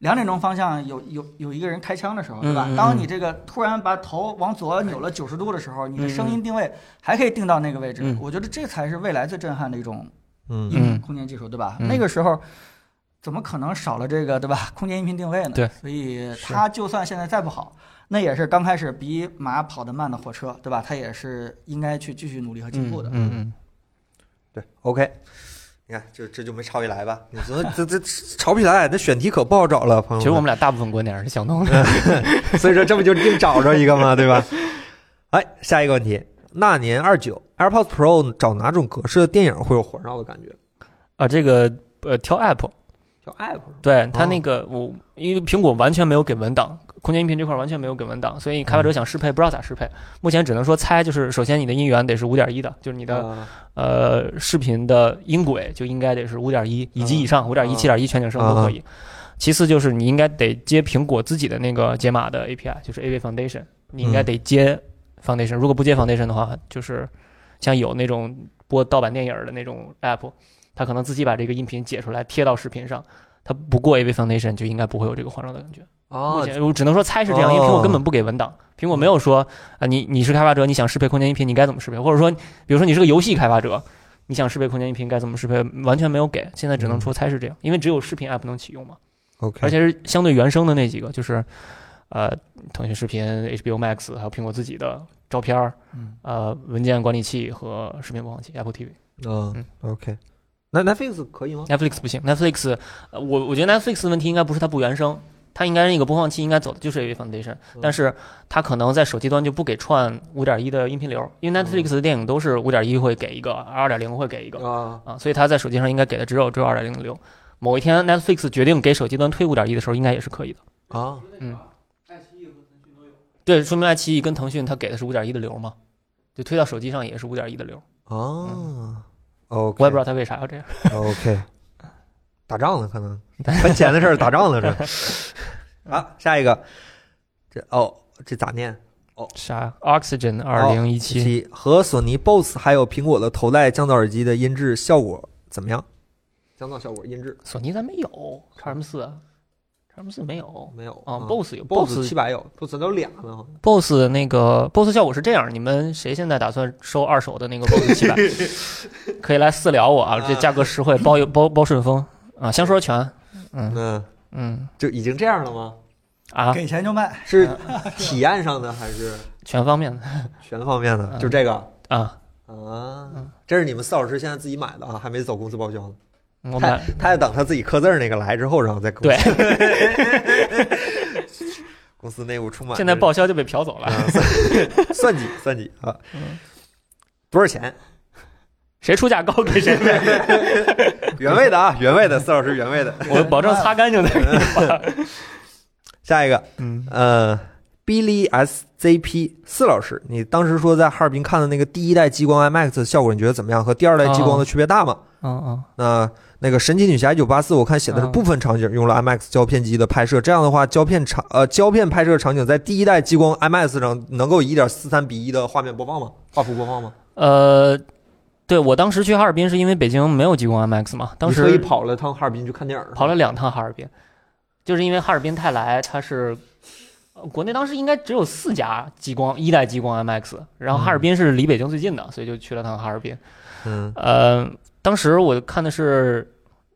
Speaker 2: 两点钟方向有有有一个人开枪的时候，对吧？
Speaker 3: 嗯嗯嗯
Speaker 2: 当你这个突然把头往左扭了九十度的时候，你的声音定位还可以定到那个位置，
Speaker 3: 嗯
Speaker 2: 我觉得这才是未来最震撼的一种
Speaker 1: 嗯
Speaker 2: 应用空间技术，对吧？
Speaker 3: 嗯
Speaker 2: 那个时候。怎么可能少了这个对吧？ [laughs] 空间音频定位呢？
Speaker 3: 对，
Speaker 2: 所以
Speaker 3: 是
Speaker 2: 它就算现在再不好，那也是刚开始比马跑得慢的火车，对吧？它也是应该去继续努力和进步的。
Speaker 3: 嗯嗯，
Speaker 1: 对，OK。你看，这这就没吵起来吧？你说这这吵不起来，那选题可不好找了，朋友们。
Speaker 3: 其实我们俩大部分观点是相同
Speaker 1: 嗯
Speaker 3: 的。
Speaker 1: 所以说这不就硬找着一个吗？对吧？哎，下一个问题，那年二九 AirPods Pro 找哪种格式的电影会有环绕的感觉？
Speaker 3: [laughs] 啊，这个呃，挑 app
Speaker 1: 叫 App
Speaker 3: 对它
Speaker 1: 哦
Speaker 3: 那个我，因为苹果完全没有给文档空间音频这块完全没有给文档，所以开发者想适配不知道咋适配，目前只能说猜，就是首先你的音源得是五点一的，就是你的
Speaker 1: 啊
Speaker 3: 呃视频的音轨就应该得是五点一以及以上，五点一、七点一全景声都可以。其次就是你应该得接苹果自己的那个解码的 API，就是 AV Foundation，你应该得接 Foundation。如果不接 Foundation 的话，就是像有那种播盗版电影的那种 App，它可能自己把这个音频解出来贴到视频上，它不过 AV Foundation 就应该不会有这个环绕的感觉。目
Speaker 1: 啊
Speaker 3: 前我只能说猜是这样，因为苹果根本不给文档，苹果没有说啊，你你是开发者，你想适配空间音频，你该怎么适配？或者说，比如说你是个游戏开发者，你想适配空间音频该怎么适配？完全没有给，现在只能说猜是这样，因为只有视频 app 能启用嘛，
Speaker 1: ，OK，
Speaker 3: 而且是相对原生的那几个，就是呃，腾讯视频、HBO Max 还有苹果自己的照片儿、
Speaker 2: 嗯
Speaker 3: 呃文件管理器和视频播放器 Apple TV。
Speaker 1: 嗯，OK，那 Netflix 可以吗？
Speaker 3: Netflix 不行，Netflix，呃我我觉得 Netflix 的问题应该不是它不原生，它应该那个播放器应该走的就是 AV Foundation，
Speaker 1: 嗯
Speaker 3: 但是它可能在手机端就不给串五点一的音频流，因为 Netflix 的电影都是五点一会给一个，二点零会给一个
Speaker 1: 啊，
Speaker 3: 啊，所以它在手机上应该给的只有只有二点零流。某一天 Netflix 决定给手机端推五点一的时候，应该也是可以的。
Speaker 1: 啊，
Speaker 3: 嗯，对，说明爱奇艺跟腾讯它给的是五点一的流嘛，就推到手机上也是五点一的流，嗯
Speaker 1: 啊，OK，
Speaker 3: 我也不知道它为啥要这样。
Speaker 1: 道，OK，打仗呢，可
Speaker 3: [laughs]
Speaker 1: 能分钱的事儿，打仗呢这。啊，下一个，这哦，这咋念？
Speaker 3: 啥？Oxygen 二零一七。
Speaker 1: 七和索尼 BOSS 还有苹果的头戴降噪耳机的音质效果怎么样？降噪效果音质
Speaker 3: 索尼咱没有叉 M 四，啊叉 M 四没有
Speaker 1: 没有
Speaker 3: 啊。
Speaker 1: 嗯
Speaker 3: BOSS 有
Speaker 1: BOSS
Speaker 3: BOSS
Speaker 1: 七百有，BOSS 都俩呢，好像
Speaker 3: BOSS 那个 BOSS 效果是这样，你们谁现在打算收二手的那个 BOSS 七百？
Speaker 1: [laughs]
Speaker 3: 可以来私聊我啊，
Speaker 1: 啊
Speaker 3: 这价格实惠，包邮包包顺丰啊，香说全，嗯
Speaker 1: 嗯，
Speaker 3: 嗯
Speaker 1: 就已经这样了吗？
Speaker 3: 啊，
Speaker 2: 给钱就卖，
Speaker 1: 是
Speaker 3: 嗯
Speaker 1: 体验上的还是
Speaker 3: 全方面的
Speaker 1: 全方面的？
Speaker 3: 嗯
Speaker 1: 就这个
Speaker 3: 啊。
Speaker 1: 啊
Speaker 3: 嗯，
Speaker 1: 这是你们四老师现在自己买的啊，还没走公司报销呢。
Speaker 3: 我
Speaker 1: 他
Speaker 3: 买
Speaker 1: 他得等他自己刻字儿那个来之后，然后再公司。对， [laughs] 公司内部充满
Speaker 3: 现在报销就被嫖走了，
Speaker 1: 啊算算计算计啊
Speaker 3: 嗯，
Speaker 1: 多少钱？
Speaker 3: 谁出价高给谁呗，
Speaker 1: 原味的啊，原味的，四老师原味的。
Speaker 3: 我保证擦干净的。
Speaker 1: [laughs] 下一个，
Speaker 3: 嗯，
Speaker 1: 呃，Billy SZP 四老师，你当时说在哈尔滨看的那个第一代激光 IMAX 的效果，你觉得怎么样？和第二
Speaker 3: 哦
Speaker 1: 代激光的区别大吗？
Speaker 3: 嗯嗯，
Speaker 1: 那那个神奇女侠一九八四，我看写的是
Speaker 3: 嗯
Speaker 1: 部分场景用了 IMAX 胶片机的拍摄，这样的话，胶片场呃胶片拍摄场景在第一代激光 IMAX 上能够以一点四三比一的画面播放吗？画幅播放吗？
Speaker 3: 呃，对我当时去哈尔滨是因为北京没有激光 IMAX 嘛，当时
Speaker 1: 你特意跑了趟哈尔滨去看电影，
Speaker 3: 跑了两趟哈尔滨，就是因为哈尔滨泰来它是。呃国内当时应该只有四家激光一代激光 IMAX，然后哈尔滨是离北京最近的，所以就去了趟哈尔滨。
Speaker 1: 嗯
Speaker 3: 呃，当时我看的是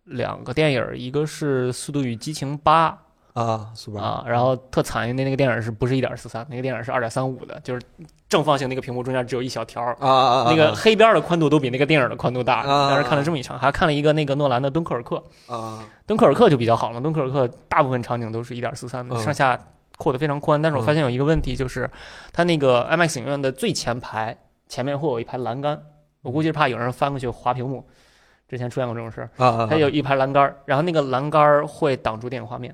Speaker 3: 两个电影儿，一个是《速度与激情八
Speaker 1: 啊，是》吧？
Speaker 3: 啊，然后特惨，因为那个电影儿是不是一点四三，那个电影儿是二点三五的，就是正方形那个屏幕中间只有一小条儿，
Speaker 1: 啊啊啊！
Speaker 3: 那个黑边儿的宽度都比那个电影儿的宽度大。
Speaker 1: 啊
Speaker 3: 当时看了这么一场，还看了一个那个诺兰的《敦刻尔克》。
Speaker 1: 啊，
Speaker 3: 敦刻尔克就比较好了，敦刻尔克大部分场景都是一点四三的，
Speaker 1: 嗯
Speaker 3: 上下扩得非常宽。但是我发现有一个问题，就是它那个 IMAX 影院的最前排前面会有一排栏杆，我估计是怕有人翻过去划屏幕。之前出现过这种事儿，
Speaker 1: 啊啊，
Speaker 3: 它有一排栏杆，然后那个栏杆会挡住电影画面，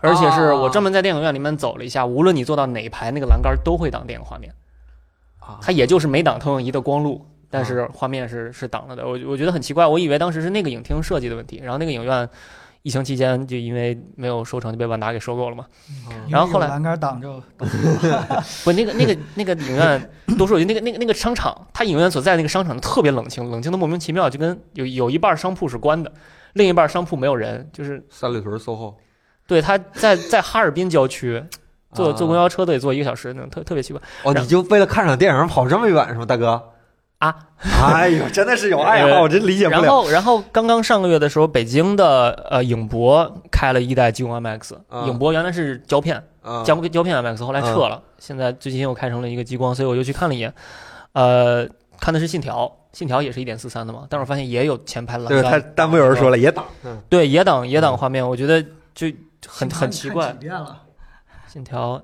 Speaker 3: 而且是我专门在电影院里面走了一下，无论你坐到哪一排，那个栏杆都会挡电影画面。
Speaker 1: 啊
Speaker 3: 它也就是没挡投影仪的光路，但是画面是是挡了的。我我觉得很奇怪，我以为当时是那个影厅设计的问题，然后那个影院疫情期间就因为没有收成就被万达给收购了嘛。然后后来
Speaker 2: 有栏杆挡着，
Speaker 3: 不，那个那个那个影院多说一句，那个那个那个商场，它影院所在的那个商场特别冷清，冷清的莫名其妙，就跟有有一半商铺是关的，另一半商铺没有人，就是
Speaker 1: 三里屯 SOHO
Speaker 3: 对它在在哈尔滨郊区
Speaker 1: 啊
Speaker 3: 坐坐公交车都得坐一个小时，那种特特别奇怪。
Speaker 1: 哦，你就为了看场电影跑这么远是吗，大哥？
Speaker 3: 啊，呃
Speaker 1: 哎呦，真的是有爱好，我真 [laughs] 理解不
Speaker 3: 然
Speaker 1: 了。
Speaker 3: 后，然后刚刚上个月的时候，北京的呃影博开了一代激光 IMAX，、
Speaker 1: 啊
Speaker 3: 影博原来是胶片，
Speaker 1: 啊
Speaker 3: 胶胶片 IMAX，后来撤了，现在最近又开成了一个激光，所以我就去看了一眼，呃，看的是《信条》，《信条》也是一点四三的嘛，但是我发现也有前排
Speaker 1: 对嗯
Speaker 3: 栏
Speaker 1: 他
Speaker 3: 杆，
Speaker 1: 弹幕有人说了也打，
Speaker 3: 对野党野党画面，我觉得就很很奇怪，
Speaker 2: 看
Speaker 3: 《
Speaker 2: 几遍
Speaker 3: [laughs]
Speaker 2: 了，信
Speaker 3: 信条》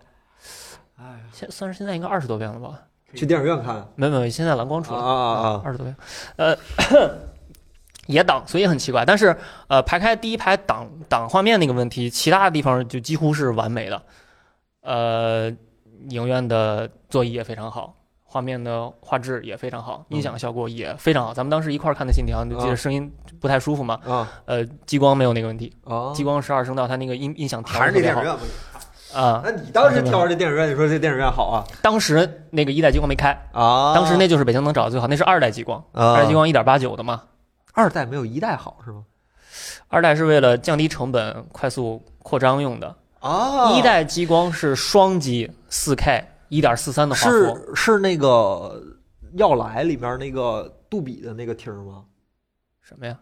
Speaker 2: 哎呀，
Speaker 3: 现算是现在应该二十多遍了吧？
Speaker 1: 去电影院看啊
Speaker 3: 没有没有，现在蓝光出了。
Speaker 1: 啊啊！
Speaker 3: 二十多遍，呃， [coughs] 也挡，所以很奇怪。但是呃，排开第一排挡挡画面那个问题，其他的地方就几乎是完美的。呃，影院的座椅也非常好，画面的画质也非常好，音
Speaker 1: 嗯
Speaker 3: 响效果也非常好。咱们当时一块儿看的《信条》，你就记
Speaker 1: 啊
Speaker 3: 得声音不太舒服嘛？
Speaker 1: 啊
Speaker 3: 呃，激光没有那个问题，
Speaker 1: 啊
Speaker 3: 激光十二声道它那个音音响调
Speaker 1: 还
Speaker 3: 得
Speaker 1: 是
Speaker 3: 特
Speaker 1: 那
Speaker 3: 别
Speaker 1: 电
Speaker 3: 好
Speaker 1: 影院吧。
Speaker 3: 啊。
Speaker 1: 那你当时挑着这电影院，你说这电影院好啊
Speaker 3: 当时那个一代激光没开，
Speaker 1: 啊！
Speaker 3: 当时那就是北京能找的最好，那是二代激光，
Speaker 1: 啊
Speaker 3: 二代激光一点八九的嘛，
Speaker 1: 二代没有一代好是吗？
Speaker 3: 二代是为了降低成本、快速扩张用的。
Speaker 1: 啊
Speaker 3: 一代激光是双击四 K 一点四三的画幅，
Speaker 1: 是是那个《要来》里面那个杜比的那个厅吗？
Speaker 3: 什么呀？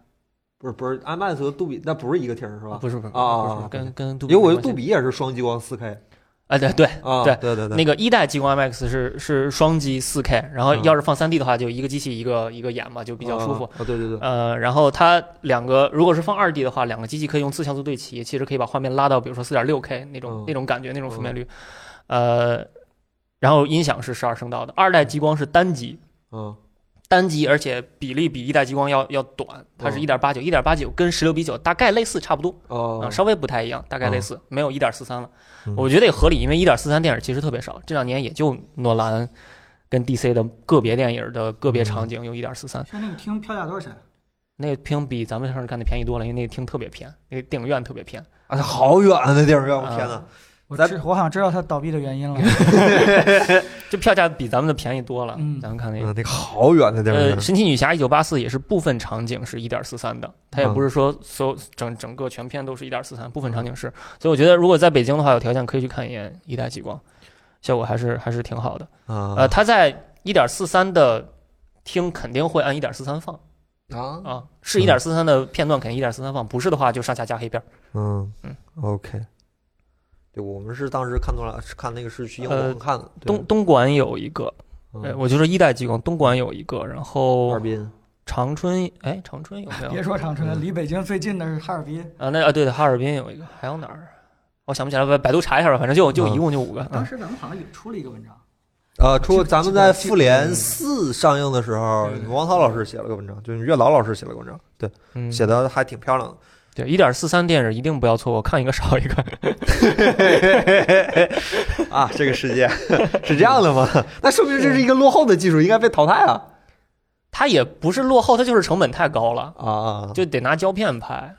Speaker 1: 不是不是，IMAX 和杜比那不是一个厅是吧？
Speaker 3: 不是不是
Speaker 1: 啊
Speaker 3: 不是跟跟杜比
Speaker 1: 因为我觉得
Speaker 3: 没关系
Speaker 1: 杜比也是双激光四 K
Speaker 3: 啊，对对，
Speaker 1: 啊，
Speaker 3: 对
Speaker 1: 对对对，
Speaker 3: 那个一代激光 IMAX 是是双击四 K，然后
Speaker 1: 嗯
Speaker 3: 要是放三 D 的话，就一个机器一个一个眼嘛，就比较舒服。
Speaker 1: 啊。啊对对对，
Speaker 3: 呃，然后它两个如果是放二 D 的话，两个机器可以用自像素对齐，其实可以把画面拉到比如说四点六 K 那种、
Speaker 1: 嗯
Speaker 3: 那种感觉，那种分辨率。呃，然后音响是十二声道的，二代激光是单击。
Speaker 1: 嗯
Speaker 3: 单击，而且比例比一代激光要要短，它是
Speaker 1: 嗯
Speaker 3: 一点八九，一点八九跟十六比九大概类似，差不多。啊，
Speaker 1: 哦，
Speaker 3: 稍微不太一样，大概类似，没有一点四三了
Speaker 1: 嗯。
Speaker 3: 我觉得也合理，因为一点四三电影其实特别少，这两年也就诺兰跟 DC 的个别电影的个别场
Speaker 1: 嗯
Speaker 3: 景有一点四三。
Speaker 2: 像那个厅票价多少钱？
Speaker 3: 那个厅比咱们上次看的便宜多了，因为那个厅特别偏，那个电影院特别偏。
Speaker 1: 啊，它好远啊，那电影院，我天哪！
Speaker 2: 我
Speaker 1: 咱
Speaker 2: 知我好像知道它倒闭的原因了。
Speaker 3: 这票价比咱们的便宜多了。
Speaker 2: 嗯
Speaker 3: 咱们看那个。
Speaker 1: 嗯，那个好远的电影
Speaker 3: 呃，
Speaker 1: 院，
Speaker 3: 神奇女侠一九八四也是部分场景是一点四三的，它也
Speaker 1: 嗯
Speaker 3: 不是说所有整整个全片都是一点四三，部分场景是。所以我觉得如果在北京的话，有条件可以去看一眼一代极光，效果还是还是挺好的。呃，
Speaker 1: 啊
Speaker 3: 它在一点四三的厅肯定会按一点四三放
Speaker 1: 啊，
Speaker 3: 啊，是一点四三的片段肯定一点四三放，不是的话就上下加黑边儿。
Speaker 1: 嗯
Speaker 3: 嗯
Speaker 1: ，OK。对，我们是当时看多了，是看那个是去英
Speaker 3: 呃
Speaker 1: 国看的，对
Speaker 3: 东东莞有一个，呃，
Speaker 1: 嗯
Speaker 3: 我就说一代极光，东莞有一个，然后
Speaker 1: 哈尔滨，
Speaker 3: 长春，哎，长春有没有
Speaker 2: 别？说长春了，
Speaker 1: 嗯
Speaker 2: 离北京最近的是哈尔滨。
Speaker 3: 啊，那啊，对的，哈尔滨有一个，还有哪儿？啊我想不起来，百百度查一下吧，反正就就
Speaker 1: 嗯
Speaker 3: 一共就五个。
Speaker 2: 当
Speaker 3: 啊
Speaker 2: 时咱们好像也出了一个文章，
Speaker 1: 呃，出
Speaker 2: 这个
Speaker 1: 咱们
Speaker 2: 这个
Speaker 1: 在《
Speaker 2: 这个
Speaker 1: 复联四》上映的时候
Speaker 3: 对对，对
Speaker 1: 王涛老师写了个文章，就是岳老老师写了个文章，对，
Speaker 3: 嗯，
Speaker 1: 写的还挺漂亮的。
Speaker 3: 对，一点四三电影一定不要错过，看一个少一个。
Speaker 1: 啊，这个世界 [laughs] 是这样的吗？ [laughs] 那说明这是一个落后的技术，应该被淘汰啊！
Speaker 3: 它也不是落后，它就是成本太高了，
Speaker 1: 啊
Speaker 3: 就得拿胶片拍。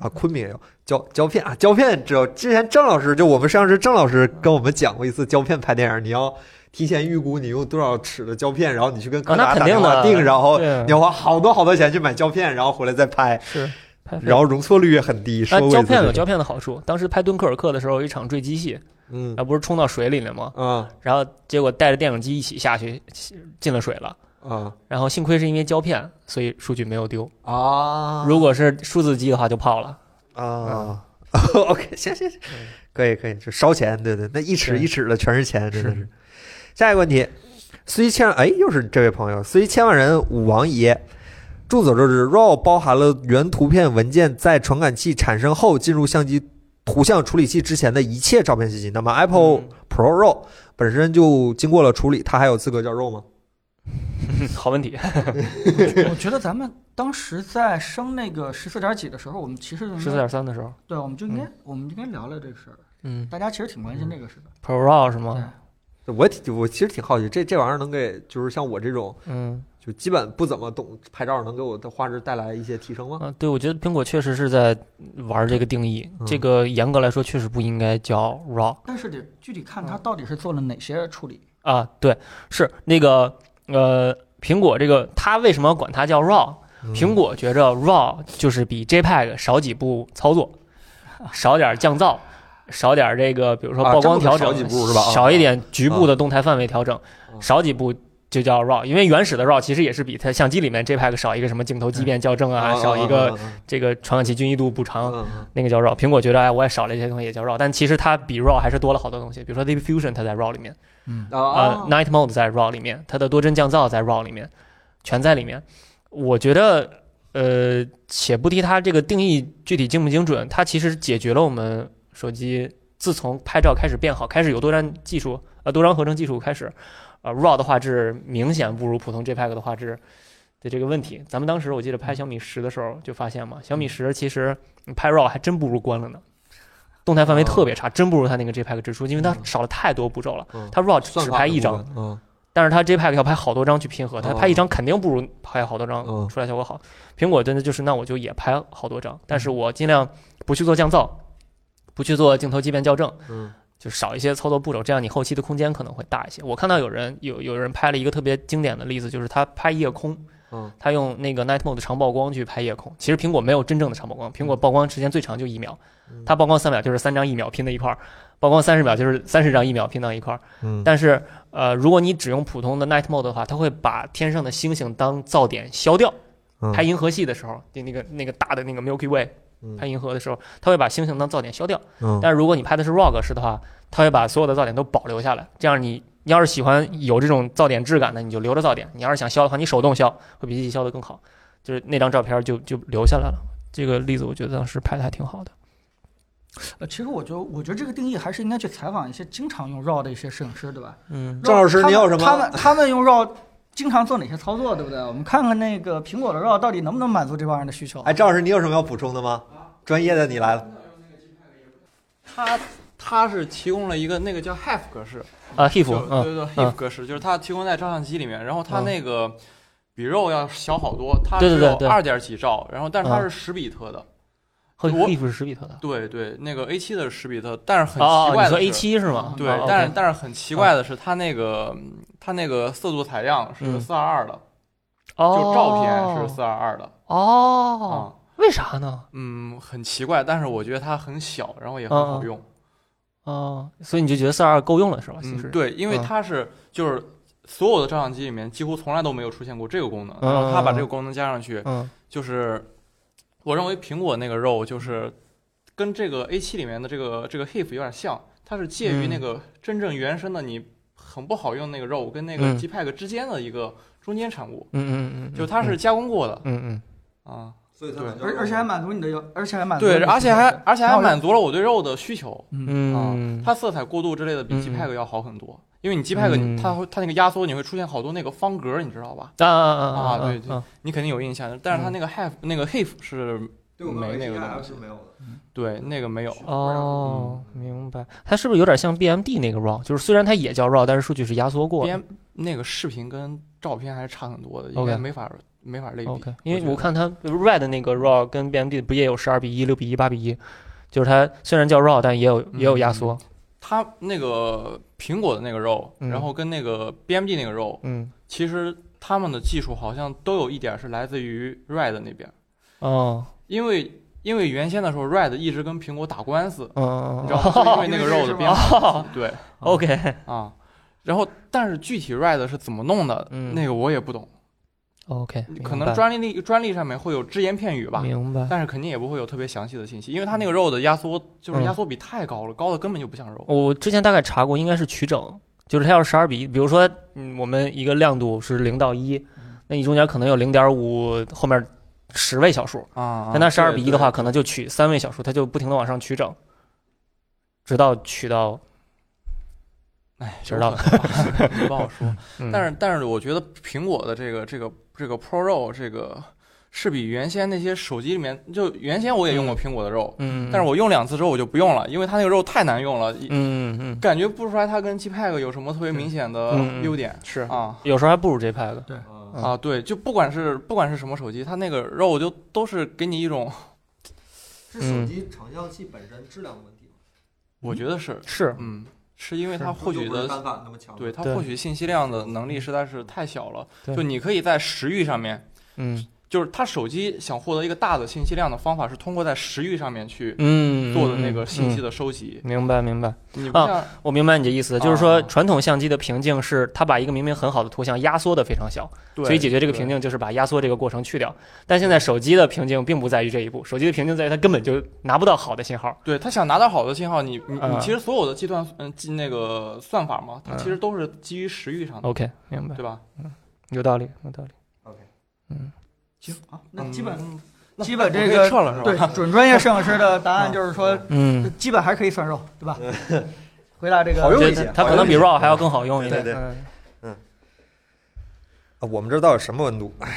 Speaker 1: 啊，昆明也有胶胶片啊，胶片只有之前郑老师就我们上次郑老师跟我们讲过一次胶片拍电影，你要提前预估你用多少尺的胶片，然后你去跟柯
Speaker 3: 啊那
Speaker 1: 达打
Speaker 3: 肯
Speaker 1: 电
Speaker 3: 定的
Speaker 1: 话定，然后
Speaker 3: 对
Speaker 1: 哦你要花好多好多钱去买胶片，然后回来再拍，
Speaker 3: 是拍非
Speaker 1: 然后容错率也很低。说
Speaker 3: 啊，
Speaker 1: 过一
Speaker 3: 胶
Speaker 1: 次
Speaker 3: 片
Speaker 1: 这
Speaker 3: 有
Speaker 1: 个
Speaker 3: 胶片的好处。当时拍《敦刻尔克》的时候，有一场坠机戏，
Speaker 1: 嗯
Speaker 3: 啊，不是冲到水里了吗？
Speaker 1: 啊
Speaker 3: 然后结果带着电影机一起下去，进了水了。
Speaker 1: 啊
Speaker 3: 然后幸亏是因为胶片，所以数据没有丢。
Speaker 1: 啊！
Speaker 3: 如果是数字机的话，就泡了。
Speaker 1: [laughs] 啊、o k 行行行，可以可以，就烧钱，对对，那一尺
Speaker 3: 对
Speaker 1: 一尺的全是钱，真的
Speaker 3: 是
Speaker 1: 是。下一个问题，虽千哎，又是这位朋友，虽千万人吾往也。众所周知，RAW 包含了原图片文件在传感器产生后进入相机图像处理器之前的一切照片信息。那么 Apple
Speaker 3: 嗯
Speaker 1: Pro RAW 本身就经过了处理，它还有资格叫 RAW 吗？
Speaker 3: 嗯好问题，
Speaker 2: 我觉得咱们当时在升那个十四点几的时候，我们其实应该
Speaker 3: 十四点三的时候，
Speaker 2: 对，我们就应该我们应该聊聊这个事儿，
Speaker 3: 嗯
Speaker 2: 嗯大家其实挺关心这个事的。
Speaker 3: ，Pro Raw 是
Speaker 2: 对
Speaker 3: 吗？，
Speaker 1: 我挺我其实挺好奇，这这玩意儿能给就是像我这种
Speaker 3: 嗯，
Speaker 1: 就基本不怎么懂拍照，能给我的画质带来一些提升吗？
Speaker 3: 啊，对，我觉得苹果确实是在玩这个定义
Speaker 1: 嗯，
Speaker 3: 这个严格来说确实不应该叫 Raw
Speaker 2: 但是得具体看它到底是做了哪些处理。
Speaker 3: 啊。对，是那个呃，苹果这个它为什么管它叫 Raw？苹
Speaker 1: 嗯
Speaker 3: 果觉着 RAW 就是比 JPEG 少几步操作，少点降噪，少点这个比如说
Speaker 1: 啊
Speaker 3: 曝光调整，
Speaker 1: 这么少几步是吧啊
Speaker 3: 少一点局部的动态范围调整，
Speaker 1: 啊
Speaker 3: 少几步就叫 RAW。因为原始的 RAW 其实也是比它相机里面 JPEG 少一个什么镜头畸变校正啊，少一个这个传感器均匀度补偿，
Speaker 1: 嗯
Speaker 3: 那个叫 RAW。苹果觉得哎，我也少了一些东西，也叫 RAW。但其实它比 RAW 还是多了好多东西，比如说 Deep Fusion 它在 RAW 里面。
Speaker 2: 嗯，
Speaker 3: 呃
Speaker 1: 啊
Speaker 3: ，Night Mode 在 RAW 里面，它的多帧降噪在 RAW 里面，全在里面。我觉得，呃，且不提它这个定义具体精不精准，它其实解决了我们手机自从拍照开始变好，开始有多张技术，呃，多张合成技术开始，呃，RAW 的画质明显不如普通 JPEG 的画质的这个问题。咱们当时我记得拍小米十的时候就发现嘛，小米十其实你拍 RAW 还真不如关了呢。动态范围特别差，真不如它那个 JPEG 直出，因为它少了太多步骤了。
Speaker 1: 嗯，
Speaker 3: 它 RAW
Speaker 1: 算
Speaker 3: 只
Speaker 1: 法的
Speaker 3: 拍一
Speaker 1: 部
Speaker 3: 张，
Speaker 1: 分，嗯
Speaker 3: 但是它 JPEG 要拍好多张去拼合，它
Speaker 1: 哦
Speaker 3: 拍一张肯定不如拍好多张
Speaker 1: 嗯
Speaker 3: 出来效果好。苹果真的就是，那我就也拍好多张，但是
Speaker 1: 嗯
Speaker 3: 我尽量不去做降噪，不去做镜头畸变校正，
Speaker 1: 嗯
Speaker 3: 就少一些操作步骤，这样你后期的空间可能会大一些。我看到有人有有人拍了一个特别经典的例子，就是他拍夜空，
Speaker 1: 嗯
Speaker 3: 他用那个 Night Mode 长曝光去拍夜空。其实苹果没有真正的长曝光，苹果曝光时间最长就一秒
Speaker 1: 嗯，
Speaker 3: 它曝光三秒就是三张一秒拼到一块儿，曝光三十秒就是三十张一秒拼到一块儿。
Speaker 1: 嗯，
Speaker 3: 但是呃，如果你只用普通的 Night Mode 的话，它会把天上的星星当噪点消掉。
Speaker 1: 嗯
Speaker 3: 拍银河系的时候，就那个那个大的那个 Milky Way
Speaker 1: 嗯
Speaker 3: 拍银河的时候，它会把星星当噪点消掉。
Speaker 1: 嗯
Speaker 3: 但是如果你拍的是 RAW 格式的话，它会把所有的噪点都保留下来。这样你要是喜欢有这种噪点质感的，你就留着噪点；你要是想消的话，你手动消会比机器消的更好。就是那张照片就就留下来了。这个例子我觉得当时拍的还挺好的。
Speaker 2: 呃，其实我觉得，我觉得这个定义还是应该去采访一些经常用 RAW 的一些摄影师，对吧？
Speaker 3: 嗯
Speaker 1: 赵老师
Speaker 2: 他们
Speaker 1: 你有什么
Speaker 2: 他们他们用 RAW 经常做哪些操作，对不对？我们看看那个苹果的 RAW 到底能不能满足这帮人的需求。
Speaker 1: 哎，赵老师，你有什么要补充的吗？专业的你来了，
Speaker 4: 它它是提供了一个那个叫 HEF 格式，
Speaker 3: 啊，HEF，
Speaker 4: 就呃
Speaker 3: 嗯
Speaker 4: 对对对
Speaker 3: 嗯
Speaker 4: HEF 格式，就是它提供在照相机里面，然后它
Speaker 3: 嗯
Speaker 4: 那个比 RAW 要小好多，它
Speaker 3: 对对
Speaker 4: 只
Speaker 3: 对
Speaker 4: 有
Speaker 3: 对
Speaker 4: 二点几兆，然后但是它
Speaker 3: 嗯
Speaker 4: 是十比特的，
Speaker 3: 和
Speaker 4: 我
Speaker 3: HEF 啊是十比特的。
Speaker 4: 对对，那个 A 7的是十比特，但是很
Speaker 3: 哦，
Speaker 4: 奇
Speaker 3: 哦
Speaker 4: 怪
Speaker 3: 你说
Speaker 4: 的
Speaker 3: A
Speaker 4: 是。
Speaker 3: 七是吗？
Speaker 4: 对
Speaker 3: 哦，OK，
Speaker 4: 但是但是很奇怪的是，它那个它那个色素采样是
Speaker 3: 嗯
Speaker 4: 四二二的，就
Speaker 3: 就
Speaker 4: 照片是四二二的
Speaker 3: 哦，
Speaker 4: 啊，
Speaker 3: 为啥呢？
Speaker 4: 嗯，很奇怪，但是我觉得它很小，然后也
Speaker 3: 嗯
Speaker 4: 很
Speaker 3: 嗯
Speaker 4: 好用。
Speaker 3: 哦，所以你就觉得四二二够用了
Speaker 2: 啊
Speaker 3: 是吧？其实
Speaker 4: 嗯，，对，因为
Speaker 3: 嗯
Speaker 4: 它是就是所有的照相机里面几乎从来都没有出现过这个功能，
Speaker 3: 嗯
Speaker 4: 然后它把这个功能加上去，
Speaker 3: 嗯
Speaker 4: 就是我认为苹果那个 RAW 就是跟这个 A 7里面的这个这个 HEF 有点像，它是介于
Speaker 3: 嗯
Speaker 4: 那个真正原生的你很不好用那个 RAW 跟那个
Speaker 3: 嗯
Speaker 4: JPEG 之间的一个中间产物，
Speaker 3: 嗯嗯嗯，
Speaker 4: 就它是加工过的
Speaker 3: 嗯嗯
Speaker 4: 啊，
Speaker 1: 所以
Speaker 4: 他们
Speaker 2: 而而且还满足你的要，而且还满足你
Speaker 4: 对，
Speaker 2: 的
Speaker 4: 而且
Speaker 2: 需求
Speaker 4: 还而且
Speaker 2: 挺
Speaker 4: 还
Speaker 2: 好用
Speaker 4: 满足了我对 RAW 的需求，啊
Speaker 3: 嗯嗯，
Speaker 4: 它色彩过渡之类的比
Speaker 3: 嗯
Speaker 4: JPEG 要好很多，因为你 JPEG
Speaker 3: 嗯
Speaker 4: 你它会它那个压缩你会出现好多那个方格，你知道吧？
Speaker 3: 啊啊啊
Speaker 4: 啊对对
Speaker 3: 啊
Speaker 4: 你肯定有印象，但是它那个 HEF 那个 HEF 是没那个东西，
Speaker 1: 没有的，
Speaker 4: 对那个没有。
Speaker 3: 哦，
Speaker 4: 嗯
Speaker 3: 明白。它是不是有点像 BMD 那个 RAW？就是虽然它也叫 RAW，但是数据是压缩过的。
Speaker 4: 边那个视频跟照片还是差很多的，应
Speaker 3: OK
Speaker 4: 该没法没法类比。
Speaker 3: OK，因为
Speaker 4: 觉得
Speaker 3: 我看它 Red 那个 RAW 跟 BMD 不也有十二比一、六比一、八比一，就是它虽然叫 RAW，但也有
Speaker 4: 嗯
Speaker 3: 也有压缩。
Speaker 4: 它那个苹果的那个 RAW，
Speaker 3: 嗯
Speaker 4: 然后跟那个 BMD 那个 RAW，
Speaker 3: 嗯
Speaker 4: 其实他们的技术好像都有一点是来自于 Red 那边，
Speaker 3: 哦
Speaker 4: 因为因为原先的时候 Red 一直跟苹果打官司，
Speaker 3: 嗯
Speaker 4: 你知道吗？
Speaker 3: [laughs]
Speaker 4: 就因为那个 RAW 的编码，
Speaker 3: 哦
Speaker 4: 对
Speaker 3: ，OK
Speaker 4: 啊。然后，但是具体 Red 是怎么弄的，
Speaker 3: 嗯
Speaker 4: 那个我也不懂。
Speaker 3: OK，
Speaker 4: 可能专利专利上面会有只言片语吧，
Speaker 3: 明白。
Speaker 4: 但是肯定也不会有特别详细的信息，因为它那个肉的压缩就是
Speaker 3: 嗯
Speaker 4: 压缩比太高了，高的根本就不像肉。
Speaker 3: 我之前大概查过，应该是取整，就是它要十二比一，比如说，嗯，我们一个亮度是零到一，那你中间可能有零点五，后面十位小数，
Speaker 4: 啊
Speaker 3: 但它哦十二比一的话，，可能就取三位小数，它就不停的往上取整，直到取到，
Speaker 4: 哎，
Speaker 3: 知道了
Speaker 4: 了，不好说。
Speaker 3: 嗯、
Speaker 4: 但是但是我觉得苹果的这个这个这个 Pro RAW 这个是比原先那些手机里面，就原先我也用过苹果的肉，
Speaker 3: 嗯，嗯，
Speaker 4: 但是
Speaker 3: 我
Speaker 4: 我用两次之后我就不用了，因为它那个肉太难用了，
Speaker 3: 嗯嗯嗯
Speaker 4: 感觉不出来它跟 JPEG 有什么特别明显的
Speaker 3: 嗯嗯
Speaker 4: 优点
Speaker 3: 是，
Speaker 4: 啊。
Speaker 3: 有时候还不如 JPEG，嗯
Speaker 4: 啊，对，就不管是不管是什么手机，它那个肉就都是给你
Speaker 3: [laughs]
Speaker 4: 一种，
Speaker 1: 是
Speaker 3: 手
Speaker 1: 机长相器本身质量的问题吗？
Speaker 4: 我觉得是，
Speaker 3: 是，
Speaker 4: 嗯，是因为
Speaker 3: 是
Speaker 4: 它获取的
Speaker 1: 反那么强
Speaker 4: 对它
Speaker 3: 对
Speaker 4: 获取信息量的能力实在是太小了。
Speaker 3: 对
Speaker 4: 就你可以在食欲上面，
Speaker 3: 嗯
Speaker 4: 就是它手机想获得一个大的信息量的方法是通过在食欲上面去
Speaker 3: 嗯，
Speaker 4: 做的那个信息
Speaker 3: 的。嗯啊
Speaker 4: 的收集。
Speaker 3: 明白明白，
Speaker 4: 你不像
Speaker 3: 我明白你的意思，就是说
Speaker 4: 啊
Speaker 3: 传统相机的瓶颈是它把一个明明很好的图像压缩的非常小，
Speaker 4: 对
Speaker 3: 所以解决这个瓶颈就是把压缩这个过程去掉。但现在手机的瓶颈并不在于这一步，手机的瓶颈在于它根本就拿不到好的信号。
Speaker 4: 对他想拿到好的信号，你你
Speaker 3: 啊嗯
Speaker 4: 你其实所有的计算嗯计那个算法嘛，它其实都是基于食欲上的，
Speaker 3: OK，明白，
Speaker 4: 对吧？
Speaker 3: 有道理，有道理。
Speaker 1: OK，
Speaker 3: 嗯，
Speaker 2: 行啊，那基本
Speaker 4: 嗯那
Speaker 2: 基本
Speaker 4: 我
Speaker 2: 这
Speaker 4: 可以
Speaker 2: 个
Speaker 4: 撤了是吧？
Speaker 2: 对准专业摄影师的答
Speaker 1: [laughs]
Speaker 2: 案就是说，
Speaker 3: 嗯，
Speaker 2: 基本还是可以算肉，对吧？回答这个
Speaker 1: 嗯好用
Speaker 3: 觉
Speaker 1: 一些
Speaker 3: 得它可能比 RAW 还要更好用一点。
Speaker 1: 对对
Speaker 3: 嗯
Speaker 1: 啊，我们这儿到底什么温度？哎呀，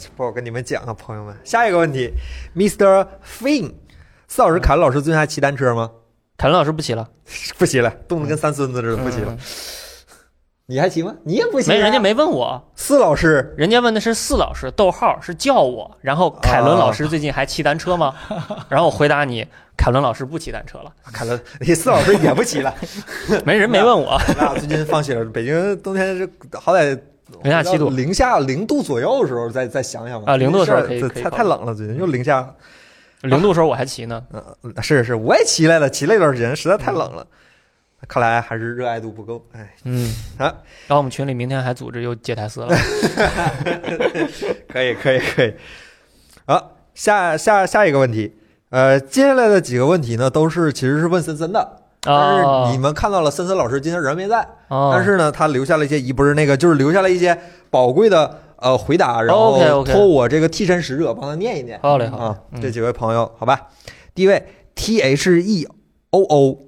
Speaker 1: 这不好跟你们讲啊，朋友们。下一个问题，Mr. Fin，四老师、凯伦老师最近还骑单车吗？
Speaker 3: 凯伦老师不骑了，
Speaker 1: [laughs] 不骑了，冻得跟三孙子似的，不骑了。你还骑吗？你也不骑、啊。
Speaker 3: 没，人家没问我，
Speaker 1: 四老师，
Speaker 3: 人家问的是四老师，逗号是叫我，然后凯伦
Speaker 1: 啊
Speaker 3: 老师最近还骑单车吗？然后我回答你，凯伦老师不骑单
Speaker 1: [laughs]
Speaker 3: 车了，
Speaker 1: 凯伦，你四老师也不骑了。
Speaker 3: 没人没问我，
Speaker 1: 那最近放弃了。北京冬天这好歹
Speaker 3: 零下七度，
Speaker 1: 零下零度左右的时候再再想想吧。
Speaker 3: 啊，零度的时候可以，
Speaker 1: 这
Speaker 3: 可以
Speaker 1: 太太冷了，最近又零下。
Speaker 3: 零度的时候我还骑呢，
Speaker 1: 嗯，是是，我也骑来了，骑了一段时间，实在太冷了。看来还是热爱度不够，哎，
Speaker 3: 嗯
Speaker 1: 啊，
Speaker 3: 然后我们群里明天还组织又接台词了，
Speaker 1: 可以可以可以。好，下下下一个问题，呃，接下来的几个问题呢，都是其实是问森森的， [laughs] 但是你们看到了森森老师今天人没在，
Speaker 3: 啊哦
Speaker 1: 但是呢，他留下了一些，一不是那个，就是留下了一些宝贵的呃回答，然后
Speaker 3: 哦 OK，OK
Speaker 1: 托我这个替身使者帮他念一念
Speaker 3: 好嘞好嘞
Speaker 1: 啊，
Speaker 3: 嗯
Speaker 1: 这几位朋友，好吧，第一位 T H E O O。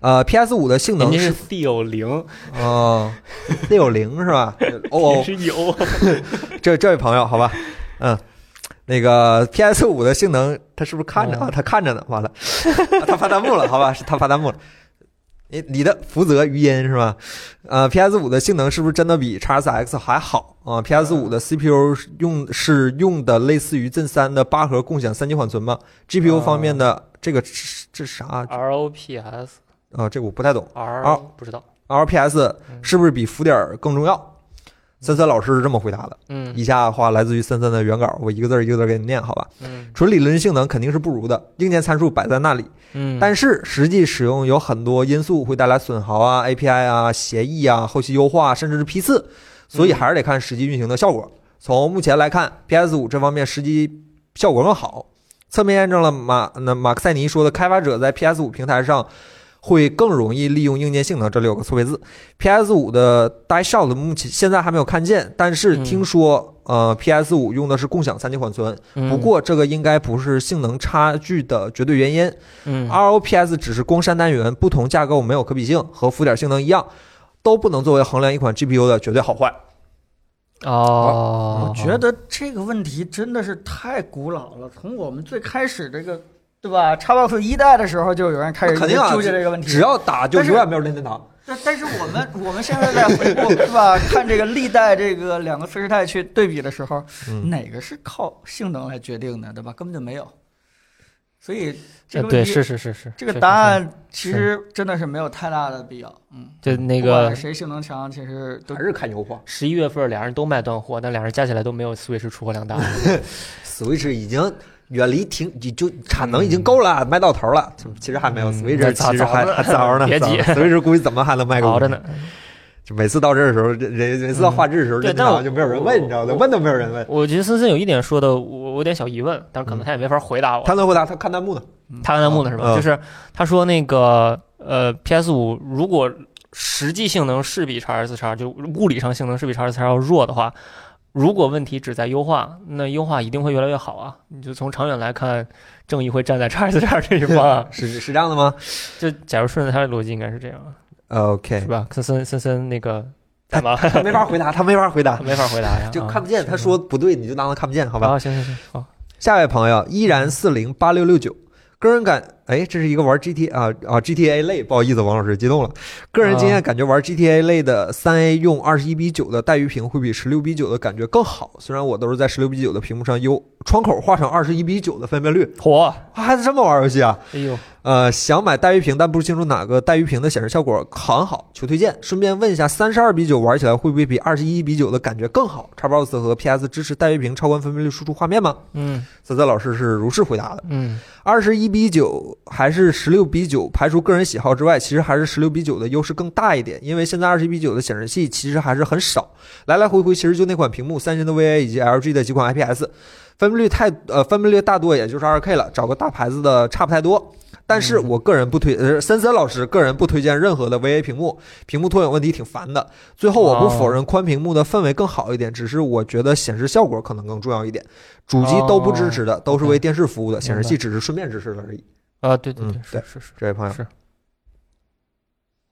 Speaker 1: 呃，PS 五的性
Speaker 3: 人
Speaker 1: 能
Speaker 3: 家
Speaker 1: 是
Speaker 3: 是 D 有零，
Speaker 1: 哦，六零是
Speaker 3: [laughs]
Speaker 1: 吧？哦哦，
Speaker 3: 也是有，
Speaker 1: 这这位朋友，好吧，嗯，那个 PS 五的性能，他是不是看着啊？他看着呢，完了，啊他发弹幕了，好吧，是他发弹幕了。你你的福泽余音是吧？呃，PS 五的性能是不是真的比 x X 还好啊、p s 五的 CPU 是用是用的类似于 Zen 三的八核共享三级缓存吗？GPU 方面的这个这这啥啊、
Speaker 3: R O P S
Speaker 1: 这个我不太懂。
Speaker 3: R
Speaker 1: 啊
Speaker 3: 不知道，
Speaker 1: LPS 是不是比浮点儿更重要？森森老师是这么回答的。
Speaker 3: 嗯
Speaker 1: 以下话来自于森森的原稿，我一个字儿一个字儿给你念，好吧？
Speaker 3: 嗯
Speaker 1: 纯理论性能肯定是不如的，硬件参数摆在那里，
Speaker 3: 嗯，
Speaker 1: 但是实际使用有很多因素会带来损耗啊、API 啊、协议啊、后期优化，甚至是批次，所以还是得看实际运行的效果。从目前来看，PS 五这方面实际效果更好，侧面验证了马那马克塞尼说的开发者在 PS 五平台上。会更容易利用硬件性能，这里有个错别字。PS 五的 Die Shot 目前现在还没有看见，但是
Speaker 3: 嗯
Speaker 1: 听说，呃，PS 五用的是共享三级缓存，
Speaker 3: 嗯
Speaker 1: 不过这个应该不是性能差距的绝对原因，
Speaker 3: 嗯
Speaker 2: 啊
Speaker 1: ROPS 只是光栅单元，不同架构没有可比性，和浮点性能一样，都不能作为衡量一款 GPU 的绝对好坏。啊
Speaker 3: 哦，
Speaker 2: 我觉得这个问题真的是太古老了，从我们最开始这个，对吧？Xbox 一代的时候就有人开始
Speaker 1: 肯定啊，
Speaker 2: 纠结这个问题。
Speaker 1: 只要打就
Speaker 2: 但是
Speaker 1: 永远没有任天堂。
Speaker 2: 但但是我们我们现在在回顾，对
Speaker 1: [laughs]
Speaker 2: 吧？看这个历代这个两个次世代去对比的时候，
Speaker 1: 嗯
Speaker 2: 哪个是靠性能来决定的，对吧？根本就没有。所以这
Speaker 3: 呃
Speaker 2: 个问
Speaker 3: 对
Speaker 2: 题
Speaker 3: 是是是是，
Speaker 2: 这个
Speaker 3: 确实
Speaker 2: 答
Speaker 3: 是
Speaker 2: 案其实真的是没有太大的必要。嗯，
Speaker 3: 就那
Speaker 2: 不管
Speaker 3: 个
Speaker 2: 谁性能强，其实都
Speaker 1: 还是看优化
Speaker 3: 十一月份俩人都卖断货，但俩人加起来都没有 Switch 出货量大。
Speaker 1: ，Switch 已经远离停，已就产能已经够了，卖到头了。其实还没有
Speaker 3: 嗯
Speaker 1: Switch，
Speaker 3: 早
Speaker 1: 其实还
Speaker 3: 早
Speaker 1: 还
Speaker 3: 呢
Speaker 1: 早呢。
Speaker 3: [laughs] 别急
Speaker 1: 早，Switch 估计怎么还能卖个
Speaker 3: 熬着呢。
Speaker 1: 就每次到这儿的时候，这人每次到画质的时候，
Speaker 3: 对
Speaker 1: 任天堂
Speaker 3: 但
Speaker 1: 就没有人问，你知道吗？问都没有人问。
Speaker 3: 我觉得森森有一点说的，我我有点小疑问，但是
Speaker 2: 嗯
Speaker 3: 可能他也没法回答我。
Speaker 1: 他能回答，他看弹幕呢。
Speaker 3: 他看弹幕呢是吧？
Speaker 1: 嗯
Speaker 3: 就是他说那个呃，PS 五如果实际性能是比 x S 叉，就物理上性能是比 x S 叉要弱的话，如果问题只在优化，那优化一定会越来越好啊！你就从长远来看，正义会站在 x S 叉这一
Speaker 1: [laughs]
Speaker 3: 方啊。
Speaker 1: 是是这样的吗呃
Speaker 3: 就假如顺着他的逻辑，应该是这样，
Speaker 1: ？OK，
Speaker 3: 是吧？森森森森那个
Speaker 1: [laughs]
Speaker 3: 干嘛？
Speaker 1: 他没法回答，他没法回答，
Speaker 3: 没法回答呀，
Speaker 1: 就
Speaker 3: 啊
Speaker 1: 看不见。他说不对，你就当他看不见，好吧？
Speaker 3: 啊，行行行，好，
Speaker 1: 下一位朋友依然四零八六六九，个人感哎，这是一个玩 G T 啊啊 G T A 类，不好意思，王老师激动了。个人经验感觉玩 G T A 类的三 A 用二十一比九的带鱼屏会比十六比九的感觉更好，虽然我都是在十六比九的屏幕上优窗口画成二十一比九的分辨率，
Speaker 3: 火，
Speaker 1: 啊还是这么玩游戏啊？
Speaker 3: 哎呦，
Speaker 1: 呃，想买带鱼屏，但不清楚哪个带鱼屏的显示效果很好，求推荐。顺便问一下，三十二比九玩起来会不会比二十一比九的感觉更好？Xbox 和 PS 支持带鱼屏超宽分辨率输出画面吗？
Speaker 3: 嗯
Speaker 1: 泽泽老师是如是回答的：
Speaker 3: 嗯
Speaker 1: 二十一比九还是十六比九？排除个人喜好之外，其实还是十六比九的优势更大一点，因为现在二十一比九的显示器其实还是很少，来来回回其实就那款屏幕，三星的 VA 以及 LG 的几款 IPS，分辨率太呃分辨率大多也就是二 K 了，找个大牌子的差不太多。但是我个人不推，呃，森森老师个人不推荐任何的 VA 屏幕，屏幕拖影问题挺烦的。最后我不否认宽屏幕的氛围更好一点，只是我觉得显示效果可能更重要一点。主机都不支持的，都是为电视服务的，显示器只是顺便支持了而已。
Speaker 3: 啊，对对
Speaker 1: 嗯
Speaker 3: 对，是
Speaker 1: 对
Speaker 3: 是是
Speaker 1: 这位朋友，
Speaker 3: 是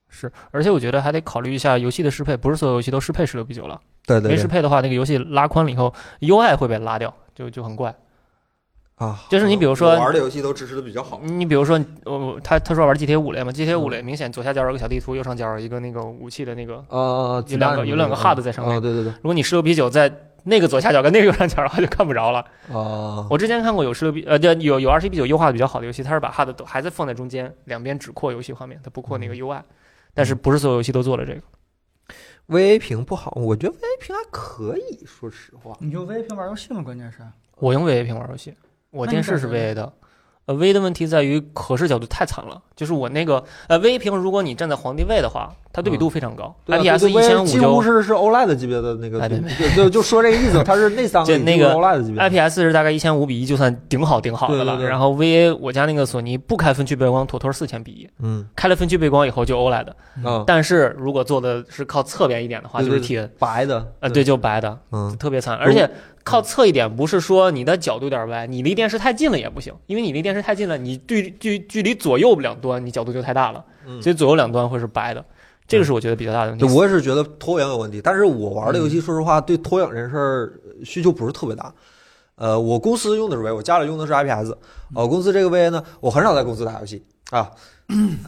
Speaker 3: 是，而且我觉得还得考虑一下游戏的适配，不是所有游戏都适配十六比九了，
Speaker 1: 对对
Speaker 3: 没适
Speaker 1: 对，
Speaker 3: 配的话，那个游戏拉宽了以后，UI 会被拉掉，就就很怪。
Speaker 1: 啊，
Speaker 3: 就是你比如说
Speaker 1: 我玩的游戏都支持的比较好，
Speaker 3: 你比如说，我他他说玩 GTA 五类嘛，GTA 五
Speaker 1: 嗯
Speaker 3: 类明显左下角有个小地图，右上角有一个那个武器的那个。
Speaker 1: 呃，
Speaker 3: 有两个有两个 HUD 在上面
Speaker 1: 啊，对对对，
Speaker 3: 如果你十六比九在那个左下角跟那个右上角的话，就看不着了。
Speaker 1: 啊，
Speaker 3: 我之前看过有十六比呃，对有有二十一比九优化的比较好的游戏，它是把 HUD 都还在放在中间，两边只扩游戏画面，它不扩那
Speaker 1: 嗯
Speaker 3: 个 UI。但是不是所有游戏都做了这个？
Speaker 1: VA 屏不好，我觉得 VA 屏还可以，说实话。
Speaker 2: 你用 VA 屏玩游戏吗？关键是
Speaker 3: 我用 VA 屏玩游戏，我
Speaker 2: 那
Speaker 3: 电
Speaker 2: 你
Speaker 3: 视
Speaker 2: 感
Speaker 3: 是
Speaker 2: 觉
Speaker 3: VA 的。呃，VA 的问题在于可视角度太惨了，就是我那个呃 VA 屏，如果你站在皇帝位的话，它对比度非常高、
Speaker 1: 对
Speaker 3: i
Speaker 1: 啊
Speaker 3: p s
Speaker 1: 对
Speaker 3: 一
Speaker 1: 对
Speaker 3: 千五
Speaker 1: 几乎
Speaker 3: 就是
Speaker 1: 是 OLED 级别的那个
Speaker 3: 哎别
Speaker 1: 屏，就就就说这个意思，它是那三个
Speaker 3: [laughs] 就
Speaker 1: 已
Speaker 3: 那
Speaker 1: 经
Speaker 3: 个哎
Speaker 1: 是 OLED 级别的
Speaker 3: IPS 是大概一千五比一就算顶好顶好的
Speaker 1: 对对
Speaker 3: 了。
Speaker 1: 对
Speaker 3: 然后 VA 我家那个索尼不开分区背光，妥妥四千比一。
Speaker 1: 嗯
Speaker 3: 开了分区背光以后就 OLED，的
Speaker 1: 啊，
Speaker 3: 但是如果做的是靠侧边一点的话，
Speaker 1: 对
Speaker 3: 就是
Speaker 1: 对
Speaker 3: TN，
Speaker 1: 白的
Speaker 3: 呃，对，，就白的，
Speaker 1: 嗯
Speaker 3: 特别惨。而且靠侧一点，不是说你的角度有点歪，你离电视太近了也不行，因为你离电视太近了，你距距距离左右两端你角度就太大了，
Speaker 1: 嗯
Speaker 3: 所以左右两端会是白的，这个是我觉得比较大的问题
Speaker 1: 对，。我也是觉得拖影有问题，但是我玩的游戏，
Speaker 3: 嗯
Speaker 1: 说实话，对拖影这事儿呃需求不是特别大。呃，我公司用的是 VA，我家里用的是 IPS。呃，公司这个 VA 呢，我很少在公司打游戏
Speaker 3: [clears throat]
Speaker 1: 啊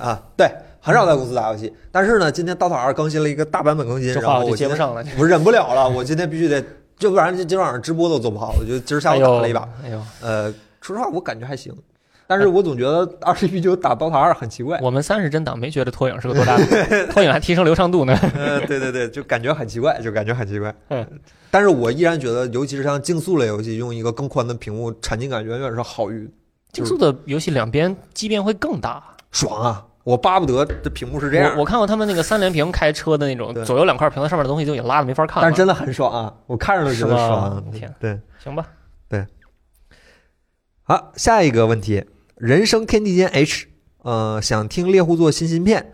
Speaker 1: 啊，对，很少在公司打游戏。但是呢，今天《刀塔二》更新了一个大版本更新，
Speaker 3: 这
Speaker 1: 然后
Speaker 3: 话我就
Speaker 1: 我
Speaker 3: 接
Speaker 1: 今
Speaker 3: 不
Speaker 1: 天
Speaker 3: 上了。
Speaker 1: 我忍不了了，我今天必须得，要不然这今晚上直播都做不好。我就今儿下
Speaker 3: 哎
Speaker 1: 午打
Speaker 3: 呦，
Speaker 1: 了一把，
Speaker 3: 哎呦，
Speaker 1: 呃，说实话，我感觉还行，但是我总觉得二十一比九打《刀塔二》很奇怪。
Speaker 3: 我们三十帧党没觉得拖影是个多
Speaker 1: [laughs]
Speaker 3: 大的，拖影还提升流畅度呢。
Speaker 1: 呃，对对对，就感觉很奇怪，就感觉很奇怪。
Speaker 3: 嗯，
Speaker 1: 但是我依然觉得，尤其是像竞速类游戏，用一个更宽的屏幕，沉浸感远远是好于
Speaker 3: 竞速的游戏两边畸变会更大。
Speaker 1: 爽啊！我巴不得这屏幕是这样
Speaker 3: 我，我看过他们那个三连屏开车的那种
Speaker 1: 对，
Speaker 3: 左右两块屏的上面的东西都已经拉的没法看了。嗯
Speaker 1: 但是真的很爽啊！我看着都觉得
Speaker 3: 是吗
Speaker 1: 爽啊。
Speaker 3: 天
Speaker 1: 对，
Speaker 3: 行吧，
Speaker 1: 好，下一个问题，人生天地间 H，呃，想听猎户座新芯片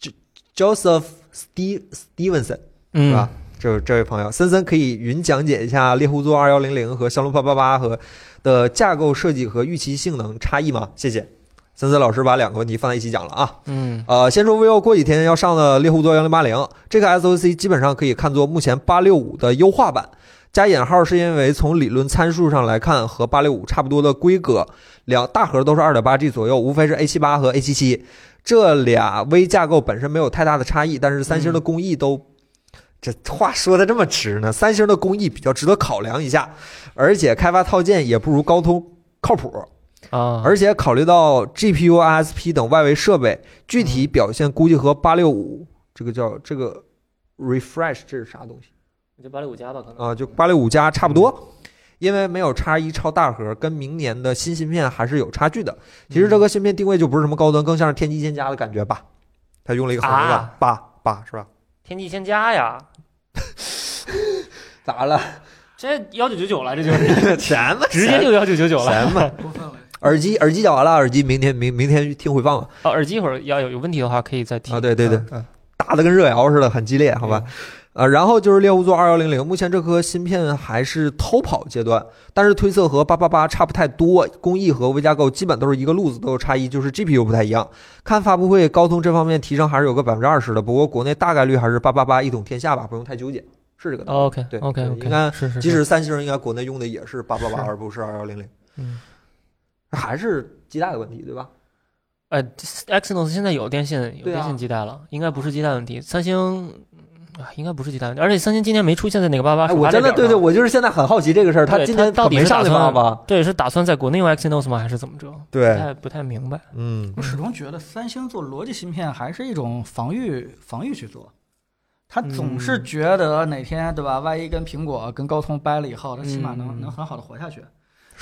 Speaker 1: ，Jo-，Joseph Steve Stevenson 是
Speaker 3: 嗯
Speaker 1: 吧，？这这位朋友，森森可以云讲解一下猎户座二幺零零和骁龙八八八和的架构设计和预期性能差异吗？谢谢，森森老师把两个问题放在一起讲了啊。
Speaker 3: 嗯，
Speaker 1: 呃，先说 vivo 过几天要上的猎户座幺零八零，这个 SOC 基本上可以看作目前八六五的优化版。加引号是因为从理论参数上来看和八六五差不多的规格，两大核都是二点八 G 左右，无非是 A 七八和 A 七七，这俩微架构本身没有太大的差异，但是三星的工艺都。这话说的这么直呢？三星的工艺比较值得考量一下，而且开发套件也不如高通靠谱。
Speaker 3: 啊，
Speaker 1: 而且考虑到 GPU、ISP 等外围设备，具体表现估计和八六五这个叫这个 refresh 这是啥东西
Speaker 3: 就八六五加吧，可能
Speaker 1: 啊？就八六五加差不多，因为没有叉一超大核，跟明年的新芯片还是有差距的。其实这个芯片定位就不是什么高端，更像是天玑蒹葭的感觉吧。它用了一个横杠
Speaker 3: 啊
Speaker 1: 八八是吧？
Speaker 3: 天际千加呀，
Speaker 1: 咋了？
Speaker 3: 这幺九九九了，这就是
Speaker 1: [laughs] 什么
Speaker 3: 直接就幺九九九了。
Speaker 1: 什
Speaker 3: [laughs]
Speaker 1: 么？
Speaker 2: 过分了。
Speaker 1: 耳机耳机讲完了，耳机明天明明天听回放吧。
Speaker 3: 哦，耳机一会儿要有有问题的话可以再提
Speaker 1: 啊对对对
Speaker 3: 嗯嗯
Speaker 1: 打的跟热窑似的，很激烈，好
Speaker 3: 哎
Speaker 1: 吧？呃，然后就是猎户座二幺零零，目前这颗芯片还是偷跑阶段，但是推测和八八八差不太多，工艺和微架构基本都是一个路子，都有差异，就是 GPU 不太一样。看发布会，高通这方面提升还是有个百分之二十的，不过国内大概率还是八八八一统天下吧，不用太纠结，是这个道理。
Speaker 3: OK
Speaker 1: 对
Speaker 3: OK
Speaker 1: 对
Speaker 3: OK，
Speaker 1: 应该
Speaker 3: 是哦是，
Speaker 1: 即
Speaker 3: 是
Speaker 1: 使三星应该国内用的也是八八八，
Speaker 3: 是
Speaker 1: 而不是二幺零零，
Speaker 3: 嗯
Speaker 1: 还是基带的问题，对吧？
Speaker 3: 呃，Exynos 现在有电信有
Speaker 1: 对啊
Speaker 3: 电信基带了，应该不是基带问题。三星嗯啊应该不是基带问题，而且三星今年没出现在哪个八八
Speaker 1: 哎，我真的对对，我就是现在很好奇这个事儿，
Speaker 3: 对
Speaker 1: 今
Speaker 3: 它
Speaker 1: 天
Speaker 3: 到
Speaker 1: 可
Speaker 3: 底
Speaker 1: 没
Speaker 3: 是
Speaker 1: 上
Speaker 3: 打
Speaker 1: 去发
Speaker 3: 算哎
Speaker 1: 吧？
Speaker 3: 对是打算在国内用 Exynos 吗？还是怎么着？不
Speaker 1: 对，
Speaker 3: 太不太明白。
Speaker 1: 嗯
Speaker 2: 我始终觉得三星做逻辑芯片还是一种防御防御去做，他总
Speaker 1: 嗯
Speaker 2: 是觉得哪天对吧，万一跟苹果跟高通掰了以后，他起码能、
Speaker 3: 嗯
Speaker 2: 能很好的活下去。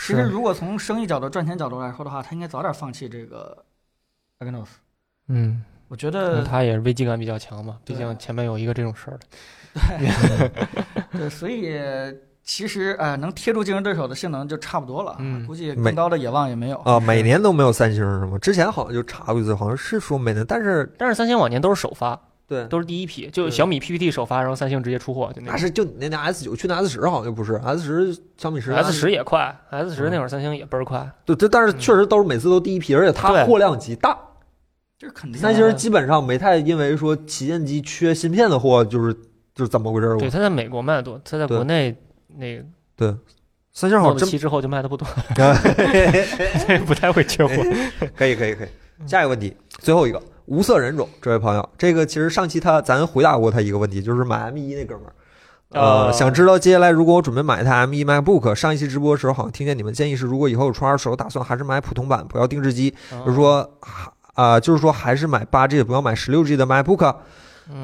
Speaker 2: 其实如果从生意角度、赚钱角度来说的话，他应该早点放弃这个 Agnos。
Speaker 3: 嗯，
Speaker 2: 我觉
Speaker 3: 可能
Speaker 2: 得
Speaker 3: 他也是危机感比较强嘛，毕
Speaker 2: 对
Speaker 3: 竟前面有一个这种事儿的。
Speaker 2: 对， [laughs] 所以其实呃，能贴住竞争对手的性能就差不多了，
Speaker 3: 嗯
Speaker 2: 估计
Speaker 1: 没
Speaker 2: 更高的野望也没有。
Speaker 3: 哦
Speaker 1: 啊，每年都没有三星是吗？之前好像就查过一次，好像是说每年，但是
Speaker 3: 但是三星往年都是首发，
Speaker 1: 对，
Speaker 3: 都是第一批，就
Speaker 1: 对
Speaker 3: 小米 PPT 首发，然后三星直接出货，就那
Speaker 1: 那
Speaker 3: 种。
Speaker 1: 是就你那那 S 九去那 S 十好像就不是 S 十小米十啊
Speaker 3: S 十也快，S 十那会儿三星也倍儿快。
Speaker 1: 对，这但是确实都是每次都第一批，而且它
Speaker 3: 对嗯
Speaker 1: 货量极大。
Speaker 2: 这是肯定的。
Speaker 1: 三星基本上没太因为说旗舰机缺芯片的货，就是就是怎么回事儿？
Speaker 3: 对，它在美国卖的多，它在
Speaker 1: 对
Speaker 3: 国内那个
Speaker 1: 对，三星好
Speaker 3: Note
Speaker 1: 像
Speaker 3: 7之后就卖的不
Speaker 1: [laughs]
Speaker 3: 多，
Speaker 1: 真
Speaker 3: 不太会缺货。
Speaker 1: 可以可以可
Speaker 3: 嗯
Speaker 1: 以。下一个问题，最后一个无色人种，这位朋友，这个其实上期他咱回答过他一个问题，就是买 M 一那哥们儿。 [laughs] 呃，
Speaker 3: 哦
Speaker 1: 想知道接下来如果我准备买一台 M1 MacBook，上一期直播的时候好像听见你们建议是，如果以后有出二手，打算还是买普通版，不要定制机，
Speaker 3: 哦嗯
Speaker 1: 就是说，啊、就是说还是买八 G 的，不要买十六 G 的 MacBook 啊。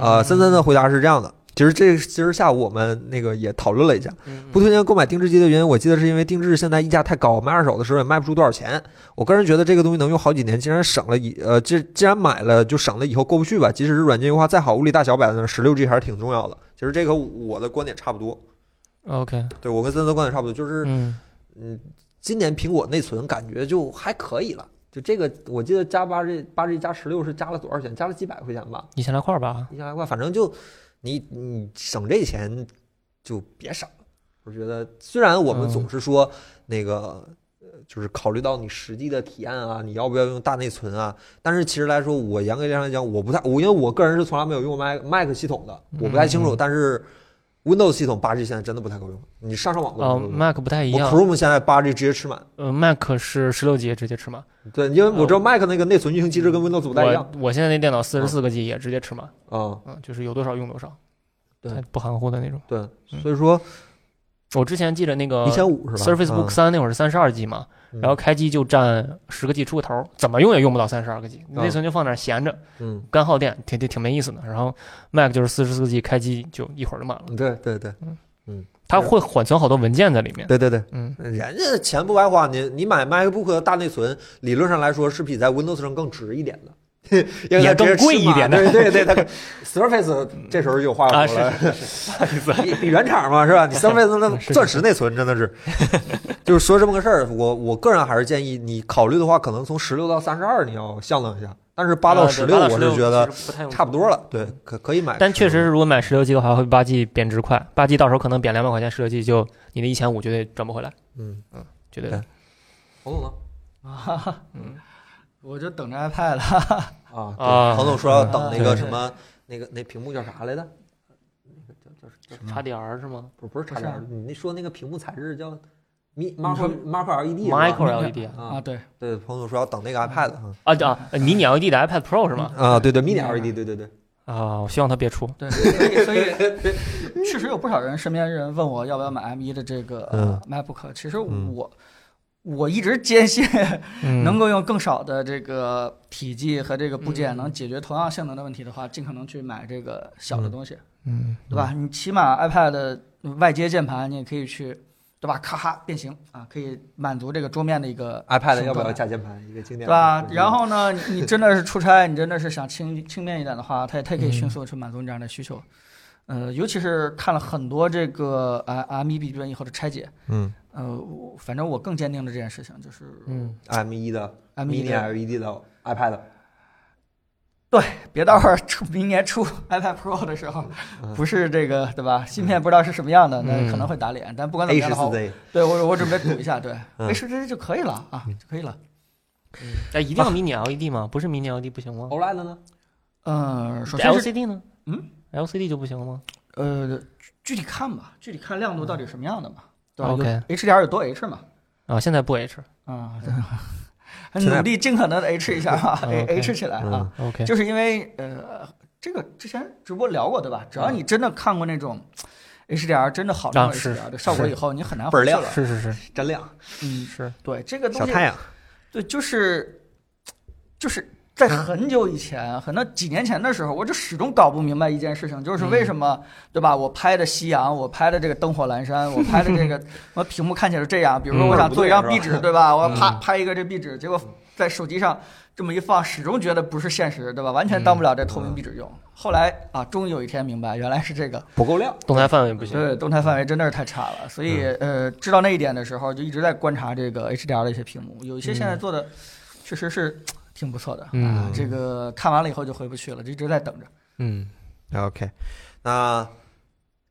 Speaker 1: 呃，森森的回答是这样的。其实这其实下午我们那个也讨论了一下，
Speaker 3: 嗯
Speaker 1: 不推荐购买定制机的原因，我记得是因为定制现在溢价太高，卖二手的时候也卖不出多少钱。我个人觉得这个东西能用好几年，既然省了以呃，既既然买了就省了以后过不去吧。即使是软件优化再好，物理大小摆在那，十六 G 还是挺重要的。其实这个我的观点差不多，
Speaker 3: 嗯 OK，
Speaker 1: 对我跟森森的观点差不多，就是
Speaker 3: 嗯，
Speaker 1: 嗯，今年苹果内存感觉就还可以了。就这个，我记得加八 G 八 G 加十六是加了多少钱？加了几百块钱吧，
Speaker 3: 一千来块儿吧。啊
Speaker 1: 一千来块，反正就你你省这钱就别省了。我觉得，虽然我们
Speaker 3: 嗯
Speaker 1: 总是说那个。呃就是考虑到你实际的体验啊，你要不要用大内存啊？但是其实来说，我严格上来讲，我不太我因为我个人是从来没有用过 Mac Mac 系统的，我不太清
Speaker 3: 嗯
Speaker 1: 楚。但是 Windows 系统八 G 现在真的不太够用，你上上网都不
Speaker 3: 呃
Speaker 1: 够用。
Speaker 3: ，Mac 不太一
Speaker 1: 我
Speaker 3: 样，
Speaker 1: Chrome 现在八 G 直接吃满，
Speaker 3: 呃，Mac 是十六 G 直接吃满，
Speaker 1: 对，因为我知道 Mac 那个内存运行机制
Speaker 3: 嗯
Speaker 1: 跟 Windows 不太一样嗯
Speaker 3: 我我现在那电脑四十四个 G 也直接吃满，
Speaker 1: 啊、
Speaker 3: 嗯，就是有多少用多少，
Speaker 1: 对
Speaker 3: 它不含糊的那种。
Speaker 1: 对，所以说
Speaker 3: 我之前记得那个
Speaker 1: 一千五是吧
Speaker 3: 呃 Surface Book 三那会儿是三十二 G 嘛，
Speaker 1: 嗯
Speaker 3: 然后开机就占十个 G 出个头儿，怎么用也用不到三十二个 G，
Speaker 1: 嗯
Speaker 3: 内存就放那儿闲着，
Speaker 1: 嗯，
Speaker 3: 干耗电，挺挺挺没意思的。然后 Mac 就是四十四 G 开机就一会儿就满了，
Speaker 1: 嗯对对对
Speaker 3: 它会缓存好多文件在里面。
Speaker 1: 对对对，
Speaker 3: 嗯，
Speaker 1: 人家钱不白花，你你买 MacBook 的大内存，理论上来说是比在 Windows 上更值一点的。 [laughs] 因为它
Speaker 3: 也更
Speaker 1: 直接吃
Speaker 3: 贵一
Speaker 1: 满
Speaker 3: 点的
Speaker 1: 对对对，
Speaker 3: [laughs]
Speaker 1: 它 Surface 这时候就话
Speaker 3: 啊
Speaker 1: 头
Speaker 3: 是
Speaker 1: 了， [laughs]
Speaker 3: 意思。
Speaker 1: 比比原厂嘛是
Speaker 3: [laughs]
Speaker 1: 吧？你 Surface 那
Speaker 3: 是是
Speaker 1: 钻石内存真的
Speaker 3: [laughs]
Speaker 1: 是，就是说这么个事儿。我我个人还是建议你考虑的话，可能从十六到三十二你要向量一下，但是八到十六
Speaker 3: 呃
Speaker 1: 我是觉得差不多
Speaker 3: 了。
Speaker 1: 了，对，可可以买。
Speaker 3: 但确实，如果买十六 G 的话，会八 G 贬值快，八 G 到时候可能贬两百块钱，十六 G 就你的一千五绝对赚不回来，
Speaker 1: 嗯，
Speaker 3: 绝对
Speaker 1: 对。彭总呢？
Speaker 2: 啊
Speaker 1: 嗯
Speaker 2: [laughs] 我就等着 iPad 了。
Speaker 1: 啊
Speaker 3: 啊
Speaker 1: 对，彭总说要等那个
Speaker 3: 对
Speaker 1: 什么，那个那屏幕叫啥来着？
Speaker 3: 叉 DR 是吗
Speaker 1: 不不是叉啊
Speaker 2: 不是
Speaker 1: 点，你那说那个屏幕材质叫 mi
Speaker 2: 你说
Speaker 1: micro micro LED 是吧
Speaker 3: ？Micro LED
Speaker 2: 啊，
Speaker 1: 啊，
Speaker 2: 对，
Speaker 1: 对，彭总说要等那个 iPad 啊
Speaker 3: 啊啊，呃迷你 LED 的 iPad Pro 是吗？
Speaker 1: 啊，对对，mini
Speaker 2: 嗯
Speaker 1: LED，对对对，
Speaker 3: 啊，我希望它别出。
Speaker 2: 对，所以所以确实有不少人，身边人问我要不要买 M 1的这个呃 MacBook。其实
Speaker 1: 嗯
Speaker 2: 我我一直坚信，
Speaker 3: 嗯，
Speaker 2: 能够用更少的这个体积和这个部件
Speaker 3: 嗯
Speaker 2: 能解决同样性能的问题的话，尽可能去买这个小的东西，
Speaker 3: 嗯，
Speaker 2: 对吧？你起码 iPad 的外接键盘你也可以去，对吧？咔哈变形啊，可以满足这个桌面的一个
Speaker 1: iPad
Speaker 2: 形
Speaker 1: 要不要
Speaker 2: 状
Speaker 1: 加键盘？一个经典
Speaker 2: 对
Speaker 1: 的
Speaker 2: 吧
Speaker 1: 问？题
Speaker 2: 然后呢，你你真的是出差，你真的是想轻轻便一点的话，它也它也可以
Speaker 1: 嗯
Speaker 2: 迅速地去满足你这样的需求。呃，尤其是看了很多这个呃 M 1笔记本以后的拆解，
Speaker 1: 嗯
Speaker 2: 呃，我反正我更坚定了这件事情，就是
Speaker 3: 嗯，
Speaker 1: ，M 一的
Speaker 2: M 1
Speaker 1: mini
Speaker 2: 的
Speaker 1: LED E 的 iPad，
Speaker 2: 别到会儿出明年出 iPad Pro 的时候，
Speaker 1: 嗯
Speaker 2: 不是这个对吧？芯片不知道是什么样的，那
Speaker 3: 嗯
Speaker 2: 可能会打脸。但不管怎
Speaker 1: A
Speaker 2: 么样
Speaker 1: 十
Speaker 2: 的话
Speaker 1: 四，Z，
Speaker 2: 对我我准备赌一下，对
Speaker 1: 嗯
Speaker 2: A 十 Z 就可以了啊，就可以了。
Speaker 3: 哎，一定要迷你 LED 吗？不是迷你 LED 不行吗
Speaker 1: OLED 呢？
Speaker 2: 嗯，首先是
Speaker 3: ？LCD 呢？
Speaker 2: 嗯
Speaker 3: ，LCD 就不行了吗？
Speaker 2: 呃，具体看吧，具体看亮度到底什么样的嘛，对吧
Speaker 3: OK
Speaker 2: 有？HDR 有多 H 嘛？
Speaker 3: 啊，现在不 H。
Speaker 2: 啊，对
Speaker 3: [laughs]
Speaker 2: 还
Speaker 1: 现在
Speaker 2: 努力尽可能的 H 一下啊
Speaker 3: 嗯，OK
Speaker 2: ，H 起来啊
Speaker 1: 嗯。
Speaker 3: OK，
Speaker 2: 就是因为呃，这个之前直播聊过对吧？只要你真的看过那种 HDR 真的好用
Speaker 3: 嗯啊是
Speaker 2: HDR 的效果以后，你很难
Speaker 1: 倍儿
Speaker 2: 回去
Speaker 1: 亮
Speaker 2: 了。
Speaker 3: 是是是
Speaker 1: 真亮，
Speaker 2: 嗯，
Speaker 3: 是，
Speaker 2: 对，这个
Speaker 1: 小
Speaker 2: 东西
Speaker 1: 太，阳，
Speaker 2: 对，就是就是在很久以前，可能几年前的时候，我就始终搞不明白一件事情，就是为什么对吧？我拍的夕阳，我拍的这个灯火阑珊，我拍的这个什么屏幕看起来是这样，比如说
Speaker 3: 嗯
Speaker 2: 我想做一张壁
Speaker 1: 不
Speaker 2: 纸，对吧？我要啪拍一个这壁纸，结果在手机上这么一放，始终觉得不是现实，对吧？完全当不了这透明壁纸用。后来啊，终于有一天明白，原来是这个，
Speaker 1: 不够亮，
Speaker 3: 动态范围不行。
Speaker 2: 对，动态范围真的是太差了，所以、
Speaker 3: 嗯
Speaker 2: 呃，知道那一点的时候，就一直在观察这个 HDR 的一些屏幕，有一些现在做的确实是挺不错的、啊
Speaker 3: 嗯，
Speaker 2: 这个看完了以后就回不去了，就一直在等着。
Speaker 3: 嗯，
Speaker 1: OK，那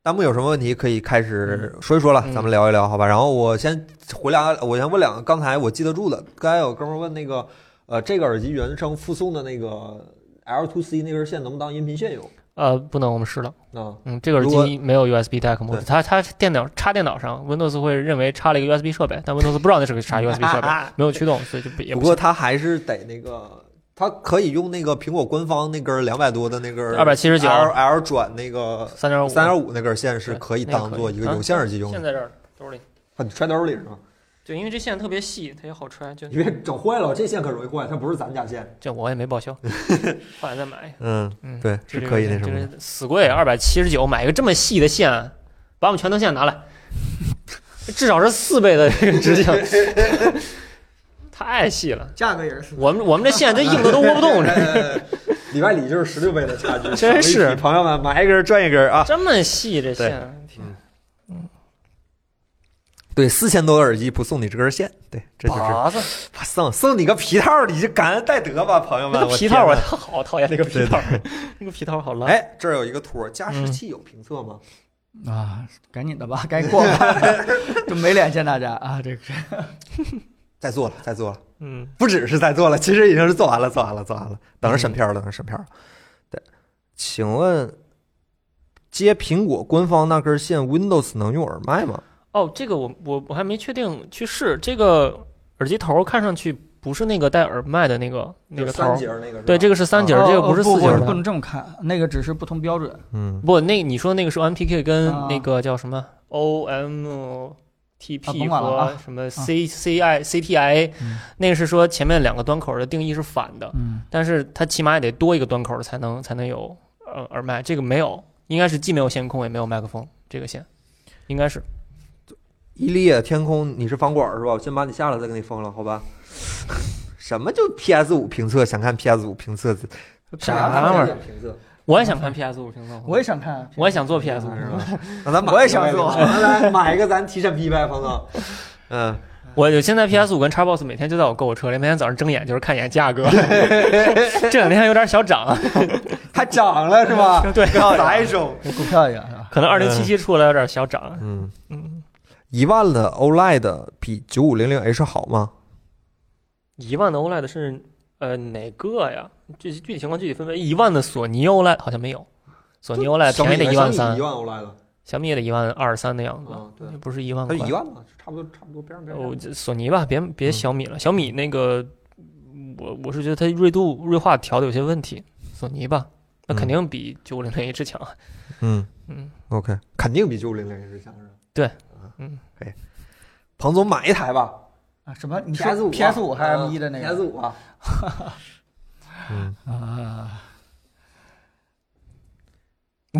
Speaker 1: 弹幕有什么问题可以开始说一说了，
Speaker 3: 嗯
Speaker 1: 咱们聊一聊，好吧？然后我先回两，我先问两个刚才我记得住的。刚才有哥们儿问那个，呃，这个耳机原生附送的那个 L to C 那根线能不能当音频线用？
Speaker 3: 呃，不能，我们试了。
Speaker 1: 啊，
Speaker 3: 嗯，这个耳
Speaker 1: 如果
Speaker 3: 机没有 USB Type模式，它它电脑插电脑上，Windows 会认为插了一个 USB 设备，
Speaker 1: [laughs]
Speaker 3: 但 Windows 不知道那是个啥 USB 设备，没有驱动，所以就不也
Speaker 1: 不
Speaker 3: 不
Speaker 1: 过它还是得那个，它可以用那个苹果官方那根两百多的那根
Speaker 3: 二百七十九
Speaker 1: L L 转那个
Speaker 3: 三点五
Speaker 1: 三点五那根线是
Speaker 3: 对
Speaker 1: 可以嗯
Speaker 3: 那个
Speaker 1: 当
Speaker 3: 可
Speaker 1: 做
Speaker 3: 以
Speaker 1: 一个
Speaker 3: 啊
Speaker 1: 有线耳机用
Speaker 3: 线
Speaker 1: 的，
Speaker 3: 在这儿兜里。
Speaker 1: 啊你揣兜里是吗？
Speaker 3: 对，因为这线特别细，它也好揣。就
Speaker 1: 你别整坏了，这线可容易坏，它不是咱家线。
Speaker 3: 这我也没
Speaker 1: [laughs]
Speaker 3: 报销，后来再买。
Speaker 1: 嗯，
Speaker 3: 嗯，
Speaker 1: 对，
Speaker 3: 这
Speaker 1: 是
Speaker 3: 个
Speaker 1: 可以那什
Speaker 3: 这
Speaker 1: 么的。
Speaker 3: 个死贵，二百七十九买一个这么细的线，把我们全头线
Speaker 1: [laughs]
Speaker 3: 拿来，至少是四倍的这个直径， [laughs] 太细了。
Speaker 2: 价格也是四
Speaker 3: 我们我们这线这硬的都窝
Speaker 1: [laughs]
Speaker 3: 不动，这
Speaker 1: 里外里就是十六倍的差距，
Speaker 3: 真是
Speaker 1: 朋友们买一根赚一根啊！
Speaker 3: 这么细这线，
Speaker 1: 对，四千多的耳机不送你这根线，对，这就是
Speaker 3: 拔子
Speaker 1: 送送你个皮套，你就感恩戴德吧，朋友们。
Speaker 3: 那个
Speaker 1: 我
Speaker 3: 皮套我
Speaker 1: 天哪
Speaker 3: 好讨厌那个皮套，那个皮套好烂。
Speaker 1: 哎，这儿有一个图，加湿器有评测吗？
Speaker 2: 啊，赶紧的吧，该过 [laughs] 了，就没脸见大家啊，这个
Speaker 3: [laughs]
Speaker 2: 是
Speaker 1: 在做了，在做了，
Speaker 3: 嗯，
Speaker 1: 不只是在做了，其实已经是做完了，做完了，做完了，等着审片了，等着审片了。对，请问接苹果官方那根线，Windows 能用耳麦吗？
Speaker 3: 哦，这个我我我还没确定去试。这个耳机头看上去不是那个带耳麦的那个那个头儿，
Speaker 1: 那个
Speaker 3: 对，这个是三节
Speaker 2: 哦
Speaker 3: 儿，这个
Speaker 2: 哦
Speaker 3: 不是
Speaker 2: 不
Speaker 3: 四节儿
Speaker 2: 不
Speaker 3: 的
Speaker 2: 不。能这么看，那个只是不同标准。
Speaker 1: 嗯，
Speaker 3: 不，那你说那个是 MPK 跟
Speaker 2: 啊
Speaker 3: 那个叫什么 OMTP
Speaker 2: 甭管了啊
Speaker 3: 和什么 C C I C T I，
Speaker 2: 嗯
Speaker 3: 那个是说前面两个端口的定义是反的，
Speaker 2: 嗯，
Speaker 3: 但是它起码也得多一个端口才能才能有耳耳麦，这个没有，应该是既没有线控也没有麦克风这个线，应该是
Speaker 1: 伊利亚天空，你是房管是吧？我先把你下了，再给你封了，好吧？ [laughs] 什么就 PS 五评测？想看 PS 五评测？
Speaker 3: 啥玩意儿？
Speaker 1: 评测？
Speaker 3: 我也想看 PS 5屏幕，
Speaker 2: 我也想看，啊
Speaker 3: 我也想做 PS 5
Speaker 1: 那咱买
Speaker 2: 我也想做
Speaker 1: 咱来买一个，咱提审批呗，冯
Speaker 3: [laughs]
Speaker 1: 总。嗯，
Speaker 3: 我就现在 PS 5跟 Xbox 每天就在我购物车里，每天早上睁眼就是看一眼价格， [laughs] 这两天还有点小涨 [laughs] 啊，
Speaker 1: 还涨了是
Speaker 3: [laughs]
Speaker 1: 吧？
Speaker 3: 对，
Speaker 1: 砸一手。
Speaker 2: 股票也是吧？
Speaker 3: 可能二零七七出来有点小涨，
Speaker 1: 嗯
Speaker 3: 嗯，
Speaker 1: 一万的 OLED 比九五零零 H 好吗？
Speaker 3: 一万的 OLED 是呃哪个呀？具具体情况具体分为一万的索尼 OLED 好像没有，索尼 OLED 便宜的一万三，
Speaker 1: 万 OLED
Speaker 3: 小米也得一万二三的样子，
Speaker 1: 啊，对，
Speaker 3: 不是一万
Speaker 1: 它
Speaker 3: 块
Speaker 1: 一。万吧，差不多差不多边上边
Speaker 3: 哦
Speaker 1: 上。，
Speaker 3: 这索尼吧，别别
Speaker 1: 嗯
Speaker 3: 小米了，小米那个，我我是觉得它锐度锐化调的有些问题，索尼吧，那
Speaker 1: 嗯
Speaker 3: 肯定比九五零零 H 强啊。
Speaker 1: 嗯
Speaker 3: 嗯，
Speaker 1: ，OK，肯定比九五零零 H 强是吧？
Speaker 3: 对
Speaker 1: 啊，
Speaker 3: 嗯，
Speaker 1: 可以。庞总买一台吧
Speaker 2: 啊，什么？你
Speaker 1: ，PS 五
Speaker 2: PS 五还是 M 一的那个
Speaker 1: ？PS 五啊。嗯，
Speaker 2: 啊？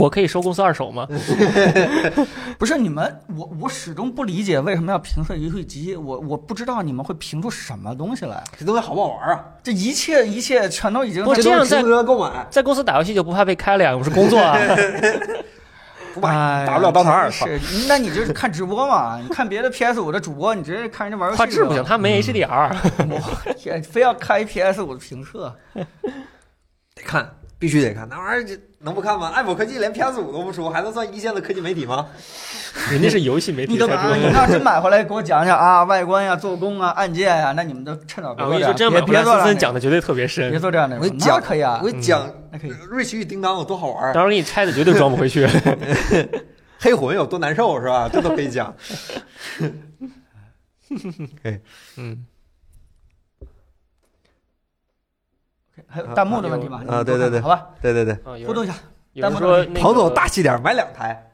Speaker 3: 我可以收公司二手吗？
Speaker 2: 不是你们，我我始终不理解为什么要评测游戏机，我我不知道你们会评出什么东西来，
Speaker 1: 这东西好不好玩啊？
Speaker 2: 这一切一切全都已经
Speaker 3: 不是
Speaker 1: 这
Speaker 3: 这样
Speaker 1: 东西值
Speaker 3: 在
Speaker 1: 不值得购买？
Speaker 3: 在公司打游戏就不怕被开了呀？我是工作啊。
Speaker 1: 不
Speaker 2: 哎
Speaker 1: 买，
Speaker 2: 呀
Speaker 1: 打不了刀塔二。操
Speaker 2: 真是，那你就是看直播嘛？你看别的 PS 五的主播，你直接看人家玩游戏
Speaker 3: 画质不行，
Speaker 2: 吧，
Speaker 3: 它没 HDR。
Speaker 2: 我天，非要开 PS 五的评测，
Speaker 1: 得看，必须得看，那玩意儿这能不看吗？爱博科技连 PS 五都不出，还能算一线的科技媒体吗？
Speaker 3: [laughs] 人家是游戏媒
Speaker 2: 你
Speaker 3: 体
Speaker 2: 都
Speaker 3: 才
Speaker 2: 你
Speaker 3: 出的。
Speaker 2: 要真买回来给我讲讲啊，外观呀、做工啊、按键呀，那你们都趁早给
Speaker 3: 啊，我跟你
Speaker 2: 点儿，
Speaker 3: 说，真
Speaker 2: 别
Speaker 3: 买回来
Speaker 2: 别做
Speaker 3: 森
Speaker 2: 这
Speaker 3: 森
Speaker 2: 样
Speaker 3: 讲的绝对特别
Speaker 2: 别
Speaker 3: 深，
Speaker 2: 做这样的，
Speaker 1: 我
Speaker 2: 那
Speaker 1: 给你讲
Speaker 2: 可以啊
Speaker 1: 我，给你讲，
Speaker 2: 那可以。
Speaker 1: 瑞奇与叮当有多好玩
Speaker 3: 到
Speaker 1: 儿
Speaker 3: 时，候给你拆的绝对装不回去。
Speaker 1: 黑魂有多难受是吧？这都可以
Speaker 3: [laughs]
Speaker 1: 讲。
Speaker 3: 嗯，
Speaker 2: 还有弹幕的问题吧？
Speaker 1: 啊对对对
Speaker 2: 好吧，
Speaker 1: 对对对，
Speaker 3: 啊，有
Speaker 2: 互动一下。
Speaker 3: 有人说那个
Speaker 1: 彭总大气点，买两台。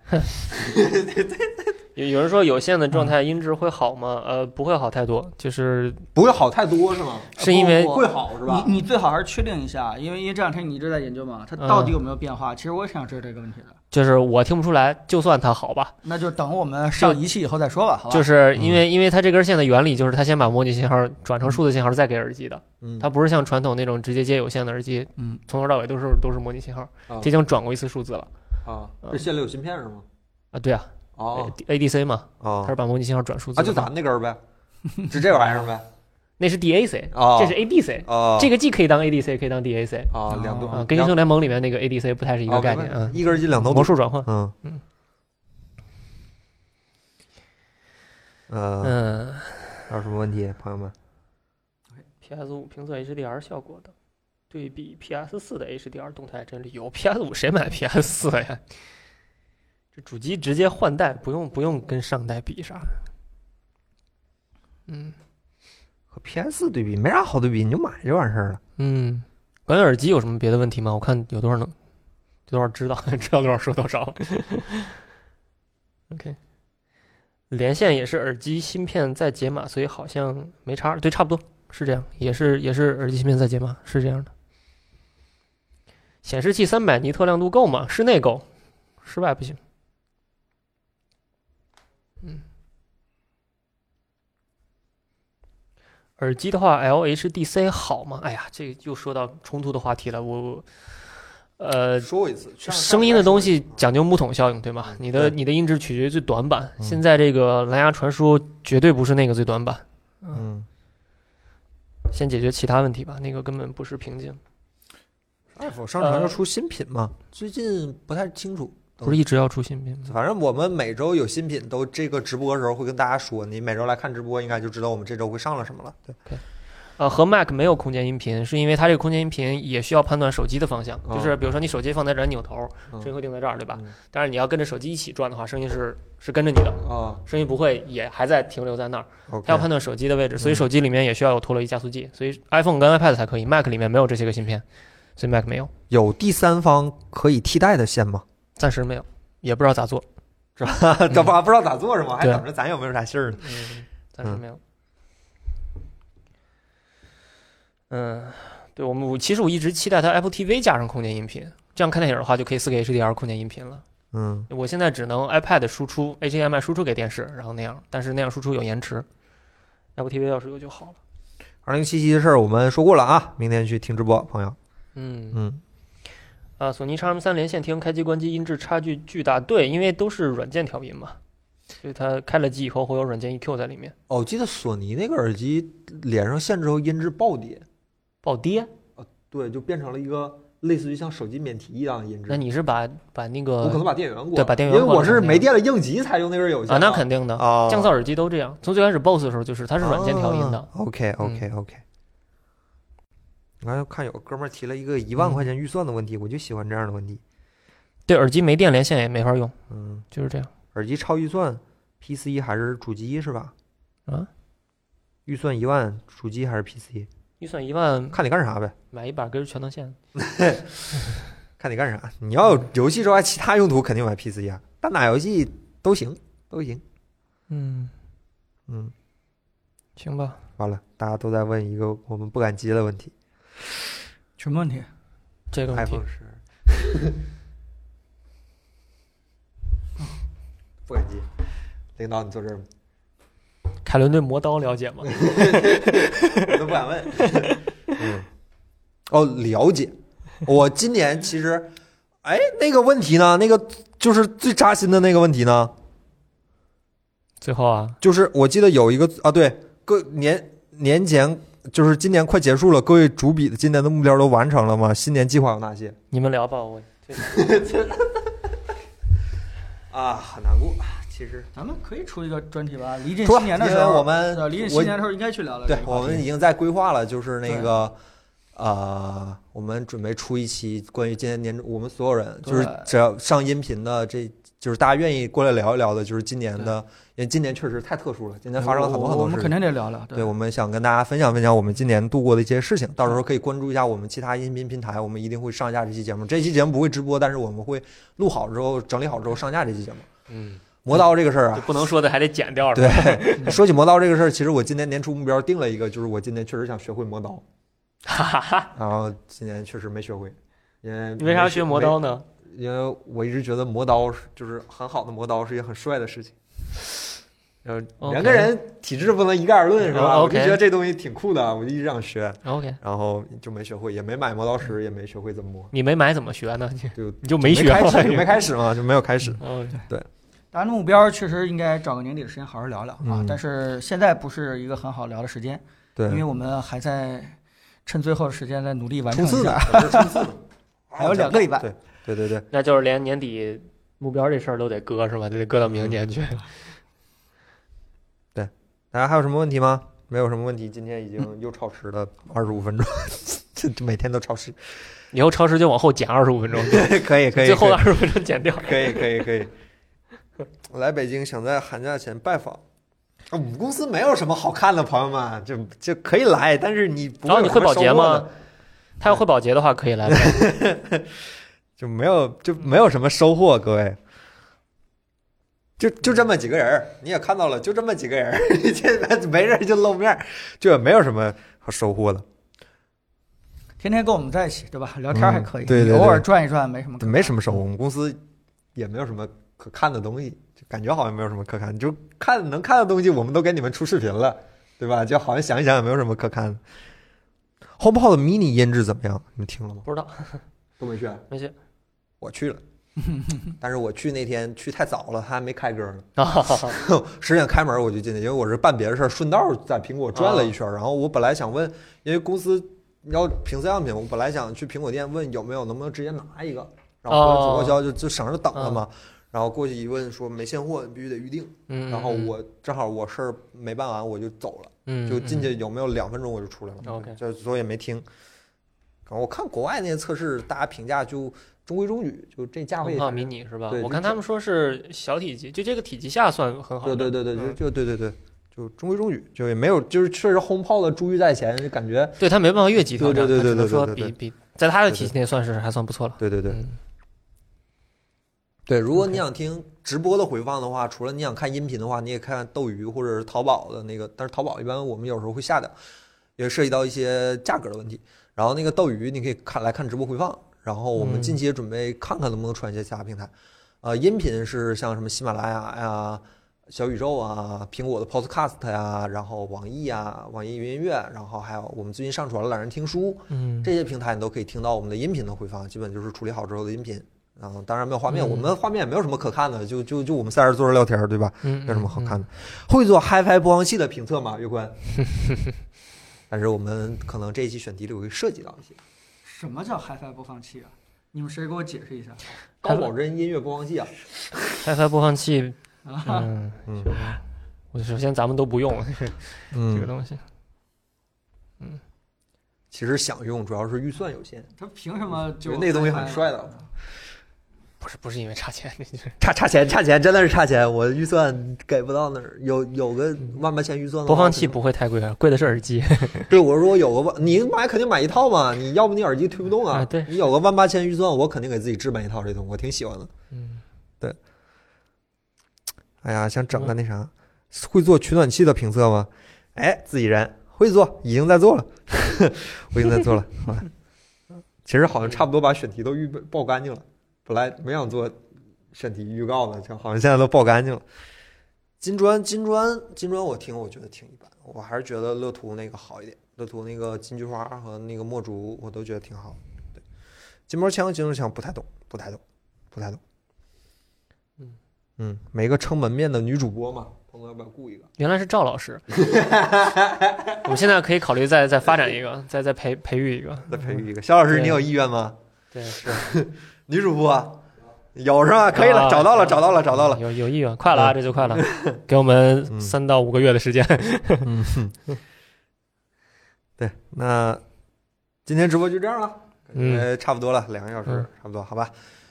Speaker 3: 有有人说有线的状态音质会好吗？呃，不会好太多，就是
Speaker 1: 不会好太多是吗？
Speaker 3: 是因为
Speaker 2: 不
Speaker 1: 会好是吧？
Speaker 2: 你你最好还是确定一下，因为因为这两天你一直在研究嘛，它到
Speaker 1: 嗯
Speaker 2: 底有没有变化？其实我也想知道这个问题的，
Speaker 3: 就是我听不出来，就算它好吧，那
Speaker 2: 那就等我们上一期以后再说吧，好吧？
Speaker 3: 就是是因
Speaker 1: 嗯
Speaker 3: 为因为它这根线的原理就是它先把模拟信号转成数字信号再给耳机的，
Speaker 1: 嗯
Speaker 3: 它不是像传统那种直接接有线的耳机，
Speaker 2: 嗯，
Speaker 3: 从头到尾都是都是模拟信号，
Speaker 1: 啊
Speaker 3: 这已经转过一次数字了
Speaker 1: 啊，这线里有芯片是吗？
Speaker 3: 啊，对啊
Speaker 1: 哦
Speaker 3: ，ADC 嘛，它
Speaker 1: 哦
Speaker 3: 是把模拟信号转数字
Speaker 1: 啊，
Speaker 3: 的
Speaker 1: 就
Speaker 3: 嘛
Speaker 1: 咱那根儿
Speaker 3: [laughs]
Speaker 1: 呗，就这玩意儿呗。
Speaker 3: 那是 DAC，
Speaker 1: 哦
Speaker 3: 这是 ADC，
Speaker 1: 哦，
Speaker 3: 这个既可以当 ADC，也可以当 DAC
Speaker 1: 啊，两
Speaker 2: 哦
Speaker 1: 段
Speaker 3: 啊，跟英
Speaker 1: 两
Speaker 3: 雄联盟里面那个 ADC 不太是一个
Speaker 1: 哦
Speaker 3: 概
Speaker 1: 明
Speaker 3: 念
Speaker 1: 白
Speaker 3: 啊，
Speaker 1: 一根筋两头
Speaker 3: 魔术转换，
Speaker 1: 嗯
Speaker 3: 嗯
Speaker 1: 呃，
Speaker 3: 嗯
Speaker 1: 还有什么问题，朋友们？
Speaker 3: ，PS 五评测 HDR 效果的，对比 PS 四的 HDR 动态帧理由，PS 五谁买 [laughs] PS 四呀？这主机直接换代，不用不用跟上代比啥。嗯
Speaker 1: 和 PS 四对比没啥好对比，你就买就完事儿了。
Speaker 3: 嗯，关于耳机有什么别的问题吗？我看有多少能，有多少知道， [laughs] 知道多少说多少。OK，连线也是耳机芯片在解码，所以好像没差，对，差不多是这样，也是也是耳机芯片在解码，是这样的。显示器三百尼特亮度够吗？室内够，室外不行。嗯，耳机的话，LHDC 好吗？哎呀，这个又说到冲突的话题了。我，我呃，
Speaker 1: 说过一次，上
Speaker 3: 声音的东西
Speaker 1: 上
Speaker 3: 讲究木桶效应，对吗？你的
Speaker 1: 嗯对
Speaker 3: 你的音质取决于最短板。
Speaker 1: 嗯
Speaker 3: 现在这个蓝牙传输绝对不是那个最短板，
Speaker 1: 上嗯，
Speaker 3: 先解决其他问题吧，那个根本不是
Speaker 1: 嗯
Speaker 3: 瓶颈。呃
Speaker 1: iPhone 上传要出新品嘛？最近不太清楚，
Speaker 3: 不是一直要出新品吗？
Speaker 1: 反正我们每周有新品都这个直播的时候会跟大家说，你每周来看直播应该就知道我们这周会上了什么了。对，
Speaker 3: 呃，和 Mac 没有空间音频，是因为它这个空间音频也需要判断手机的方向，就是比如说你手机放在这儿，扭头
Speaker 1: 嗯
Speaker 3: 声音会定在这儿，对吧
Speaker 1: 嗯？
Speaker 3: 但是你要跟着手机一起转的话，声音是是跟着你的，
Speaker 1: 啊
Speaker 3: 声音不会也还在停留在那儿。
Speaker 1: ，OK，
Speaker 3: 它要判断手机的位置，所以
Speaker 1: 嗯
Speaker 3: 手机里面也需要有陀螺仪加速器，所以 iPhone 跟 iPad 才可以，Mac 里面没有这些个芯片，所以 Mac 没有，
Speaker 1: 有第三方可以替代的线
Speaker 3: [laughs]
Speaker 1: 吗？
Speaker 3: 暂时没有，也不知道咋做，
Speaker 1: 是吧？这不不知道咋做是吗？还
Speaker 3: 对
Speaker 1: 等着咱有没有啥信儿呢？
Speaker 3: 嗯，暂时没有。嗯，对我们我其实我一直期待它 Apple TV 加上空间音频，这样看电影的话就可以 4K HDR 空间音频了。
Speaker 1: 嗯
Speaker 3: 我现在只能 iPad 输出 HDMI 输出给电视，然后那样，但是那样输出有延迟。Apple TV 要是有就好了。
Speaker 1: 二零七七的事儿我们说过了啊，明天去听直播，朋友。
Speaker 3: 嗯
Speaker 1: 嗯，
Speaker 3: 啊，索尼 x M 三连线听开机关机音质差距巨大，对，因为都是软件调音嘛，所以它开了机以后会有软件 EQ 在里面。
Speaker 1: 哦，我记得索尼那个耳机连上线之后音质暴跌，
Speaker 3: 暴跌？
Speaker 1: 对，就变成了一个类似于像手机免提一样的音质
Speaker 3: 那。你是把把那个
Speaker 1: 我可能把电源关了，
Speaker 3: 对把电源
Speaker 1: 因为
Speaker 3: 关
Speaker 1: 我
Speaker 3: 了可
Speaker 1: 是
Speaker 3: 能
Speaker 1: 没电了应急才用那根有线
Speaker 3: 啊，那肯定的，
Speaker 1: 啊，
Speaker 3: 降噪耳机都这样。从最开始 BOSS 的时候就是它是软件调音的，
Speaker 1: 哦
Speaker 3: 嗯
Speaker 1: OK OK OK。我刚才看有个哥们儿提了一个一万块
Speaker 3: 嗯
Speaker 1: 钱预算的问题，我就喜欢这样的问题。
Speaker 3: 对，耳机没电连线也没法用，
Speaker 1: 嗯，
Speaker 3: 就是这样。
Speaker 1: 耳机超预算，PC 还是主机是吧？
Speaker 3: 啊，
Speaker 1: 预算一万，主机还是 PC？
Speaker 3: 预算一万
Speaker 1: 看你干啥呗，
Speaker 3: 买一把根儿全能线，
Speaker 1: 看你干啥。你要有游戏之外其他用途，肯定买 PC 啊。单打游戏都行，都行。
Speaker 3: 嗯，
Speaker 1: 嗯，
Speaker 3: 行吧。
Speaker 1: 完了，大家都在问一个我们不敢接的问题。
Speaker 2: 什么问题？
Speaker 3: 这个问题
Speaker 1: iPhone 十， [laughs] 不敢接。领导，你坐这儿吗？
Speaker 3: 凯伦对磨刀了
Speaker 1: [laughs]
Speaker 3: 解吗？
Speaker 1: 我都不敢问。 [laughs] 嗯，哦，了解。我今年其实，哎，那个问题呢？那个就是最扎心的那个问题呢，
Speaker 3: 最后啊，
Speaker 1: 就是我记得有一个啊，对，各年年前就是今年快结束了，各位主笔的今年的目标都完成了吗？新年计划有哪些？
Speaker 3: 你们聊吧， [laughs] 我
Speaker 1: 啊，很难过，其实。
Speaker 2: 咱们可以出一个专题吧。临近
Speaker 1: 出吧
Speaker 2: 新年的
Speaker 1: 因
Speaker 2: 时
Speaker 1: 为
Speaker 2: 候，呃
Speaker 1: 我们
Speaker 2: 对临近
Speaker 1: 我
Speaker 2: 新年的时候应该去聊聊这
Speaker 1: 对
Speaker 2: 个，话
Speaker 1: 我
Speaker 2: 题。
Speaker 1: 们已经在规划了，就是那个，呃，我们准备出一期关于今年年，我们所有人就是
Speaker 2: 对
Speaker 1: 只要上音频的，这就是大家愿意过来聊一聊的，就是今年的，因为今年确实太特殊了，今年发生了很多很
Speaker 2: 我我
Speaker 1: 多
Speaker 2: 们
Speaker 1: 事
Speaker 2: 肯
Speaker 1: 情。
Speaker 2: 定得聊聊。
Speaker 1: 对，我们想跟大家分享分享我们今年度过的一些事情，到
Speaker 3: 嗯
Speaker 1: 时候可以关注一下我们其他音频平台，我们一定会上架这期节目。这期节目不会直播，但是我们会录好之后整理好之后上架这期节目。
Speaker 3: 嗯，
Speaker 1: 磨刀这个事儿啊
Speaker 3: 就，不能说的还得
Speaker 1: [laughs]
Speaker 3: 剪掉了。
Speaker 1: 对，说起磨刀这个事儿，其实我今年年初目标定了一个，就是我今年确实想学会磨
Speaker 3: [laughs]
Speaker 1: 刀，然后今年确实没学会，因为
Speaker 3: 你为啥要学磨刀
Speaker 1: 呢？
Speaker 3: 呢？
Speaker 1: 因为我一直觉得磨刀是就是很好的磨刀是一件很帅的事情。呃，
Speaker 3: OK
Speaker 1: 人跟人体质不能一概而论，是吧？
Speaker 3: 哦
Speaker 1: 我就
Speaker 3: ，OK
Speaker 1: 觉得这东西挺酷的，我就一直想学，
Speaker 3: OK，
Speaker 1: 然后就没学会，也没买磨刀石，也没学会怎么磨，
Speaker 3: 你没买怎么学呢？你
Speaker 1: 就
Speaker 3: 你就没学
Speaker 1: 开始，就
Speaker 3: 了。
Speaker 1: 没开始嘛，就没有开始。
Speaker 3: 哦，
Speaker 2: 大家的目标确实应该找个年底的时间好好聊聊啊
Speaker 1: 嗯，
Speaker 2: 但是现在不是一个很好聊的时间，
Speaker 1: 对，
Speaker 2: 因为我们还在趁最后的时间再努力完成
Speaker 1: 冲刺
Speaker 2: 一
Speaker 1: 的
Speaker 2: 下，，
Speaker 1: 我们是冲刺的，
Speaker 2: 还有两个礼拜。
Speaker 1: 对对对对，
Speaker 3: [laughs] 那就是连年底目标这事儿都得搁是吧？都得搁到明年去。
Speaker 1: 大家还有什么问题吗？没有什么问题，今天已经又超时了二十五分钟。 [laughs] 这这每天都超时，
Speaker 3: 以后超时就往后减二十五分钟，
Speaker 1: 可以 [laughs] 可以，
Speaker 3: 最后二十分钟
Speaker 1: [laughs]
Speaker 3: 减掉。
Speaker 1: 可以可以可以。来北京想在寒假前拜访，啊我们公司没有什么好看的，朋友们，就就可以来，但是你不
Speaker 3: 然哦后你
Speaker 1: 有什
Speaker 3: 会
Speaker 1: 么
Speaker 3: 保洁
Speaker 1: 收获
Speaker 3: 吗
Speaker 1: 的？？
Speaker 3: 他要会保洁的话，可以来。
Speaker 1: [laughs] 就没有就没有什么收获，各位。就就这么几个人儿，你也看到了，就这么几个人儿， [laughs] 这没人就露面儿，就也没有什么好收获的，
Speaker 2: 天天跟我们在一起，对吧？聊天还可以，
Speaker 1: 嗯对对对
Speaker 2: 偶尔转一转没什么。
Speaker 1: 没什么
Speaker 3: 嗯
Speaker 1: 收获。我们公司也没有什么可看的东西，就感觉好像没有什么可看，就看能看的东西我们都给你们出视频了，对吧？就好像想一想也没有什么可看的。HomePod mini 音质怎么样？你们听了吗？
Speaker 3: 不知道，
Speaker 1: 都没去、啊，
Speaker 3: 没事
Speaker 1: 我去了，但是我去那天去太早了，他还没开歌呢。
Speaker 3: 啊。
Speaker 1: [laughs] 十点开门我就进去，因为我是办别的事儿，顺道在苹果转了一圈
Speaker 3: 啊
Speaker 1: 儿。然后我本来想问，因为公司要评测样品，我本来想去苹果店问有没有，能不能直接拿一个，然后或者
Speaker 3: 哦
Speaker 1: 走过销就就省着等了嘛。然后过去一问说没现货，你必须得预定。[laughs]
Speaker 3: 嗯，
Speaker 1: 然后我正好我事儿没办完，我就走了，
Speaker 3: 嗯
Speaker 1: 就进。
Speaker 3: 嗯哦
Speaker 1: 去有没有两分钟我就出来了，
Speaker 3: OK
Speaker 1: 就所以也没听。然后我看国外那些测试，大家评价就中规中矩，就这价位。
Speaker 3: 啊，迷你是吧
Speaker 1: 对？
Speaker 3: 我
Speaker 1: 就
Speaker 3: 看
Speaker 1: 这
Speaker 3: 他们说是小体积，就这个体积下算很好
Speaker 1: 对
Speaker 3: 的。
Speaker 1: 对对对，就
Speaker 3: 嗯
Speaker 1: 就对对对，就中规中矩，就也没有，就是确实轰炮的珠玉在前，就感觉
Speaker 3: 对，它没办法越级调
Speaker 1: 对
Speaker 3: 整，
Speaker 1: 对对
Speaker 3: 它
Speaker 1: 对
Speaker 3: 只能
Speaker 1: 对
Speaker 3: 说
Speaker 1: 对
Speaker 3: 比
Speaker 1: 对
Speaker 3: 比在它的
Speaker 1: 对
Speaker 3: 体
Speaker 1: 对
Speaker 3: 系内算是还算不错了。
Speaker 1: 对对对
Speaker 3: 嗯
Speaker 1: 对。如果
Speaker 3: OK
Speaker 1: 你想听直播的回放的话，除了你想看音频的话，你也看斗鱼或者是淘宝的那个，但是淘宝一般我们有时候会下掉，也涉及到一些价格的问题。然后那个斗鱼你可以看来看直播回放，然后我们
Speaker 3: 嗯
Speaker 1: 近期也准备看看能不能传一些其他平台。呃，音频是像什么喜马拉雅呀、小宇宙啊、苹果的 Podcast 呀、然后网易啊、网易云音乐，然后还有我们最近上传了懒人听书，
Speaker 3: 嗯，
Speaker 1: 这些平台你都可以听到我们的音频的回放，基本就是处理好之后的音频。然后当然没有画面，
Speaker 3: 嗯
Speaker 1: 我们画面也没有什么可看的，就就就我们仨人坐着聊天儿，对吧？
Speaker 3: 没
Speaker 1: 没有什么好看的。 [laughs] 会做 HiFi 播放器的评测吗，月 [laughs] 坤？但是我们可能这一期选题里会涉及到一些
Speaker 2: 什么叫 HiFi 播放器啊？你们谁给我解释一下？
Speaker 1: 高保真音乐播放器 [laughs] 啊，
Speaker 3: HiFi 播放器，
Speaker 2: 啊，
Speaker 3: 嗯，
Speaker 1: 嗯
Speaker 3: 我首先咱们都不用这个
Speaker 1: 嗯，
Speaker 3: 东西，
Speaker 1: 其实想用主要是预算有限，
Speaker 2: 他凭什么就
Speaker 1: 那东西很
Speaker 2: HiFi
Speaker 1: 帅的
Speaker 3: 不是不是因为
Speaker 1: [laughs]
Speaker 3: 差钱，就是
Speaker 1: [laughs] 差差钱差钱真的是差钱，我预算给不到那儿，有有个万八千预算的话
Speaker 3: 播放器
Speaker 1: 可能
Speaker 3: 不会太贵啊，贵的是耳机。
Speaker 1: 对，我说我有个万，你买肯定买一套嘛，你要不你耳机推不动啊。
Speaker 3: 啊对
Speaker 1: 你有个万八千预算，我肯定给自己置办一套这东西，我挺喜欢的。
Speaker 3: 嗯，
Speaker 1: 哎呀，想整个那啥，会做取暖器的评测吗？哎，自己人会做，已经在做了， [laughs] 我已经在做了。好吧，其实好像差不多把选题都预备报干净了，本来没想做选题预告的，就好像现在都报干净了。金砖，金砖，金砖，我听我觉得挺一般，我还是觉得乐图那个好一点。乐图那个金菊花和那个墨竹，我都觉得挺好。对，金毛枪、金手枪不太懂，不太懂，不太懂。
Speaker 3: 嗯
Speaker 1: 嗯，每个撑门面的女主播嘛，鹏哥要不要雇一个？
Speaker 3: 原来是赵老师， [laughs] 我们现在可以考虑再再发展一个，再再培培育一个。
Speaker 1: 再培育一个。肖老师，
Speaker 3: 对
Speaker 1: 你有意愿吗？
Speaker 3: 对，是
Speaker 1: 女主播有是吧？可以了，
Speaker 3: 啊
Speaker 1: 找到了，找到了，找到了。
Speaker 3: 有有意愿，快了啊，这就快了，给我们
Speaker 1: 嗯
Speaker 3: 三到五个月的时间。
Speaker 1: 对，那今天直播就这样了，
Speaker 3: 嗯
Speaker 1: 呃，差不多了，两个小时、
Speaker 3: 嗯
Speaker 1: 差不多，好吧。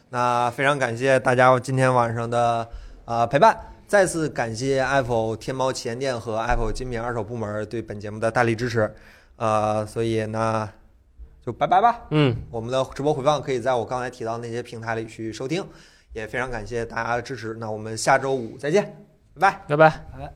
Speaker 1: 那非常感谢大家今天晚上的呃陪伴，再次感谢 Apple 天猫旗舰店和 Apple 精品二手部门对本节目的大力支持，呃，所以呢就拜拜吧。
Speaker 3: 嗯，
Speaker 1: 我们的直播回放可以在我刚才提到那些平台里去收听，也非常感谢大家的支持。那我们下周五再见，拜拜。
Speaker 3: 拜拜。
Speaker 2: 好嘞